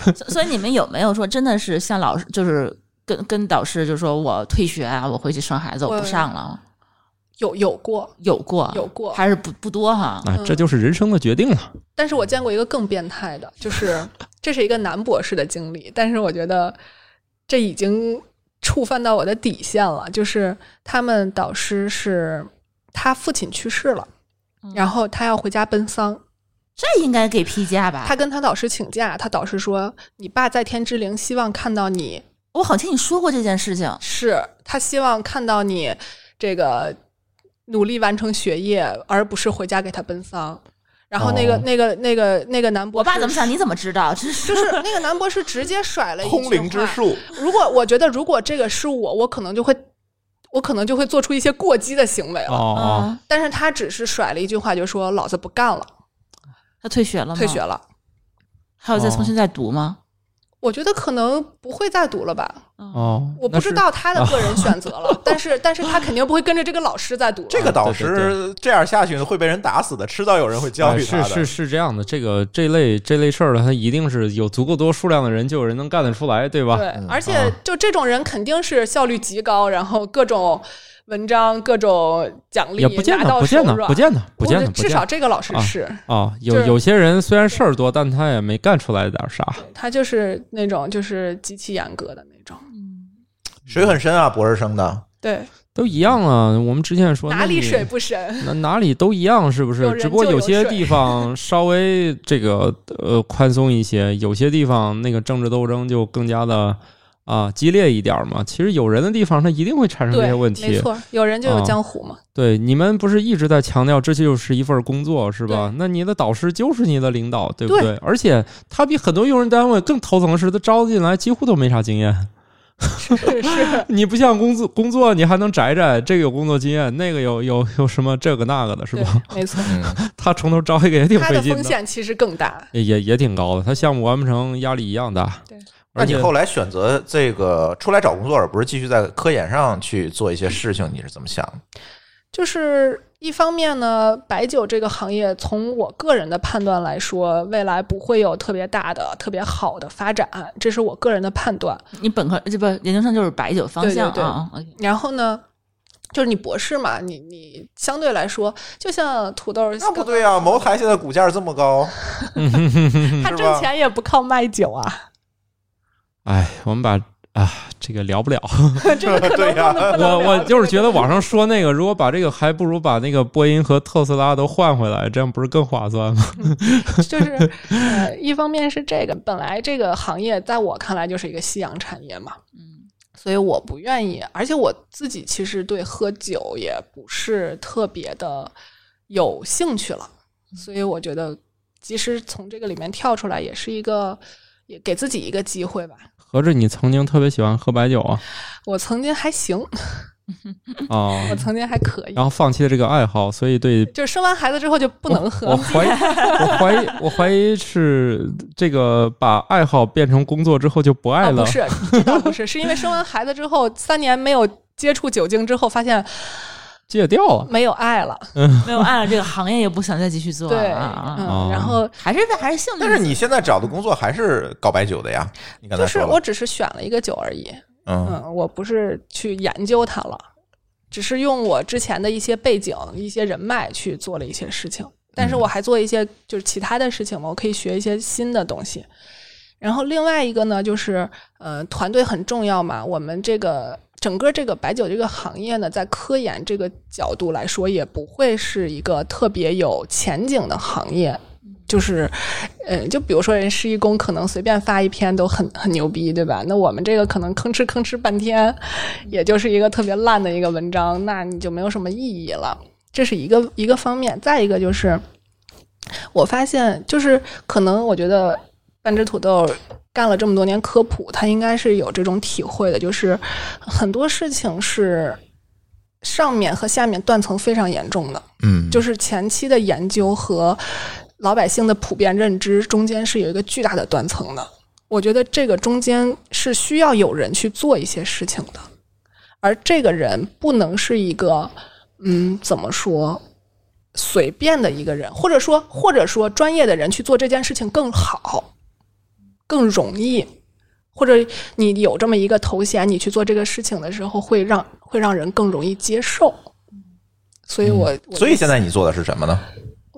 [SPEAKER 3] 所所以你们有没有说真的是像老师就是？跟跟导师就说，我退学啊，我回去生孩子，我
[SPEAKER 2] 我
[SPEAKER 3] 不上了。
[SPEAKER 2] 有有过
[SPEAKER 3] 有过，
[SPEAKER 2] 有过
[SPEAKER 3] 还是不不多哈。
[SPEAKER 4] 啊，
[SPEAKER 2] 嗯
[SPEAKER 4] 这就是人生的决定了。
[SPEAKER 2] 但是我见过一个更变态的，就是这是一个男博士的经历，但是我觉得这已经触犯到我的底线了。就是他们导师是他父亲去世了，然后他要回家奔丧，
[SPEAKER 3] 这应该给批假
[SPEAKER 1] 啊
[SPEAKER 3] 吧？
[SPEAKER 2] 他跟他导师请假，他导师说：“你爸在天之灵，希望看到你
[SPEAKER 3] 我好像听你说过这件事情。
[SPEAKER 2] 是他希望看到你这个努力完成学业，而不是回家给他奔丧。”然后那个、
[SPEAKER 4] 哦
[SPEAKER 2] 那个那个那个男博
[SPEAKER 3] 我
[SPEAKER 2] 士，
[SPEAKER 3] 爸怎么想，你怎么知道？真 是
[SPEAKER 2] 就是那个男博士直接甩了一句
[SPEAKER 1] 空灵之
[SPEAKER 2] 话
[SPEAKER 1] 术，
[SPEAKER 2] 如果我觉得如果这个是我，我可能就会，我可能就会做出一些过激的行为了。
[SPEAKER 4] 哦哦，
[SPEAKER 3] 啊，
[SPEAKER 2] 但是他只是甩了一句话，就说“老子不干了，
[SPEAKER 3] 他退学了吗？
[SPEAKER 2] 退学，了
[SPEAKER 3] 还有再
[SPEAKER 4] 哦
[SPEAKER 3] 重新再读吗？”。
[SPEAKER 2] 我觉得可能不会再读了吧，
[SPEAKER 4] 哦，
[SPEAKER 2] 我不知道他的个
[SPEAKER 4] 啊
[SPEAKER 2] 人选择 了，但是但是他肯定不会跟着这个老师再读了。
[SPEAKER 1] 这个导
[SPEAKER 4] 对啊对
[SPEAKER 1] 师这样下去会被人打死的，迟早有人会教
[SPEAKER 4] 哎
[SPEAKER 1] 育他
[SPEAKER 4] 是
[SPEAKER 1] 的。
[SPEAKER 4] 是是这样的，这个这类这类事儿的，它一定是有足够多数量的人，就有人能干得出来，对吧？
[SPEAKER 2] 对，
[SPEAKER 1] 嗯
[SPEAKER 2] 而且
[SPEAKER 4] 啊
[SPEAKER 2] 就这种人肯定是效率极高，然后各种文章、各种奖励
[SPEAKER 4] 也不见
[SPEAKER 2] 拿
[SPEAKER 4] 得，
[SPEAKER 2] 到
[SPEAKER 4] 不
[SPEAKER 2] 手
[SPEAKER 4] 见得，
[SPEAKER 2] 软
[SPEAKER 4] 不见得，不
[SPEAKER 2] 我
[SPEAKER 4] 见
[SPEAKER 2] 觉
[SPEAKER 4] 得，
[SPEAKER 2] 得
[SPEAKER 4] 不
[SPEAKER 2] 至
[SPEAKER 4] 见
[SPEAKER 2] 少
[SPEAKER 4] 得
[SPEAKER 2] 这个老师
[SPEAKER 4] 啊
[SPEAKER 2] 是。
[SPEAKER 4] 啊！
[SPEAKER 2] 就
[SPEAKER 4] 有
[SPEAKER 2] 是
[SPEAKER 4] 有些人虽然事儿多，但他也没干出来点啥。
[SPEAKER 2] 他就是那种就是极其严格的那种，
[SPEAKER 1] 水很深啊，博士生的，
[SPEAKER 2] 对，
[SPEAKER 4] 都一样啊，我们之前说
[SPEAKER 2] 哪里水
[SPEAKER 4] 水
[SPEAKER 2] 不深？
[SPEAKER 4] 哪哪里都一样，是不
[SPEAKER 2] 有
[SPEAKER 4] 是？
[SPEAKER 2] 人
[SPEAKER 4] 只不过
[SPEAKER 2] 就有
[SPEAKER 4] 些
[SPEAKER 2] 水
[SPEAKER 4] 地方稍微这个呃宽松一些，有些地方那个政治斗争就更加的啊激烈一点儿嘛。其实有人的地方，它一定会产生这
[SPEAKER 2] 对
[SPEAKER 4] 些，问题。
[SPEAKER 2] 没错，有人就有
[SPEAKER 4] 啊
[SPEAKER 2] 江湖 嘛。
[SPEAKER 4] 对，你们不是一直在强调这就是一份工作，是吧？那你的导师就是你的领导，对不对？
[SPEAKER 2] 对
[SPEAKER 4] 而且他比很多用人单位更头疼的是，他招进来几乎都没啥经验。
[SPEAKER 2] 是是，
[SPEAKER 4] 你不像工作工作，你还能宅宅，这个有工作经验，那个有有有什么这个那个的， 是
[SPEAKER 2] 对
[SPEAKER 4] 吧？，
[SPEAKER 2] 没 错，
[SPEAKER 1] 嗯，
[SPEAKER 4] 他从头招一个也挺
[SPEAKER 2] 他
[SPEAKER 4] 费
[SPEAKER 2] 的
[SPEAKER 4] 劲
[SPEAKER 2] 风险其实更大。
[SPEAKER 4] 也也也挺高的。他项目完不成，压力一样大。
[SPEAKER 2] 对，
[SPEAKER 1] 那
[SPEAKER 4] 而
[SPEAKER 1] 你
[SPEAKER 4] 且
[SPEAKER 1] 后来选择这个出来找工作，而不是继续在科研上去做一些事情，你是怎么想的？
[SPEAKER 2] 就是一方面呢，白酒这个行业，从我个人的判断来说，未来不会有特别大的、特别好的发展，这是
[SPEAKER 3] 哦
[SPEAKER 2] 我个人的判断。
[SPEAKER 3] 你本科这不研究生就是白酒方向啊？
[SPEAKER 2] 然后呢，就是你博士嘛，你你相对来说，就像土豆，
[SPEAKER 1] 那不对啊，茅台现在股价这么 高，
[SPEAKER 2] 他
[SPEAKER 1] 是
[SPEAKER 2] 挣
[SPEAKER 1] 吧
[SPEAKER 2] 钱也不靠卖 酒啊，
[SPEAKER 4] 哎，我们把啊这个聊不了。
[SPEAKER 2] 这个可 能
[SPEAKER 1] 对呀
[SPEAKER 2] 不能不能
[SPEAKER 4] 我我
[SPEAKER 2] 聊
[SPEAKER 4] 就是觉得
[SPEAKER 2] 这个
[SPEAKER 4] 网上说那个，如果把这个，还不如把那个波音和特斯拉都换回来，这样不是更划算吗？
[SPEAKER 2] 就是呃，一方面是这个，本来这个行业在我看来就是一个夕阳产业嘛，
[SPEAKER 3] 嗯，
[SPEAKER 2] 所以我不愿意，而且我自己其实对喝酒也不是特别的有兴趣了，
[SPEAKER 4] 嗯
[SPEAKER 2] 所以我觉得其实从这个里面跳出来也是一个。也给自己一个机会吧。
[SPEAKER 4] 合着你曾经特别喜欢喝白 酒啊？
[SPEAKER 2] 我曾经还行，
[SPEAKER 4] 哦，
[SPEAKER 2] 我曾经还可以
[SPEAKER 4] 然，后放弃了这个爱好，所以对
[SPEAKER 2] 就是生完孩子之后就不能喝
[SPEAKER 4] 我
[SPEAKER 2] 了。
[SPEAKER 4] 怀疑，我怀疑，我怀疑是这个把爱好变成工作之后就不爱
[SPEAKER 2] 啊，
[SPEAKER 4] 了。
[SPEAKER 2] 不是，这倒不是，是因为生完孩子之后三年没有接触酒精之后，发现
[SPEAKER 4] 戒掉了。
[SPEAKER 2] 没有爱了。
[SPEAKER 3] 没有按了这个行业也不想再继续做
[SPEAKER 2] 对，
[SPEAKER 3] 了啊，
[SPEAKER 1] 哦
[SPEAKER 2] 嗯，然后
[SPEAKER 3] 还是还是兴趣。
[SPEAKER 1] 但是你现在找的工作还是搞白酒的呀？你刚才
[SPEAKER 2] 嗯就是
[SPEAKER 1] 说
[SPEAKER 2] 我
[SPEAKER 1] 了，
[SPEAKER 2] 只是选了一个酒而已，
[SPEAKER 1] 嗯，
[SPEAKER 2] 嗯，我不是去研究它了，只是用我之前的一些背景、一些人脉去做了一些事情，但
[SPEAKER 1] 嗯
[SPEAKER 2] 是我还做一些就是其他的事情嘛，我可以学一些新的东西。然后另外一个呢，就是呃，团队很重要嘛，我们这个。整个这个白酒这个行业呢，在科研这个角度来说，也不会是一个特别有前景的行业。就是，嗯，就比如说人施一公可能随便发一篇都很很牛逼，对吧？那我们这个可能吭哧吭哧半天，也就是一个特别烂的一个文章，那你就没有什么意义了。这是一个一个方面，再一个就是，我发现就是可能我觉得半只土豆干了这么多年科普，他应该是有这种体会的，就是很多事情是上面和下面断层非常严重的。
[SPEAKER 1] 嗯，
[SPEAKER 2] 就是前期的研究和老百姓的普遍认知中间是有一个巨大的断层的。我觉得这个中间是需要有人去做一些事情的，而这个人不能是一个，嗯，怎么说，随便的一个人，或者说，或者说专业的人去做这件事情更好，更容易，或者你有这么一个头衔，你去做这个事情的时候，会让会让人更容易接受。所以我，我
[SPEAKER 1] 嗯所以现在你做的是什么呢？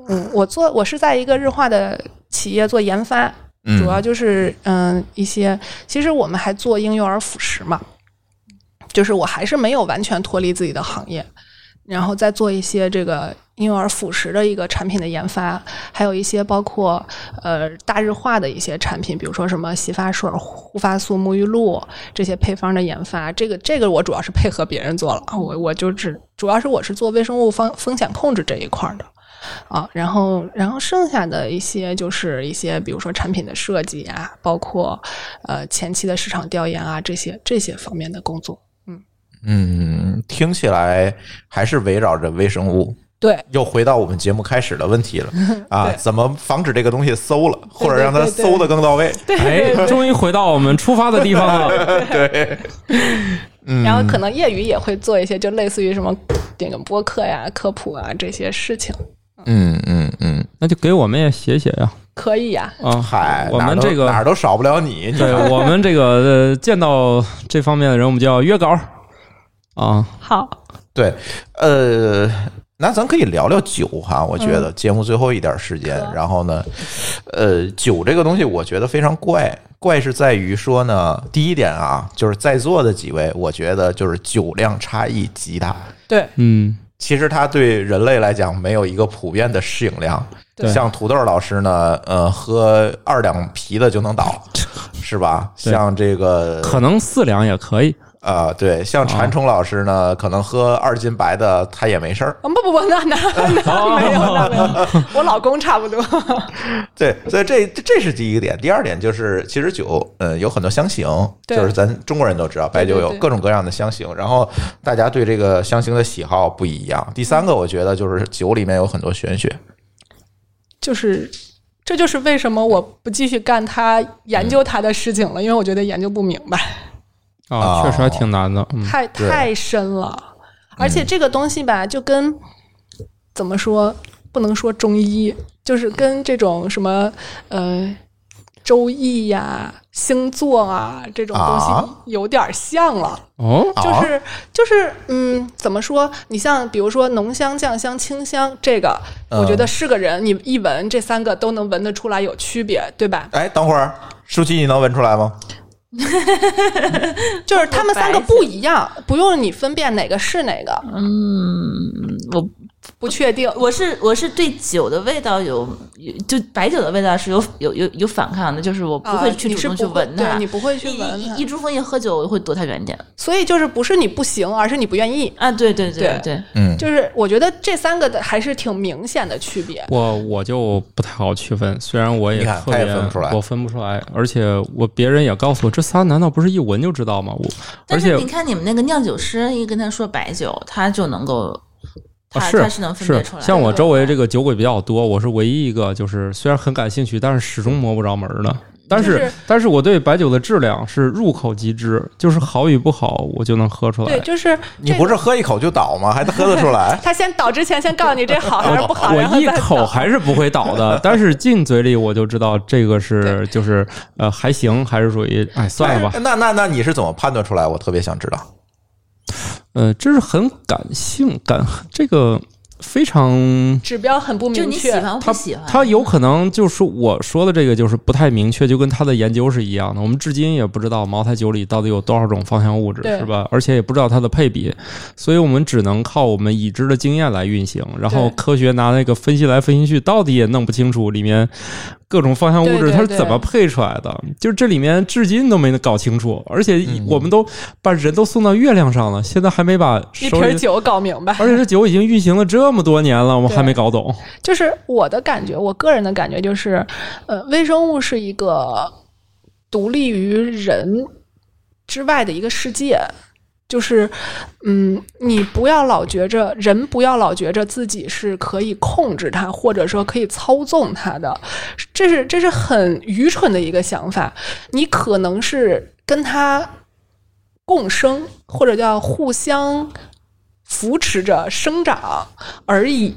[SPEAKER 2] 嗯，我做我是在一个日化的企业做研发，
[SPEAKER 1] 嗯，
[SPEAKER 2] 主要就是嗯、一些，其实我们还做婴幼儿辅食嘛，就是我还是没有完全脱离自己的行业，然后再做一些这个婴幼儿辅食的一个产品的研发，还有一些包括呃大日化的一些产品，比如说什么洗发水、护发素、沐浴露这些配方的研发，这个这个我主要是配合别人做了，我我就只主要是我是做微生物方风险控制这一块儿的。啊，然后然后剩下的一些就是一些，比如说产品的设计啊，包括呃前期的市场调研啊，这些这些方面的工作。
[SPEAKER 1] 嗯，听起来还是围绕着微生物。
[SPEAKER 2] 对，
[SPEAKER 1] 又回到我们节目开始的问题 了啊！
[SPEAKER 2] 对
[SPEAKER 1] 怎么防止这个东西馊了，或者
[SPEAKER 2] 对
[SPEAKER 1] 让它
[SPEAKER 2] 对对
[SPEAKER 1] 馊的更到位？
[SPEAKER 4] 哎，终于回到我们出发的地方了。
[SPEAKER 1] 对，嗯，
[SPEAKER 2] 然后可能业余也会做一些，就类似于什么那个播客呀、科普啊这些事情，
[SPEAKER 1] 嗯嗯嗯，
[SPEAKER 4] 那就给我们也写写呀。
[SPEAKER 2] 可以呀、
[SPEAKER 4] 啊，
[SPEAKER 1] 嗨，
[SPEAKER 4] 我
[SPEAKER 1] 哪儿
[SPEAKER 4] 们
[SPEAKER 1] 都
[SPEAKER 4] 这个
[SPEAKER 1] 哪儿都少不了你，你
[SPEAKER 4] 对我们这个呃，见到这方面的人，我们就要约稿啊。
[SPEAKER 2] 好，
[SPEAKER 1] 对，呃，那咱可以聊聊酒哈，我觉
[SPEAKER 4] 嗯
[SPEAKER 1] 得、节目最后一点时间，
[SPEAKER 4] 啊
[SPEAKER 1] 然后呢，呃，酒这个东西我觉得非常怪，怪是在于说呢，第一点啊，就是在座的几位，我觉得就是酒量差异极大。
[SPEAKER 2] 对，
[SPEAKER 4] 嗯，
[SPEAKER 1] 其实它对人类来讲没有一个普遍的适应量。
[SPEAKER 4] 对
[SPEAKER 1] 像土豆老师呢，呃，喝二两啤的就能 倒，是吧？
[SPEAKER 4] 对
[SPEAKER 1] 像这个
[SPEAKER 4] 可能四两也可以。
[SPEAKER 1] 啊、对，像馋虫老师呢，可能喝二斤白的他也没事儿。
[SPEAKER 2] 啊不不不，那那那没有那没有，我老公差不多。
[SPEAKER 1] 对，所以这这是第一个点。第二点就是，其实酒，嗯，有很多香型，
[SPEAKER 2] 对
[SPEAKER 1] 就是咱中国人都知道，白酒
[SPEAKER 2] 对
[SPEAKER 1] 有
[SPEAKER 2] 对
[SPEAKER 1] 各种各样的香型，然后大家对这个香型的喜好不一样。第三个，我觉得就是酒里面有很多玄学，
[SPEAKER 2] 就是，这就是为什么我不继续干他研究他的事情了，因为我觉得研究不明白。
[SPEAKER 4] 啊，
[SPEAKER 1] 哦
[SPEAKER 4] 确实还挺难的。嗯，
[SPEAKER 2] 太
[SPEAKER 1] 对
[SPEAKER 2] 太深了，而且这个东西吧，就跟怎么说，不能说中医，就是跟这种什么呃周易呀、星座啊这种东
[SPEAKER 1] 啊
[SPEAKER 2] 西有点像了。
[SPEAKER 4] 哦，
[SPEAKER 2] 就
[SPEAKER 1] 啊
[SPEAKER 2] 是就是嗯，怎么说？你像比如说浓香、酱香、清香，这个
[SPEAKER 1] 嗯
[SPEAKER 2] 我觉得是个人，你一闻这三个都能闻得出来有区别，对吧？
[SPEAKER 1] 哎，等会儿，舒淇，你能闻出来吗？
[SPEAKER 2] 就是他们三个不一样，不用你分辨哪个是哪个，
[SPEAKER 3] 嗯，我
[SPEAKER 2] 不确定。
[SPEAKER 3] 我是我是对酒的味道有有就白酒的味道是有有有有反抗的，就是我不
[SPEAKER 2] 啊
[SPEAKER 3] 会去
[SPEAKER 2] 你
[SPEAKER 3] 主
[SPEAKER 2] 是
[SPEAKER 3] 动去
[SPEAKER 2] 不会
[SPEAKER 3] 闻它
[SPEAKER 2] 对，你不会去
[SPEAKER 3] 一
[SPEAKER 2] 闻啊它
[SPEAKER 3] 一一珠峰一喝酒，我会躲它远点。
[SPEAKER 2] 所以就是不是你不行，而是你不愿意。
[SPEAKER 3] 啊，对对对
[SPEAKER 2] 对
[SPEAKER 3] 对，
[SPEAKER 1] 嗯，
[SPEAKER 2] 就是我觉得这三个的还是挺明显的区别。
[SPEAKER 4] 我我就不太好区分，虽然我也
[SPEAKER 1] 你看
[SPEAKER 4] 特
[SPEAKER 1] 他也
[SPEAKER 4] 别
[SPEAKER 1] 分不出来
[SPEAKER 4] 我分不出来，而且我别人也告诉我，这仨难道不是一闻就知道吗？我而
[SPEAKER 3] 但
[SPEAKER 4] 且
[SPEAKER 3] 是你看你们那个酿酒师，一跟他说白酒，他就能够，他、
[SPEAKER 4] 啊
[SPEAKER 3] 他
[SPEAKER 4] 是
[SPEAKER 3] 是能分别出来的。
[SPEAKER 4] 像我周围这个酒鬼比较多，我是唯一一个就是虽然很感兴趣，但是始终摸不着门儿的。但是、
[SPEAKER 2] 嗯就是
[SPEAKER 4] 但是我对白酒的质量是入口即知，就是好与不好我就能喝出
[SPEAKER 2] 对，
[SPEAKER 4] 来。
[SPEAKER 2] 就是
[SPEAKER 1] 你
[SPEAKER 2] 这？
[SPEAKER 1] 不是喝一口就倒吗？还得喝得出来
[SPEAKER 2] 他先倒之前先告诉你这好还是不好，然
[SPEAKER 4] 我
[SPEAKER 2] 后
[SPEAKER 4] 一
[SPEAKER 2] 再
[SPEAKER 4] 口
[SPEAKER 2] 倒
[SPEAKER 4] 还是不会倒 的，但是进嘴里我就知道这个是就是呃还行，还是属于哎算了吧，
[SPEAKER 1] 那那那你是怎么判断出来？我特别想知道。
[SPEAKER 4] 呃，这是很感性感，这个非常，
[SPEAKER 2] 指标很不
[SPEAKER 3] 就
[SPEAKER 2] 明
[SPEAKER 3] 你喜
[SPEAKER 2] 确。
[SPEAKER 3] 欢不
[SPEAKER 4] 他
[SPEAKER 2] 嗯
[SPEAKER 3] 喜欢，
[SPEAKER 4] 他有可能就是我说的这个就是不太明确，就跟他的研究是一样的。我们至今也不知道茅台酒里到底有多少种芳香物质，
[SPEAKER 2] 对
[SPEAKER 4] 是吧？而且也不知道它的配比，所以我们只能靠我们已知的经验来运行，然后
[SPEAKER 2] 对
[SPEAKER 4] 科学拿那个分析来分析去，到底也弄不清楚里面各种芳香物质
[SPEAKER 2] 对对
[SPEAKER 4] 它是怎么配出来的，就是这里面至今都没能搞清楚，而且
[SPEAKER 2] 嗯
[SPEAKER 4] 我们都把人都送到月亮上了，现在还没把
[SPEAKER 2] 一
[SPEAKER 4] 手里
[SPEAKER 2] 瓶酒 搞明白，
[SPEAKER 4] 而且这酒已经运行了这么多年了，我们还没搞懂。
[SPEAKER 2] 就是我的感觉，我个人的感觉就是，呃，微生物是一个独立于人之外的一个世界。就是，嗯，你不要老觉着人不要老觉着自己是可以控制它，或者说可以操纵它的，这是这是很愚蠢的一个想法。你可能是跟它共生，或者叫互相扶持着生长而已。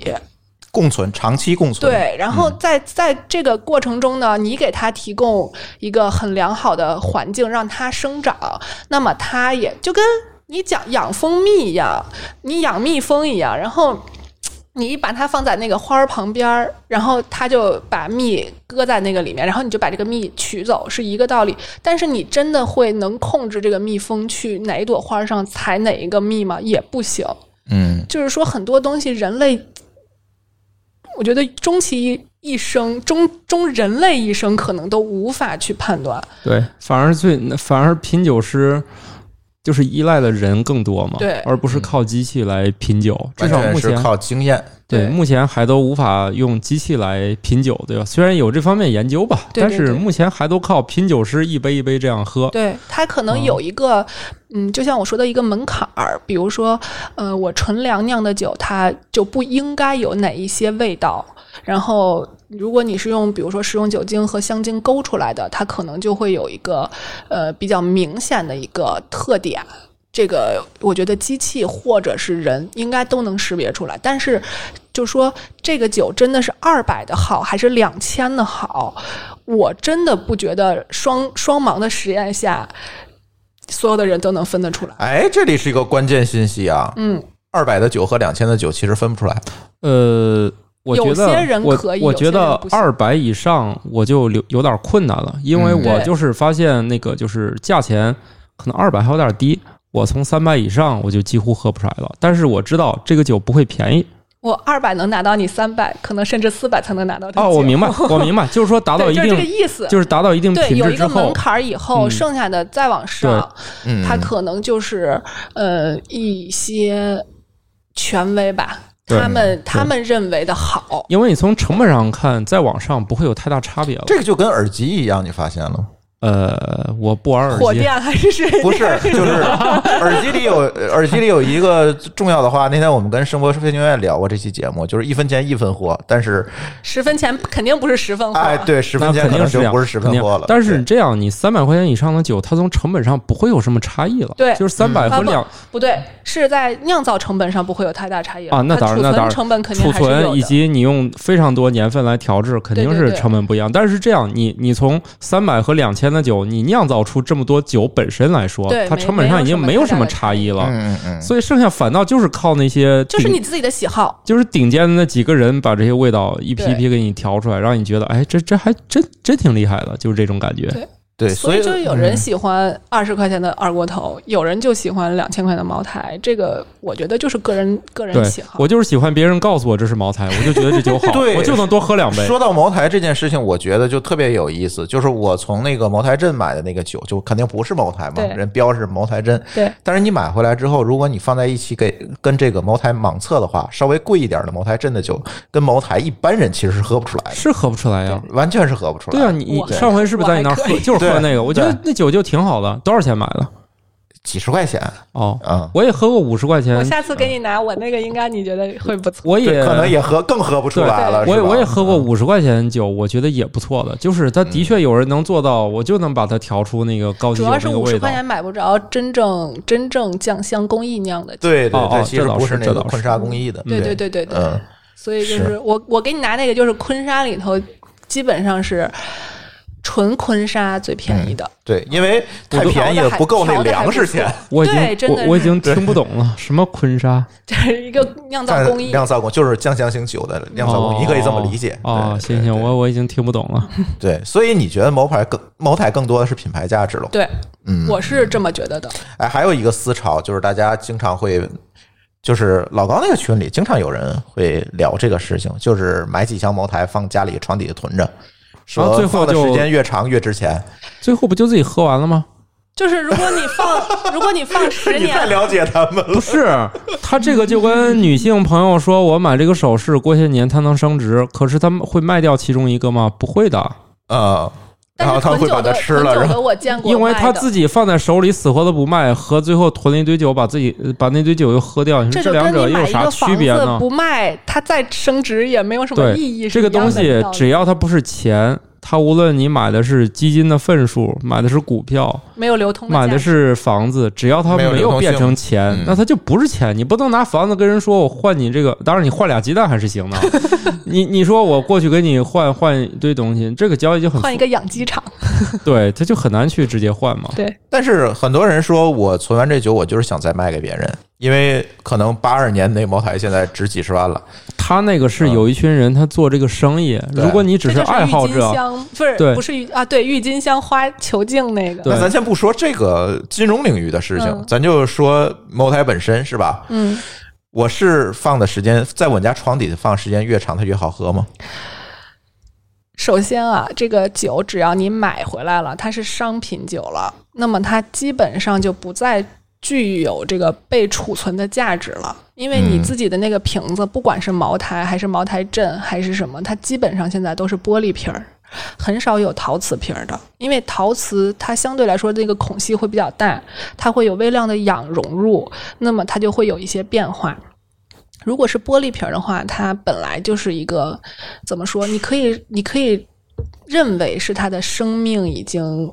[SPEAKER 1] 共存，长期共存。，嗯
[SPEAKER 2] 对，然后在在这个过程中呢，你给它提供一个很良好的环境，让它生长，那么它也就跟你讲养蜂蜜一样，你养蜜蜂一样，然后。你把它放在那个花儿旁边儿，然后它就把蜜搁在那个里面，然后你就把这个蜜取走，是一个道理。但是你真的会能控制这个蜜蜂去哪一朵花儿上采哪一个蜜吗？也不行。
[SPEAKER 1] 嗯，
[SPEAKER 2] 就是说很多东西，人类，我觉得终其一生，终终人类一生可能都无法去判断。
[SPEAKER 4] 对，反而最反而品酒师就是依赖的人更多嘛，
[SPEAKER 2] 对
[SPEAKER 4] 而不是靠机器来品酒。至
[SPEAKER 1] 嗯
[SPEAKER 4] 少
[SPEAKER 1] 完全
[SPEAKER 4] 目
[SPEAKER 1] 是
[SPEAKER 4] 前
[SPEAKER 1] 靠经验。
[SPEAKER 4] 对
[SPEAKER 2] 对
[SPEAKER 4] 目前还都无法用机器来品酒，对吧？虽然有这方面研究吧，
[SPEAKER 2] 对对
[SPEAKER 4] 但是
[SPEAKER 2] 对
[SPEAKER 4] 目前还都靠品酒师一杯一杯这样喝。
[SPEAKER 2] 对，它可能有一个，嗯，就像我说的一个门槛儿，比如说，呃，我纯粮酿的酒，它就不应该有哪一些味道。然后，如果你是用比如说食用酒精和香精勾出来的，它可能就会有一个呃比较明显的一个特点。这个我觉得机器或者是人应该都能识别出来，但是就说这个酒真的是二百的好还是两千的好，我真的不觉得双双盲的实验下，所有的人都能分得出来。
[SPEAKER 1] 哎，这里是一个关键信息啊。
[SPEAKER 2] 嗯，
[SPEAKER 1] 二百的酒和两千的酒其实分不出来。
[SPEAKER 4] 呃，我觉得
[SPEAKER 2] 有些人
[SPEAKER 4] 我
[SPEAKER 2] 可以
[SPEAKER 4] 我
[SPEAKER 2] 有些
[SPEAKER 4] 觉
[SPEAKER 2] 人
[SPEAKER 4] 得
[SPEAKER 2] 不行
[SPEAKER 4] 二百以上我就有有点困难了，因为
[SPEAKER 1] 嗯
[SPEAKER 4] 我
[SPEAKER 2] 对
[SPEAKER 4] 就是发现那个就是价钱可能二百还有点低，我从三百以上我就几乎喝不出来了。但是我知道这个酒不会便宜
[SPEAKER 2] 我二百能拿到你三百，可能甚至四百才能拿到这个
[SPEAKER 4] 哦，我
[SPEAKER 2] 酒
[SPEAKER 4] 明白，我明白，就是说达到
[SPEAKER 2] 对，
[SPEAKER 4] 一
[SPEAKER 2] 就是这个
[SPEAKER 4] 定
[SPEAKER 2] 意思。
[SPEAKER 4] 就是达到一定
[SPEAKER 2] 对，
[SPEAKER 4] 品
[SPEAKER 2] 有
[SPEAKER 4] 质
[SPEAKER 2] 一
[SPEAKER 4] 之
[SPEAKER 2] 个门
[SPEAKER 4] 后，
[SPEAKER 2] 槛儿以后，
[SPEAKER 4] 嗯
[SPEAKER 2] 剩下的再往上，
[SPEAKER 1] 嗯，
[SPEAKER 2] 它可能就是呃一些权威吧，
[SPEAKER 4] 对
[SPEAKER 2] 他们他们认为的好。
[SPEAKER 4] 因为你从成本上看，再往上不会有太大差别了。
[SPEAKER 1] 这个就跟耳机一样，你发现了吗？
[SPEAKER 4] 呃，我不玩
[SPEAKER 2] 火
[SPEAKER 4] 耳机，
[SPEAKER 2] 电还是水电？
[SPEAKER 1] 不是，就是耳机里有耳机里有一个重要的话。那天我们跟声波飞行院聊过这期节目，就是一分钱一分货，但是
[SPEAKER 2] 十分钱肯定不是十分货。
[SPEAKER 1] 哎，对，十分
[SPEAKER 4] 那
[SPEAKER 1] 钱
[SPEAKER 4] 肯
[SPEAKER 1] 可
[SPEAKER 4] 定
[SPEAKER 1] 能
[SPEAKER 4] 是
[SPEAKER 1] 就
[SPEAKER 4] 这样
[SPEAKER 1] 不是十分
[SPEAKER 4] 肯定
[SPEAKER 1] 货了。
[SPEAKER 4] 但是
[SPEAKER 1] 对
[SPEAKER 4] 你这样，你三百块钱以上的酒，它从成本上不会有什么差异了。
[SPEAKER 2] 对
[SPEAKER 4] 就是三百
[SPEAKER 2] 啊不
[SPEAKER 4] 和两
[SPEAKER 2] 不对，是在酿造成本上不会有太大差异了
[SPEAKER 4] 啊那
[SPEAKER 2] 它
[SPEAKER 4] 当然
[SPEAKER 2] 储
[SPEAKER 4] 那当
[SPEAKER 2] 存
[SPEAKER 4] 然
[SPEAKER 2] 成本肯定
[SPEAKER 4] 储
[SPEAKER 2] 还是有
[SPEAKER 4] 存
[SPEAKER 2] 的。
[SPEAKER 4] 以及你用非常多年份来调制，肯定
[SPEAKER 2] 对
[SPEAKER 4] 是
[SPEAKER 2] 对对
[SPEAKER 4] 成本不一样。但是这样，你你从三百和两千的酒，你酿造出这么多酒本身来说
[SPEAKER 2] 对，
[SPEAKER 4] 它
[SPEAKER 2] 没
[SPEAKER 4] 成本上已经没有什么差异了。
[SPEAKER 1] 嗯嗯
[SPEAKER 4] 所以剩下反倒就是靠那些
[SPEAKER 2] 就是
[SPEAKER 4] 顶
[SPEAKER 2] 你自己的喜好，
[SPEAKER 4] 就是顶尖的那几个人把这些味道一批一批给你调出来，让你觉得哎，这这还真真挺厉害的，就是这种感觉。
[SPEAKER 2] 对
[SPEAKER 1] 对，所
[SPEAKER 2] 所
[SPEAKER 1] 以嗯
[SPEAKER 2] 就有
[SPEAKER 4] 嗯
[SPEAKER 2] 人喜欢二十块钱的二锅头，有人就喜欢两千块的茅台。这个我觉得就是个人个人
[SPEAKER 4] 对
[SPEAKER 2] 喜好。
[SPEAKER 4] 我就是喜欢别人告诉我这是茅台，我就觉得这酒 好，
[SPEAKER 1] 对
[SPEAKER 4] 我就能多喝
[SPEAKER 2] 啊
[SPEAKER 4] 两杯。
[SPEAKER 1] 说到茅台这件事情，我觉得就特别有意思，就是我从那个茅台镇买的那个酒，就肯定不是茅台嘛
[SPEAKER 2] 对，
[SPEAKER 1] 人标是茅台镇。
[SPEAKER 2] 对
[SPEAKER 1] 但是你买回来之后，如果你放在一起给跟这个茅台盲测的话，稍微贵一点的茅台镇的酒，跟茅台一般人其实是喝不出来的，
[SPEAKER 4] 是喝不出来
[SPEAKER 2] 嗯
[SPEAKER 4] 呀。
[SPEAKER 1] 完全是喝不出来
[SPEAKER 4] 对
[SPEAKER 1] 的。
[SPEAKER 4] 啊，你你
[SPEAKER 2] 我还
[SPEAKER 4] 上回是不是在你那儿
[SPEAKER 2] 我还可
[SPEAKER 4] 喝？
[SPEAKER 2] 以
[SPEAKER 4] 就是喝那个，我觉得
[SPEAKER 1] 对
[SPEAKER 4] 那酒就挺好的。多少钱买的？
[SPEAKER 1] 几十块钱，
[SPEAKER 4] 哦，
[SPEAKER 1] 嗯，
[SPEAKER 4] 我也喝过五十块
[SPEAKER 2] 我
[SPEAKER 4] 钱，
[SPEAKER 2] 下次给你拿我那个，应该你觉得会不错。
[SPEAKER 4] 我也
[SPEAKER 1] 这可能也喝更喝不出来了。
[SPEAKER 4] 我
[SPEAKER 1] 是
[SPEAKER 4] 也
[SPEAKER 1] 吧嗯
[SPEAKER 4] 我也喝过五十块钱酒，我觉得也不错的。就是它的确有人能做到，我就能把它调出那个高级
[SPEAKER 2] 主
[SPEAKER 4] 酒
[SPEAKER 2] 要
[SPEAKER 4] 那
[SPEAKER 2] 是
[SPEAKER 4] 个
[SPEAKER 2] 五
[SPEAKER 4] 味
[SPEAKER 2] 十
[SPEAKER 4] 道
[SPEAKER 2] 块。钱买不着真正真正酱香工艺酿的酒。
[SPEAKER 1] 对对
[SPEAKER 4] 哦哦
[SPEAKER 1] 对，其实
[SPEAKER 4] 这倒
[SPEAKER 1] 不
[SPEAKER 4] 是
[SPEAKER 1] 那个
[SPEAKER 4] 这倒是
[SPEAKER 1] 坤沙工艺的，
[SPEAKER 2] 对对对对对，
[SPEAKER 1] 嗯，
[SPEAKER 2] 所以就是是我我给你拿那个，就是坤沙里头基本上是纯坤沙最便宜的。
[SPEAKER 1] 对，因为太便宜了不够那粮食钱，
[SPEAKER 4] 我已
[SPEAKER 2] 对
[SPEAKER 4] 经
[SPEAKER 2] 真的
[SPEAKER 4] 我
[SPEAKER 2] 是
[SPEAKER 4] 我已经 听不懂了，什么坤沙
[SPEAKER 2] 这是一个酿造工艺。
[SPEAKER 1] 酿造工就是酱香型酒的酿造工艺，
[SPEAKER 4] 哦
[SPEAKER 1] 你可以这么理解。
[SPEAKER 4] 哦，
[SPEAKER 1] 对
[SPEAKER 4] 行行，我我已经听不懂了。
[SPEAKER 1] 对，所以你觉得茅台更茅台更多的是品牌价值了？
[SPEAKER 2] 对，
[SPEAKER 1] 嗯，
[SPEAKER 2] 我是这么觉得的。
[SPEAKER 1] 哎，还有一个思潮就是大家经常会，就是老高那个群里经常有人会聊这个事情，就是买几箱茅台放家里床底下囤着，
[SPEAKER 4] 然后
[SPEAKER 1] 说
[SPEAKER 4] 最后
[SPEAKER 1] 放的
[SPEAKER 4] 就
[SPEAKER 1] 时间越长越值钱。
[SPEAKER 4] 最后不就自己喝完了吗？
[SPEAKER 2] 就是如果你 放，如果你放十
[SPEAKER 1] 你
[SPEAKER 2] 年
[SPEAKER 1] 太，了解他们了。
[SPEAKER 4] 不是，他这个就跟女性朋友说，我买这个首饰，过些年它能升值，可是他们会卖掉其中一个吗？不会的，
[SPEAKER 1] 啊，然
[SPEAKER 2] 但
[SPEAKER 1] 后他
[SPEAKER 2] 是纯
[SPEAKER 1] 会把它
[SPEAKER 2] 酒的
[SPEAKER 1] 吃
[SPEAKER 2] 纯
[SPEAKER 1] 了，
[SPEAKER 2] 酒
[SPEAKER 1] 然
[SPEAKER 2] 的
[SPEAKER 1] 后
[SPEAKER 2] 我见过卖的，
[SPEAKER 4] 因为他自己放在手里死活都不卖，和最后囤了一堆酒，把自己把那堆酒又喝掉，你说
[SPEAKER 2] 这就
[SPEAKER 4] 两
[SPEAKER 2] 跟
[SPEAKER 4] 者
[SPEAKER 2] 你
[SPEAKER 4] 又
[SPEAKER 2] 买
[SPEAKER 4] 有
[SPEAKER 2] 一
[SPEAKER 4] 啥
[SPEAKER 2] 个
[SPEAKER 4] 区
[SPEAKER 2] 房
[SPEAKER 4] 别
[SPEAKER 2] 子
[SPEAKER 4] 呢？
[SPEAKER 2] 不卖，它再升值也没有什么
[SPEAKER 4] 对
[SPEAKER 2] 意义。
[SPEAKER 4] 这
[SPEAKER 2] 是
[SPEAKER 4] 个
[SPEAKER 2] 一样
[SPEAKER 4] 东
[SPEAKER 2] 的
[SPEAKER 4] 西
[SPEAKER 2] 道理
[SPEAKER 4] 只要它不是钱，它无论你买的是基金的份数，买的是股票，
[SPEAKER 2] 没有流通价值，
[SPEAKER 4] 买的是房子，只要它
[SPEAKER 1] 没有
[SPEAKER 4] 没
[SPEAKER 1] 流
[SPEAKER 4] 有
[SPEAKER 1] 动
[SPEAKER 4] 变
[SPEAKER 1] 性
[SPEAKER 4] 成钱
[SPEAKER 1] 嗯，
[SPEAKER 4] 那它就不是钱。你不能拿房子跟人说我换你这个，当然你换俩鸡蛋还 是行的。你你说我过去给你换换一堆东西，这个交易就很
[SPEAKER 2] 换一个养鸡场。
[SPEAKER 4] 对，它就很难去直接换嘛。
[SPEAKER 2] 对，
[SPEAKER 1] 但是很多人说我存完这酒，我就是想再卖给别人，因为可能八二年那茅台现在值几十万了。
[SPEAKER 4] 他那个是有一群人，他做这个生意。
[SPEAKER 1] 嗯对
[SPEAKER 4] 如果你只
[SPEAKER 2] 这就是
[SPEAKER 4] 爱好
[SPEAKER 2] 郁金
[SPEAKER 4] 者，
[SPEAKER 2] 香不是
[SPEAKER 4] 对
[SPEAKER 2] 不是郁啊？对，郁金香花球茎那个，
[SPEAKER 4] 对
[SPEAKER 1] 那咱先不说这个金融领域的事情，
[SPEAKER 2] 嗯
[SPEAKER 1] 咱就说茅台本身是吧？
[SPEAKER 2] 嗯，
[SPEAKER 1] 我是放的时间，在我家床底下放时间越长，它越好喝吗？
[SPEAKER 2] 首先啊，这个酒只要你买回来了，它是商品酒了，那么它基本上就不再具有这个被储存的价值了，因为你
[SPEAKER 1] 嗯
[SPEAKER 2] 自己的那个瓶子，不管是茅台还是茅台镇还是什么，它基本上现在都是玻璃瓶儿。很少有陶瓷瓶儿的，因为陶瓷它相对来说这个孔隙会比较大，它会有微量的氧融入，那么它就会有一些变化。如果是玻璃瓶儿的话，它本来就是一个怎么说？你可以，你可以认为是它的生命已经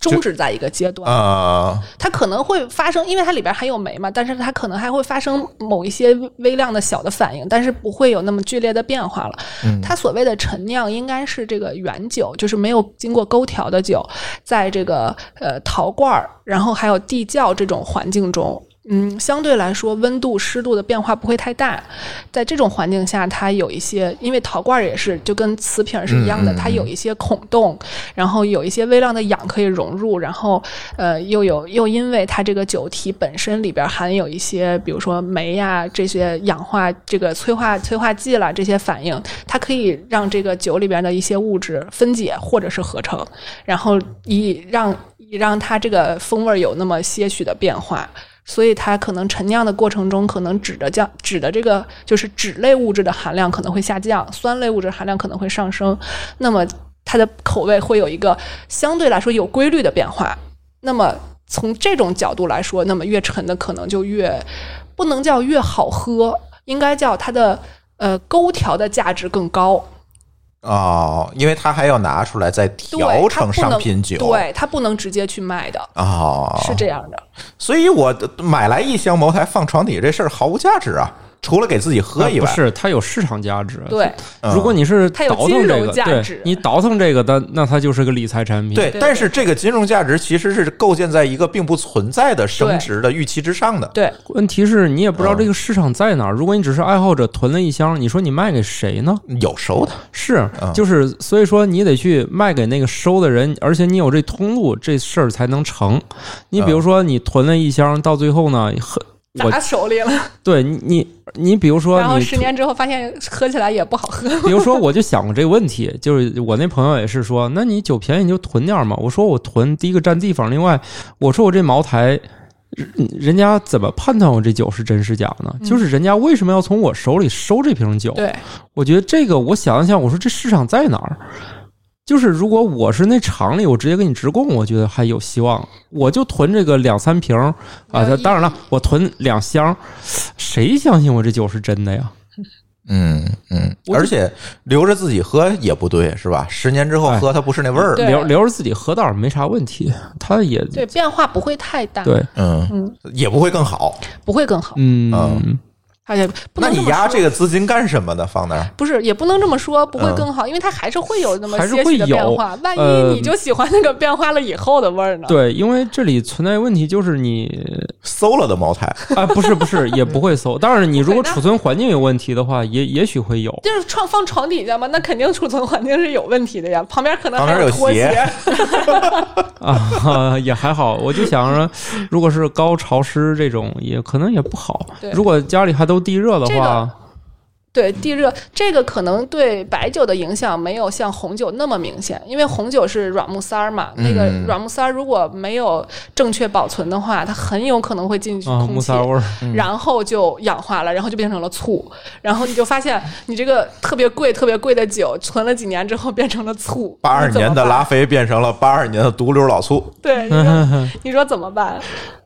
[SPEAKER 2] 终止在一个阶段，
[SPEAKER 1] 啊、
[SPEAKER 2] 它可能会发生，因为它里边还有酶嘛，但是它可能还会发生某一些微量的小的反应，但是不会有那么剧烈的变化了。
[SPEAKER 1] 嗯
[SPEAKER 2] 它所谓的陈酿应该是这个原酒，就是没有经过勾调的酒，在这个呃陶罐儿，然后还有地窖这种环境中。嗯，相对来说，温度、湿度的变化不会太大。在这种环境下，它有一些，因为陶罐儿也是就跟瓷瓶儿是一样的，
[SPEAKER 1] 嗯嗯嗯
[SPEAKER 2] 它有一些孔洞，然后有一些微量的氧可以融入，然后呃，又有又因为它这个酒体本身里边儿含有一些，比如说酶呀、这些氧化这个催化催化剂啦这些反应，它可以让这个酒里边的一些物质分解或者是合成，然后以让以让它这个风味儿有那么些许的变化。所以它可能陈酿的过程中，可能酯的降酯的这个就是酯类物质的含量可能会下降，酸类物质含量可能会上升。那么它的口味会有一个相对来说有规律的变化。那么从这种角度来说，那么越沉的可能就越不能叫越好喝，应该叫它的呃勾调的价值更高。
[SPEAKER 1] 哦，因为它还要拿出来再
[SPEAKER 2] 对
[SPEAKER 1] 调
[SPEAKER 2] 它
[SPEAKER 1] 成
[SPEAKER 2] 不能
[SPEAKER 1] 商品酒，
[SPEAKER 2] 对它不能直接去卖的，
[SPEAKER 1] 哦，
[SPEAKER 2] 是这样的。
[SPEAKER 1] 所以我买来一箱茅台放床底这事儿毫无价值啊，除了给自己喝以
[SPEAKER 4] 呃啊不
[SPEAKER 1] 外，
[SPEAKER 4] 是它有市场价值。
[SPEAKER 2] 对，
[SPEAKER 1] 嗯
[SPEAKER 4] 如果你是
[SPEAKER 2] 它有
[SPEAKER 4] 倒
[SPEAKER 2] 金
[SPEAKER 4] 腾这
[SPEAKER 2] 融
[SPEAKER 4] 个，
[SPEAKER 2] 价
[SPEAKER 4] 对
[SPEAKER 2] 值，
[SPEAKER 4] 你倒腾这个的，那它就是个理财产品。
[SPEAKER 1] 对
[SPEAKER 2] 对，
[SPEAKER 1] 但是这个金融价值其实是构建在一个并不存在的升值的预期之上的。
[SPEAKER 2] 对，
[SPEAKER 4] 问题是你也不知道这个市场在哪儿。如果你只是爱好者囤了一箱，你说你卖给谁呢？
[SPEAKER 1] 有收的，
[SPEAKER 4] 是
[SPEAKER 1] 嗯，
[SPEAKER 4] 就是所以说你得去卖给那个收的人，而且你有这通路，这事儿才能成。你比如说你囤了一箱，到最后呢，很我
[SPEAKER 2] 砸手里了，
[SPEAKER 4] 对你你你比如说
[SPEAKER 2] 然后
[SPEAKER 4] 你
[SPEAKER 2] 十年之后发现喝起来也不好喝。
[SPEAKER 4] 比如说，我就想过这个问题，就是我那朋友也是说，那你酒便宜你就囤点儿嘛。我说我囤，第一个占地方，另外我说我这茅台，人人家怎么判断我这酒是真是假呢？就是人家为什么要从我手里收这瓶酒？
[SPEAKER 2] 嗯对，
[SPEAKER 4] 我觉得这个，我想了想，我说这市场在哪儿？就是如果我是那厂里，我直接给你直供，我觉得还有希望。我就囤这个两三瓶儿啊，
[SPEAKER 2] 没有意义
[SPEAKER 4] 当然了，我囤两箱，谁相信我这酒是真的呀？
[SPEAKER 1] 嗯嗯，
[SPEAKER 4] 我就
[SPEAKER 1] 而且留着自己喝也不对，是吧？十年之后
[SPEAKER 4] 哎
[SPEAKER 1] 喝它不是那味儿了。
[SPEAKER 2] 对
[SPEAKER 4] 留留着自己喝倒是没啥问题，它也
[SPEAKER 2] 对，啊变化不会太大，
[SPEAKER 4] 对，
[SPEAKER 1] 嗯，
[SPEAKER 2] 嗯，
[SPEAKER 1] 也不会更好。
[SPEAKER 2] 不会更好，
[SPEAKER 4] 嗯
[SPEAKER 1] 嗯，
[SPEAKER 2] 而且不
[SPEAKER 1] 那
[SPEAKER 2] 能
[SPEAKER 1] 你
[SPEAKER 2] 么
[SPEAKER 1] 压
[SPEAKER 2] 说
[SPEAKER 1] 这个资金干什么呢？放那儿？
[SPEAKER 2] 不是，也不能这么说，不会
[SPEAKER 1] 嗯
[SPEAKER 2] 更好，因为它还是会有那么
[SPEAKER 4] 还是
[SPEAKER 2] 些许的
[SPEAKER 4] 会有
[SPEAKER 2] 变化。万
[SPEAKER 4] 呃
[SPEAKER 2] 一你就喜欢那个变化了以后的味儿呢？
[SPEAKER 4] 对，因为这里存在问题就是你
[SPEAKER 1] 馊了的茅台，
[SPEAKER 4] 啊，不是不是，也不会馊。当然，你如果
[SPEAKER 2] 不会的
[SPEAKER 4] 储存环境有问题的话，也也许会有。
[SPEAKER 2] 就是创放床底下嘛，那肯定储存环境是有问题的呀。旁边可能
[SPEAKER 1] 旁
[SPEAKER 2] 还
[SPEAKER 1] 边有
[SPEAKER 2] 拖
[SPEAKER 1] 鞋
[SPEAKER 2] 鞋，
[SPEAKER 4] 啊，也还好。我就想着，如果是高潮湿这种，也可能也不好
[SPEAKER 2] 对。
[SPEAKER 4] 如果家里还都地热的
[SPEAKER 2] 这
[SPEAKER 4] 话
[SPEAKER 2] 个，对地热，这个可能对白酒的影响没有像红酒那么明显，因为红酒是软木塞儿嘛，那个
[SPEAKER 1] 嗯
[SPEAKER 2] 软木塞儿如果没有正确保存的话，它很有可能会进去
[SPEAKER 4] 啊，
[SPEAKER 2] 空
[SPEAKER 4] 木
[SPEAKER 2] 气，
[SPEAKER 4] 塞味儿，
[SPEAKER 1] 嗯
[SPEAKER 2] 然后就氧化了，然后就变成了醋，然后你就发现你这个特别贵、特别贵的酒，存了几年之后变成了醋，
[SPEAKER 1] 八二
[SPEAKER 2] 你怎么
[SPEAKER 1] 年的
[SPEAKER 2] 办
[SPEAKER 1] 拉，菲变成了八二年的毒瘤老醋。
[SPEAKER 2] 对，你说 你说怎么办？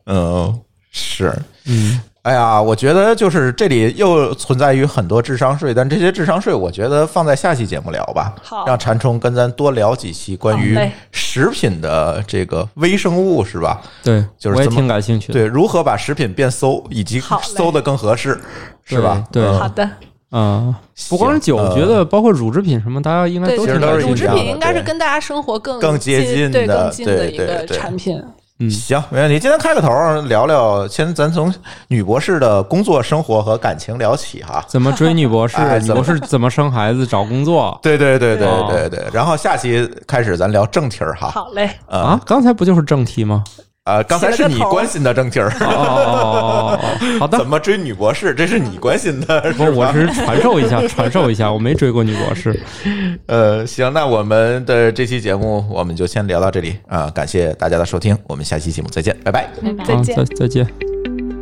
[SPEAKER 1] 嗯，是。
[SPEAKER 4] 嗯，
[SPEAKER 1] 哎呀，我觉得就是这里又存在于很多智商税，但这些智商税，我觉得放在下期节目聊吧。
[SPEAKER 2] 好
[SPEAKER 1] 让馋虫跟咱多聊几期关于
[SPEAKER 2] 好嘞
[SPEAKER 1] 食品的这个微生物，是吧？
[SPEAKER 4] 对，
[SPEAKER 1] 就是
[SPEAKER 4] 我也
[SPEAKER 1] 这么
[SPEAKER 4] 挺感兴趣的。
[SPEAKER 1] 对，如何把食品变馊，以及
[SPEAKER 2] 好嘞
[SPEAKER 1] 馊的更合适，
[SPEAKER 4] 对
[SPEAKER 1] 是吧？
[SPEAKER 4] 对
[SPEAKER 1] 嗯
[SPEAKER 2] 好的，
[SPEAKER 4] 啊，不光是酒，
[SPEAKER 1] 行呃
[SPEAKER 4] 我觉得包括乳制品什么，大家应该
[SPEAKER 2] 对，
[SPEAKER 4] 都
[SPEAKER 1] 其实都
[SPEAKER 4] 挺
[SPEAKER 1] 是
[SPEAKER 4] 感
[SPEAKER 2] 乳
[SPEAKER 4] 兴趣
[SPEAKER 2] 制
[SPEAKER 1] 一样
[SPEAKER 2] 品
[SPEAKER 1] 的
[SPEAKER 4] 的。
[SPEAKER 2] 应该是跟大家生活更
[SPEAKER 1] 更接近
[SPEAKER 2] 近，对
[SPEAKER 1] 的
[SPEAKER 2] 更近的
[SPEAKER 1] 对
[SPEAKER 2] 一
[SPEAKER 1] 对
[SPEAKER 2] 个
[SPEAKER 1] 对
[SPEAKER 2] 产品。
[SPEAKER 4] 嗯，
[SPEAKER 1] 行，没问题。今天开个头儿聊聊，先咱从女博士的工作、生活和感情聊起哈。
[SPEAKER 4] 怎么追女博 士？
[SPEAKER 1] 哎
[SPEAKER 4] 女
[SPEAKER 1] 怎么
[SPEAKER 4] 博士怎么生孩子、找工作？
[SPEAKER 1] 对对对对
[SPEAKER 4] 哦
[SPEAKER 1] 对对，然后下期开始咱聊正题儿哈。
[SPEAKER 2] 好嘞，
[SPEAKER 1] 啊
[SPEAKER 4] 啊，刚才不就是正题 吗？
[SPEAKER 1] 啊，刚才
[SPEAKER 2] 起
[SPEAKER 1] 是
[SPEAKER 2] 了个
[SPEAKER 1] 你
[SPEAKER 2] 头儿
[SPEAKER 1] 关心的正题儿。
[SPEAKER 4] 哦哦哦哦哦，好的
[SPEAKER 1] 怎，么追女博士？这是你关心的，
[SPEAKER 4] 不，
[SPEAKER 1] 吧
[SPEAKER 4] 我只是传授一下，传授一下，我没追过女博士。
[SPEAKER 1] 呃，行，那我们的这期节目我们就先聊到这里啊、感谢大家的收听，我们下期节目再见，拜拜。
[SPEAKER 3] 拜
[SPEAKER 2] 嗯
[SPEAKER 3] 拜
[SPEAKER 2] 再
[SPEAKER 4] 啊，
[SPEAKER 2] 见
[SPEAKER 4] 再再见。